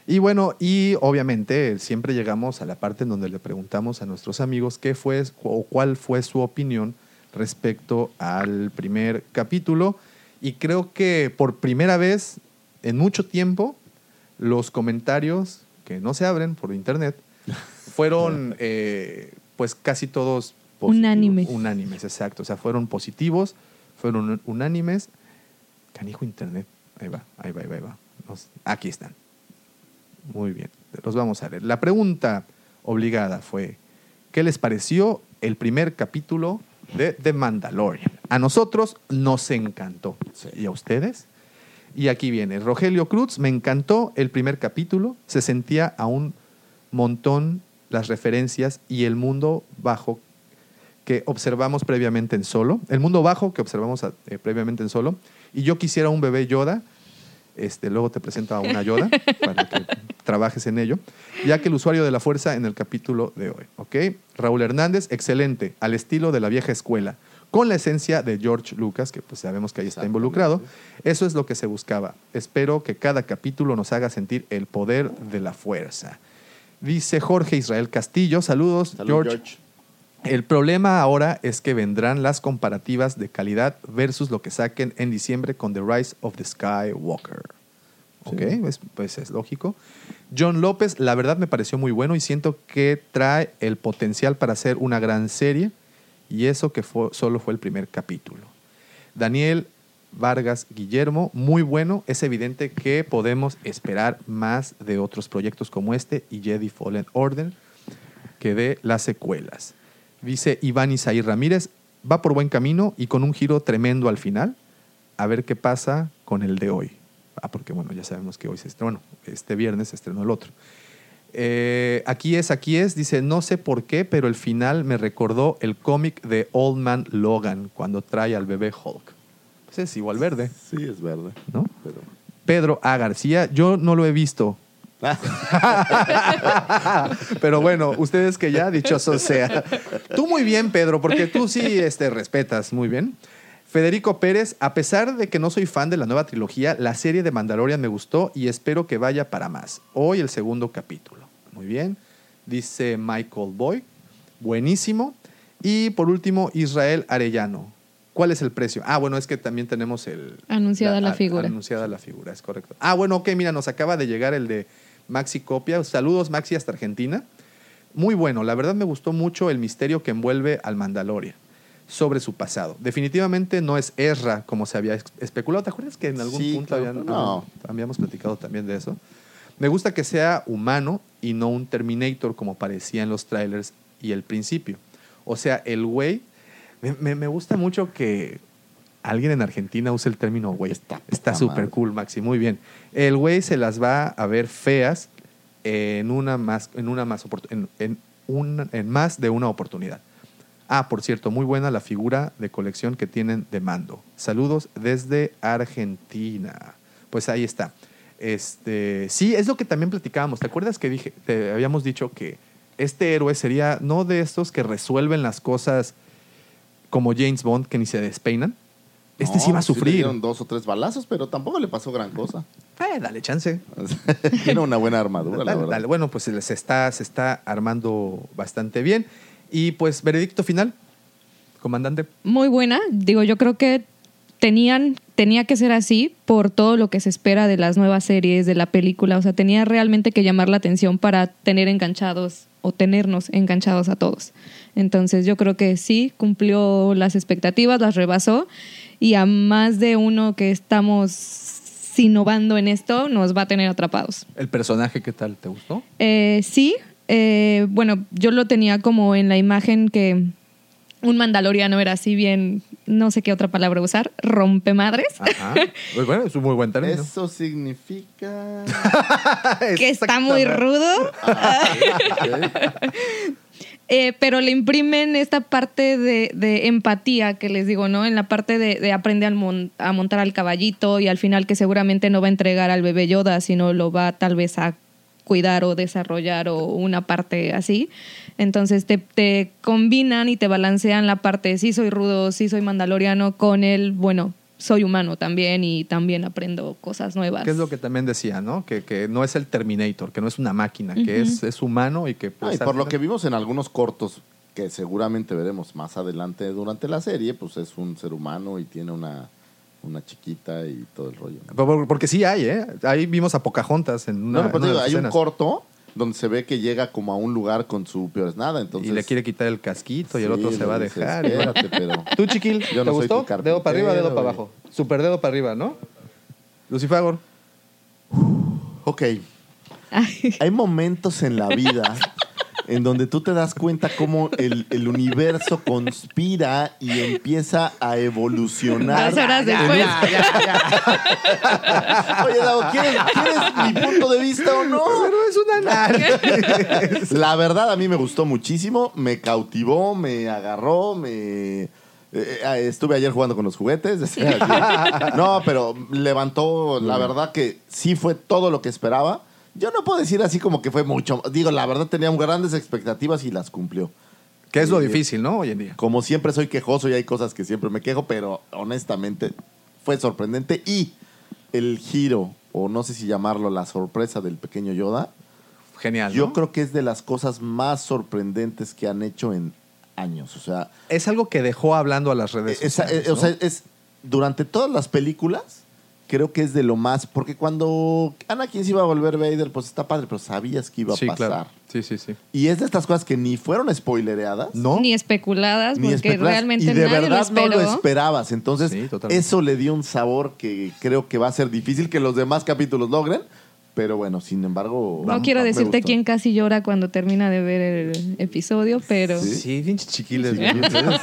[SPEAKER 5] Y bueno, y obviamente siempre llegamos a la parte en donde le preguntamos a nuestros amigos qué fue o cuál fue su opinión respecto al primer capítulo. Y creo que por primera vez en mucho tiempo, los comentarios que no se abren por internet fueron eh, pues casi todos positivos.
[SPEAKER 4] Unánimes.
[SPEAKER 5] Unánimes, exacto. O sea, fueron positivos, fueron unánimes. Canijo internet. Ahí va, ahí va, ahí va, ahí va. Nos- aquí están. Muy bien. Los vamos a leer. La pregunta obligada fue: ¿Qué les pareció el primer capítulo de The Mandalorian? A nosotros nos encantó. ¿Y a ustedes? Y aquí viene. Rogelio Cruz, me encantó el primer capítulo. Se sentía a un montón las referencias y el mundo bajo que observamos previamente en Solo, el mundo bajo que observamos eh, previamente en Solo, y yo quisiera un bebé Yoda Este, luego te presento a una Yoda para que trabajes en ello. Ya que el usuario de la fuerza en el capítulo de hoy, ¿ok? Raúl Hernández, excelente, al estilo de la vieja escuela, con la esencia de George Lucas, que pues sabemos que ahí está involucrado. Eso es lo que se buscaba. Espero que cada capítulo nos haga sentir el poder de la fuerza. Dice Jorge Israel Castillo, saludos,
[SPEAKER 3] Salud,
[SPEAKER 5] George.
[SPEAKER 3] George.
[SPEAKER 5] El problema ahora es que vendrán las comparativas de calidad versus lo que saquen en diciembre con The Rise of the Skywalker. Ok, pues, pues es lógico. John López, la verdad me pareció muy bueno y siento que trae el potencial para hacer una gran serie y eso que fue, solo fue el primer capítulo. Daniel Vargas Guillermo, muy bueno. Es evidente que podemos esperar más de otros proyectos como este y Jedi Fallen Order que de las secuelas. Dice Iván Isaí Ramírez, va por buen camino y con un giro tremendo al final. A ver qué pasa con el de hoy. Ah, porque bueno, ya sabemos que hoy se estrenó. Bueno, este viernes se estrenó el otro. Eh, aquí es, aquí es. Dice, no sé por qué, pero el final me recordó el cómic de Old Man Logan cuando trae al bebé Hulk. Pues es igual verde,
[SPEAKER 3] Sí, es verde.
[SPEAKER 5] ¿no?
[SPEAKER 3] Pero.
[SPEAKER 5] Pedro A. García, yo no lo he visto. Pero bueno, ustedes que ya, dichosos sea. Tú muy bien, Pedro, porque tú sí este, respetas muy bien. Federico Pérez, a pesar de que no soy fan de la nueva trilogía, la serie de Mandalorian me gustó y espero que vaya para más. Hoy el segundo capítulo. Muy bien. Dice Michael Boy. Buenísimo. Y por último, Israel Arellano. ¿Cuál es el precio? Ah, bueno, es que también tenemos el...
[SPEAKER 4] Anunciada la
[SPEAKER 5] a-
[SPEAKER 4] figura.
[SPEAKER 5] Anunciada la figura, es correcto. Ah, bueno, ok, mira, nos acaba de llegar el de Maxi Copia. Saludos, Maxi, hasta Argentina. Muy bueno, la verdad me gustó mucho el misterio que envuelve al Mandalorian sobre su pasado. Definitivamente no es Ezra como se había ex- especulado. ¿Te acuerdas que en algún
[SPEAKER 3] Sí,
[SPEAKER 5] punto
[SPEAKER 3] claro,
[SPEAKER 5] habían-
[SPEAKER 3] no.
[SPEAKER 5] habíamos platicado también de eso? Me gusta que sea humano y no un Terminator como parecía en los trailers y el principio. O sea, el güey... Me, me- me gusta mucho que alguien en Argentina use el término güey.
[SPEAKER 3] Está poca
[SPEAKER 5] Está súper
[SPEAKER 3] madre.
[SPEAKER 5] cool, Maxi. Muy bien. El güey se las va a ver feas en una más, en una más, oportu- en, en una- en más de una oportunidad. Ah, por cierto, muy buena la figura de colección que tienen de mando. Saludos desde Argentina. Pues ahí está. Este, sí, es lo que también platicábamos. ¿Te acuerdas que dije, te habíamos dicho que este héroe sería no de estos que resuelven las cosas como James Bond que ni se despeinan? Este
[SPEAKER 3] No,
[SPEAKER 5] sí va a
[SPEAKER 3] le
[SPEAKER 5] sufrir.
[SPEAKER 3] dieron dos o tres balazos, pero tampoco le pasó gran cosa.
[SPEAKER 5] Eh, dale chance.
[SPEAKER 3] Tiene una buena armadura, la
[SPEAKER 5] Dale,
[SPEAKER 3] verdad.
[SPEAKER 5] dale. Bueno, pues se les está, se está armando bastante bien. Y pues, veredicto final, comandante.
[SPEAKER 4] Muy buena. Digo, yo creo que tenían, tenía que ser así por todo lo que se espera de las nuevas series, de la película. O sea, tenía realmente que llamar la atención para tener enganchados o tenernos enganchados a todos. Entonces yo creo que sí, cumplió las expectativas, las rebasó y a más de uno que estamos innovando en esto, nos va a tener atrapados.
[SPEAKER 5] El personaje, ¿qué tal? ¿Te gustó?
[SPEAKER 4] Eh, sí, eh, bueno, yo lo tenía como en la imagen que un mandaloriano era así bien, no sé qué otra palabra usar, rompe madres,
[SPEAKER 5] Ajá. Pues bueno, es un muy buen término.
[SPEAKER 3] Eso significa.
[SPEAKER 4] que está muy
[SPEAKER 5] Exactamente.
[SPEAKER 4] rudo, eh, pero le imprimen esta parte de, de empatía que les digo, ¿no? En la parte de, de aprende al mon- a montar al caballito y al final que seguramente no va a entregar al bebé Yoda, sino lo va tal vez a cuidar o desarrollar o una parte así. Entonces te, te combinan y te balancean la parte de sí soy rudo, sí soy mandaloriano con el, bueno, soy humano también y también aprendo cosas nuevas.
[SPEAKER 5] Que es lo que también decía, ¿no? Que, que no es el Terminator, que no es una máquina, que es, es humano y que...
[SPEAKER 3] Ah,
[SPEAKER 5] pues,
[SPEAKER 3] y
[SPEAKER 5] al
[SPEAKER 3] por lo que
[SPEAKER 5] final-
[SPEAKER 3] vimos en algunos cortos que seguramente veremos más adelante durante la serie, pues es un ser humano y tiene una, una chiquita y todo el rollo. ¿no?
[SPEAKER 5] Por- por- Porque sí hay, ¿eh? Ahí vimos a Pocahontas en una,
[SPEAKER 3] no, no, pero
[SPEAKER 5] en una de
[SPEAKER 3] digo,
[SPEAKER 5] las
[SPEAKER 3] hay un
[SPEAKER 5] escenas.
[SPEAKER 3] corto donde se ve que llega como a un lugar con su peor es nada, entonces...
[SPEAKER 5] Y le quiere quitar el casquito y el
[SPEAKER 3] Sí,
[SPEAKER 5] otro se
[SPEAKER 3] le
[SPEAKER 5] va a
[SPEAKER 3] dices,
[SPEAKER 5] dejar. y bueno.
[SPEAKER 3] Espérate, pero...
[SPEAKER 5] Tú, chiquil,
[SPEAKER 3] Yo
[SPEAKER 5] ¿te
[SPEAKER 3] no soy tu
[SPEAKER 5] gustó? Dedo para arriba, dedo
[SPEAKER 3] carpintero,
[SPEAKER 5] para
[SPEAKER 3] güey.
[SPEAKER 5] abajo. Super dedo para arriba, ¿no? Lucifagor.
[SPEAKER 3] Ok,
[SPEAKER 4] Ay,
[SPEAKER 3] hay momentos en la vida en donde tú te das cuenta cómo el, el universo conspira y empieza a evolucionar.
[SPEAKER 4] Dos
[SPEAKER 5] Ah,
[SPEAKER 4] horas Ah, después.
[SPEAKER 3] Oye, Davo, ¿quieres, quieres mi punto de vista o no?
[SPEAKER 5] es una
[SPEAKER 3] La verdad, a mí me gustó muchísimo, me cautivó, me agarró, me. Eh, eh, estuve ayer jugando con los juguetes. decía así. no, pero levantó, la verdad que sí fue todo lo que esperaba. Yo no puedo decir así como que fue mucho. Digo, la verdad teníamos grandes expectativas y las cumplió.
[SPEAKER 5] Que es lo
[SPEAKER 3] Sí.
[SPEAKER 5] difícil, ¿no? Hoy en día.
[SPEAKER 3] Como siempre soy quejoso y hay cosas que siempre me quejo, pero honestamente fue sorprendente y el giro, o no sé si llamarlo la sorpresa del pequeño Yoda,
[SPEAKER 5] Genial.
[SPEAKER 3] yo
[SPEAKER 5] ¿Ah, ¿no?
[SPEAKER 3] creo que es de las cosas más sorprendentes que han hecho en años. O sea,
[SPEAKER 5] Es algo que dejó hablando a las redes.
[SPEAKER 3] esa-
[SPEAKER 5] sociales,
[SPEAKER 3] eh, o
[SPEAKER 5] ¿no?
[SPEAKER 3] sea, es durante todas las películas creo que es de lo más porque cuando Anakin se iba a volver Vader, pues está padre, pero sabías que iba a
[SPEAKER 5] sí,
[SPEAKER 3] pasar.
[SPEAKER 5] claro. Sí, sí, sí.
[SPEAKER 3] Y es de estas cosas que ni fueron spoilereadas.
[SPEAKER 5] ¿No?
[SPEAKER 4] Ni especuladas,
[SPEAKER 3] ni
[SPEAKER 4] porque
[SPEAKER 3] esperadas,
[SPEAKER 4] realmente
[SPEAKER 3] y de
[SPEAKER 4] nadie
[SPEAKER 3] verdad
[SPEAKER 4] lo
[SPEAKER 3] no
[SPEAKER 4] esperó.
[SPEAKER 3] lo esperabas. Entonces,
[SPEAKER 5] Sí, totalmente.
[SPEAKER 3] eso le dio un sabor que creo que va a ser difícil que los demás capítulos logren. Pero bueno, sin embargo.
[SPEAKER 4] no quiero
[SPEAKER 3] me
[SPEAKER 4] decirte
[SPEAKER 3] gustó.
[SPEAKER 4] quién casi llora cuando termina de ver el episodio, pero
[SPEAKER 3] Sí.
[SPEAKER 5] Sí, pinches chiquiles.
[SPEAKER 3] Sí,
[SPEAKER 5] güey.
[SPEAKER 3] ustedes.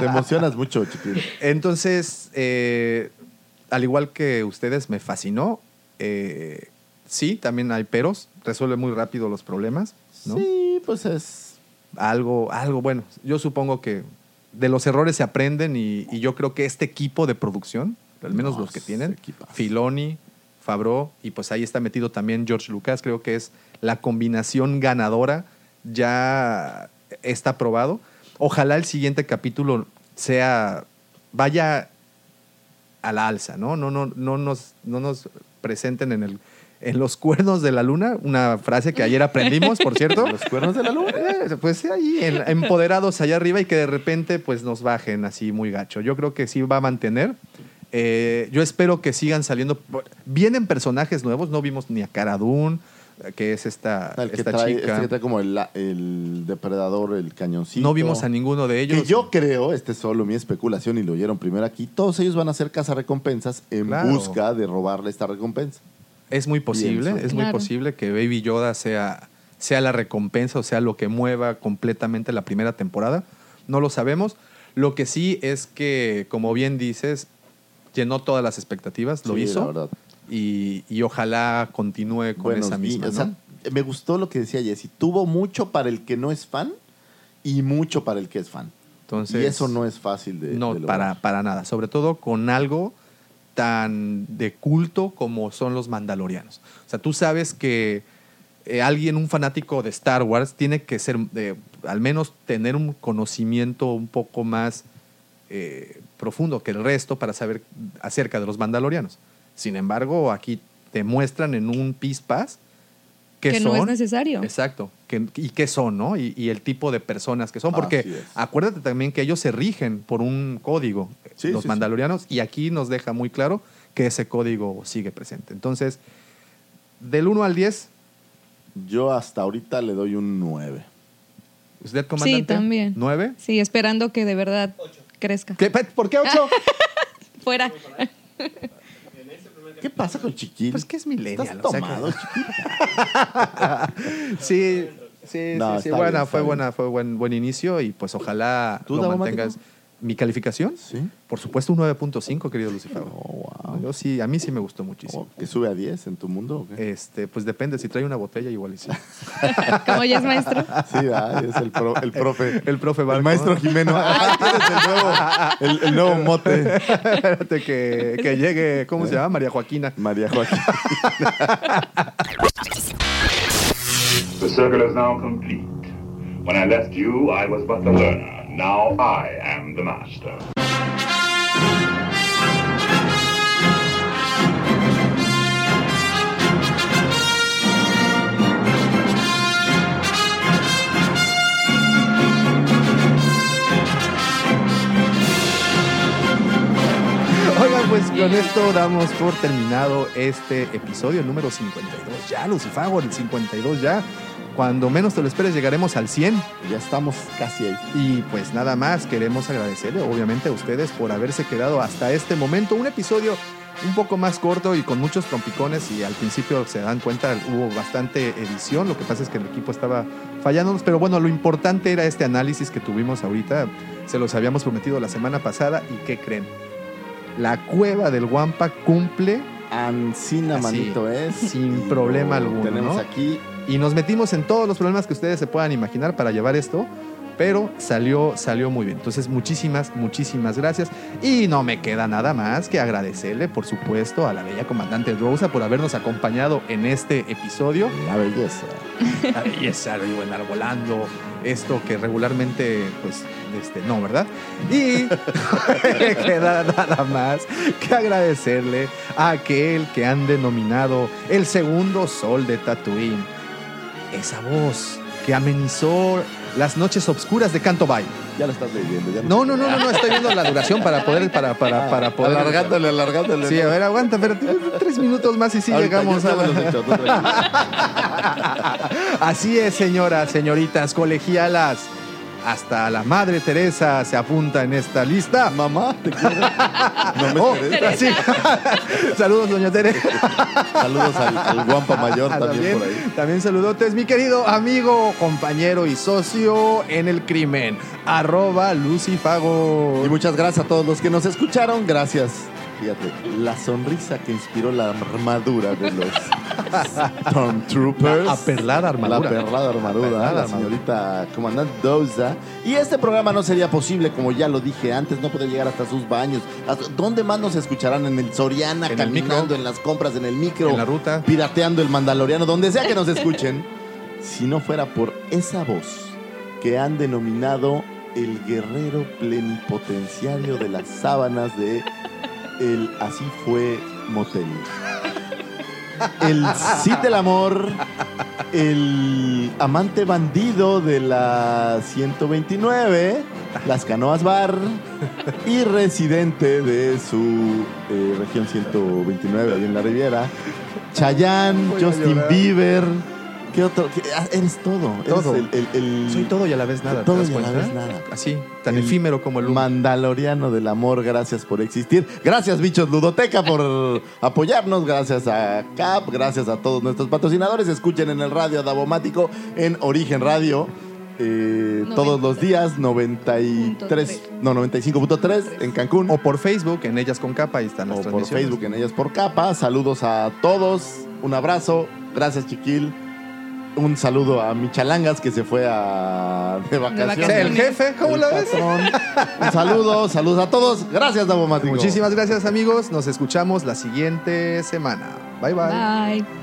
[SPEAKER 3] Te emocionas mucho, chiquillo.
[SPEAKER 5] Entonces, eh, al igual que ustedes, me fascinó. Eh, sí, también hay peros. Resuelve muy rápido los problemas. ¿no?
[SPEAKER 3] Sí, pues es.
[SPEAKER 5] algo, algo bueno. Yo supongo que de los errores se aprenden y, y yo creo que este equipo de producción, al menos
[SPEAKER 3] No,
[SPEAKER 5] los que
[SPEAKER 3] es
[SPEAKER 5] tienen,
[SPEAKER 3] equipazo.
[SPEAKER 5] Filoni, Fabro y pues ahí está metido también George Lucas, creo que es la combinación ganadora, ya está probado. Ojalá el siguiente capítulo sea, vaya a la alza, ¿no? No, no, no, nos, no nos presenten en, el, en los cuernos de la luna, una frase que ayer aprendimos, por cierto.
[SPEAKER 3] Los cuernos de la luna.
[SPEAKER 5] Eh, pues ahí, en- empoderados allá arriba y que de repente pues nos bajen así muy gacho. Yo creo que sí va a mantener. Eh, yo espero que sigan saliendo. Vienen personajes nuevos, no vimos ni a Cara Dune, eh, que es esta,
[SPEAKER 3] El que
[SPEAKER 5] esta
[SPEAKER 3] trae, este
[SPEAKER 5] chica.
[SPEAKER 3] que trae como el, la- el depredador, el cañoncito.
[SPEAKER 5] no vimos a ninguno de ellos.
[SPEAKER 3] Que yo creo, este es solo mi especulación y lo oyeron primero aquí, todos ellos van a ser cazarrecompensas en
[SPEAKER 5] Claro.
[SPEAKER 3] busca de robarle esta recompensa.
[SPEAKER 5] Es muy posible,
[SPEAKER 3] Bien,
[SPEAKER 5] es muy
[SPEAKER 4] Claro.
[SPEAKER 5] posible que Baby Yoda sea, sea la recompensa o sea lo que mueva completamente la primera temporada. No lo sabemos. Lo que sí es que, como bien dices, llenó todas las expectativas, lo
[SPEAKER 3] Sí,
[SPEAKER 5] hizo.
[SPEAKER 3] la verdad.
[SPEAKER 5] Y, y ojalá continúe con
[SPEAKER 3] Buenos
[SPEAKER 5] esa
[SPEAKER 3] di-
[SPEAKER 5] misma.
[SPEAKER 3] o
[SPEAKER 5] ¿no?
[SPEAKER 3] sea, me gustó lo que decía Jesse. Tuvo mucho para el que no es fan y mucho para el que es fan.
[SPEAKER 5] Entonces,
[SPEAKER 3] y eso no es fácil de.
[SPEAKER 5] no,
[SPEAKER 3] de lograr.
[SPEAKER 5] para, para nada. Sobre todo con algo tan de culto como son los mandalorianos. O sea, tú sabes que eh, alguien, un fanático de Star Wars, tiene que ser, eh, al menos tener un conocimiento un poco más eh, profundo que el resto para saber acerca de los mandalorianos. Sin embargo, aquí te muestran en un pispas que,
[SPEAKER 4] Que no
[SPEAKER 5] son.
[SPEAKER 4] es necesario.
[SPEAKER 5] Exacto. Que- y qué son, ¿no? Y, y el tipo de personas que son.
[SPEAKER 3] Así
[SPEAKER 5] Porque
[SPEAKER 3] es.
[SPEAKER 5] acuérdate también que ellos se rigen por un código,
[SPEAKER 3] Sí,
[SPEAKER 5] los
[SPEAKER 3] sí,
[SPEAKER 5] mandalorianos, y aquí nos deja muy claro que ese código sigue presente. Entonces, del 1 al 10,
[SPEAKER 3] Yo hasta ahorita le doy un 9.
[SPEAKER 5] usted comandante.
[SPEAKER 4] sí, también.
[SPEAKER 5] 9.
[SPEAKER 4] Sí, esperando que de verdad crezca.
[SPEAKER 5] ¿Por qué 8?
[SPEAKER 4] Fuera.
[SPEAKER 3] ¿Qué pasa con Chiquín?
[SPEAKER 5] pues que es millennial.
[SPEAKER 3] ¿Estás
[SPEAKER 5] o sea que-
[SPEAKER 3] tomado, Chiquín?
[SPEAKER 5] Sí, sí,
[SPEAKER 3] No,
[SPEAKER 5] sí, sí.
[SPEAKER 3] está
[SPEAKER 5] Buena,
[SPEAKER 3] bien, está
[SPEAKER 5] fue
[SPEAKER 3] bien.
[SPEAKER 5] buena, fue buen, buen inicio y pues ojalá
[SPEAKER 3] ¿Tú,
[SPEAKER 5] lo
[SPEAKER 3] Davomático?
[SPEAKER 5] mantengas. ¿Mi calificación?
[SPEAKER 3] Sí.
[SPEAKER 5] Por supuesto, un 9.5, querido Lucifer.
[SPEAKER 3] Oh, wow.
[SPEAKER 5] Yo sí, a mí sí me gustó muchísimo.
[SPEAKER 3] ¿O ¿Que sube a 10 en tu mundo? o qué?
[SPEAKER 5] Este, pues depende, si trae una botella igual y sí.
[SPEAKER 4] Como ya es maestro.
[SPEAKER 3] Sí, ¿verdad? es el, pro- el profe.
[SPEAKER 5] El profe Barco.
[SPEAKER 3] El maestro Jimeno. Ay, tienes el nuevo, el- el nuevo mote.
[SPEAKER 5] Espérate que, que llegue, ¿cómo se llama? María Joaquina.
[SPEAKER 3] María Joaquín.
[SPEAKER 2] The circle is now complete. When I left you, I was but the learner. Now I am the master.
[SPEAKER 5] Oigan, pues con esto damos por terminado este episodio número 52. Ya, Lucifago, el 52 ya. Cuando menos te lo esperes, llegaremos al 100.
[SPEAKER 3] Ya estamos casi ahí.
[SPEAKER 5] Y pues nada más, queremos agradecerle obviamente a ustedes por haberse quedado hasta este momento. Un episodio un poco más corto y con muchos trompicones y al principio se dan cuenta hubo bastante edición. Lo que pasa es que el equipo estaba fallándonos, pero bueno, lo importante era este análisis que tuvimos ahorita. Se los habíamos prometido la semana pasada y ¿qué creen? La cueva del Guampa cumple
[SPEAKER 3] Ancina,
[SPEAKER 5] Así,
[SPEAKER 3] manito, es.
[SPEAKER 5] sin
[SPEAKER 3] Y
[SPEAKER 5] problema
[SPEAKER 3] lo
[SPEAKER 5] alguno,
[SPEAKER 3] Tenemos
[SPEAKER 5] ¿no?
[SPEAKER 3] aquí
[SPEAKER 5] y nos metimos en todos los problemas que ustedes se puedan imaginar para llevar esto Pero salió, salió muy bien. Entonces, muchísimas, muchísimas gracias. Y no me queda nada más que agradecerle, por supuesto, a la bella comandante Rosa por habernos acompañado en este episodio.
[SPEAKER 3] La belleza.
[SPEAKER 5] La belleza, lo digo, enarbolando. Esto que regularmente, pues, este, no, ¿verdad? Y me queda nada más que agradecerle a aquel que han denominado el segundo sol de Tatooine. Esa voz que amenizó las noches obscuras de Canto Bay.
[SPEAKER 3] Ya la estás leyendo. Ah, Ya
[SPEAKER 5] No, no, no, no, no, estoy viendo la duración para poder, para, para, para poder.
[SPEAKER 3] Alargándole, alargándole.
[SPEAKER 5] Sí, a ver, aguanta, espérate, tres minutos más y sí
[SPEAKER 3] Ahorita
[SPEAKER 5] llegamos
[SPEAKER 3] yo
[SPEAKER 5] a
[SPEAKER 3] te los
[SPEAKER 5] la...
[SPEAKER 3] echo, no te preocupes.
[SPEAKER 5] Así es, señoras, señoritas, colegialas. Hasta la madre Teresa se apunta en esta lista.
[SPEAKER 3] Mamá, te quiero. No me
[SPEAKER 5] Oh,
[SPEAKER 3] esperes.
[SPEAKER 5] sí. Saludos, doña Teresa.
[SPEAKER 3] Saludos al, al Guampa Mayor
[SPEAKER 5] Ah,
[SPEAKER 3] también, por ahí.
[SPEAKER 5] También saludotes, mi querido amigo, compañero y socio en el crimen. Arroba Lucifago.
[SPEAKER 3] Y muchas gracias a todos los que nos escucharon. Gracias. Fíjate, la sonrisa que inspiró la armadura de los Stormtroopers.
[SPEAKER 5] La aperlada armadura.
[SPEAKER 3] La perlada armadura,
[SPEAKER 5] La aperlada
[SPEAKER 3] la
[SPEAKER 5] armadura. ¿eh,
[SPEAKER 3] señorita comandante Doza. Y este programa no sería posible, como ya lo dije antes, no podría llegar hasta sus baños. Hasta- ¿Dónde más nos escucharán? En el Soriana,
[SPEAKER 5] En el
[SPEAKER 3] caminando,
[SPEAKER 5] micro.
[SPEAKER 3] en las compras, en el micro,
[SPEAKER 5] En la ruta.
[SPEAKER 3] pirateando el Mandaloriano, donde sea que nos escuchen. si no fuera por esa voz que han denominado el guerrero plenipotenciario de las sábanas de el Así fue Motel. El Cid del Amor, el amante bandido de la 129, las Canoas Bar y residente de su eh, región 129, ahí en la Riviera, Chayanne,
[SPEAKER 5] Voy a
[SPEAKER 3] Justin
[SPEAKER 5] llorar.
[SPEAKER 3] Bieber. ¿Qué otro? ¿Qué? Ah, Eres todo. Eres
[SPEAKER 5] Todo.
[SPEAKER 3] el- el- el-
[SPEAKER 5] Soy todo y a la vez nada. ¿te
[SPEAKER 3] Todo
[SPEAKER 5] das
[SPEAKER 3] y a la
[SPEAKER 5] cuenta?
[SPEAKER 3] vez nada.
[SPEAKER 5] Así, tan
[SPEAKER 3] El
[SPEAKER 5] efímero como el humo.
[SPEAKER 3] Mandaloriano del amor, gracias por existir. Gracias, bichos Ludoteca, por apoyarnos. Gracias a Cap, gracias a todos nuestros patrocinadores. Escuchen en el radio Davomático, en Origen Radio, eh, todos los días, 93, no, 95.3 en Cancún.
[SPEAKER 5] O por Facebook, en Ellas con Capa, ahí están las
[SPEAKER 3] O por
[SPEAKER 5] transmisiones.
[SPEAKER 3] Facebook en Ellas por Capa. Saludos a todos. Un abrazo. Gracias, Chiquil. Un saludo a Michalangas que se fue a de vacaciones.
[SPEAKER 5] Sí, El jefe, ¿cómo
[SPEAKER 3] El
[SPEAKER 5] la ves?
[SPEAKER 3] patrón. Un saludo, saludos a todos. Gracias, Davo Mático.
[SPEAKER 5] Muchísimas gracias, amigos. Nos escuchamos la siguiente semana. Bye, bye.
[SPEAKER 4] Bye.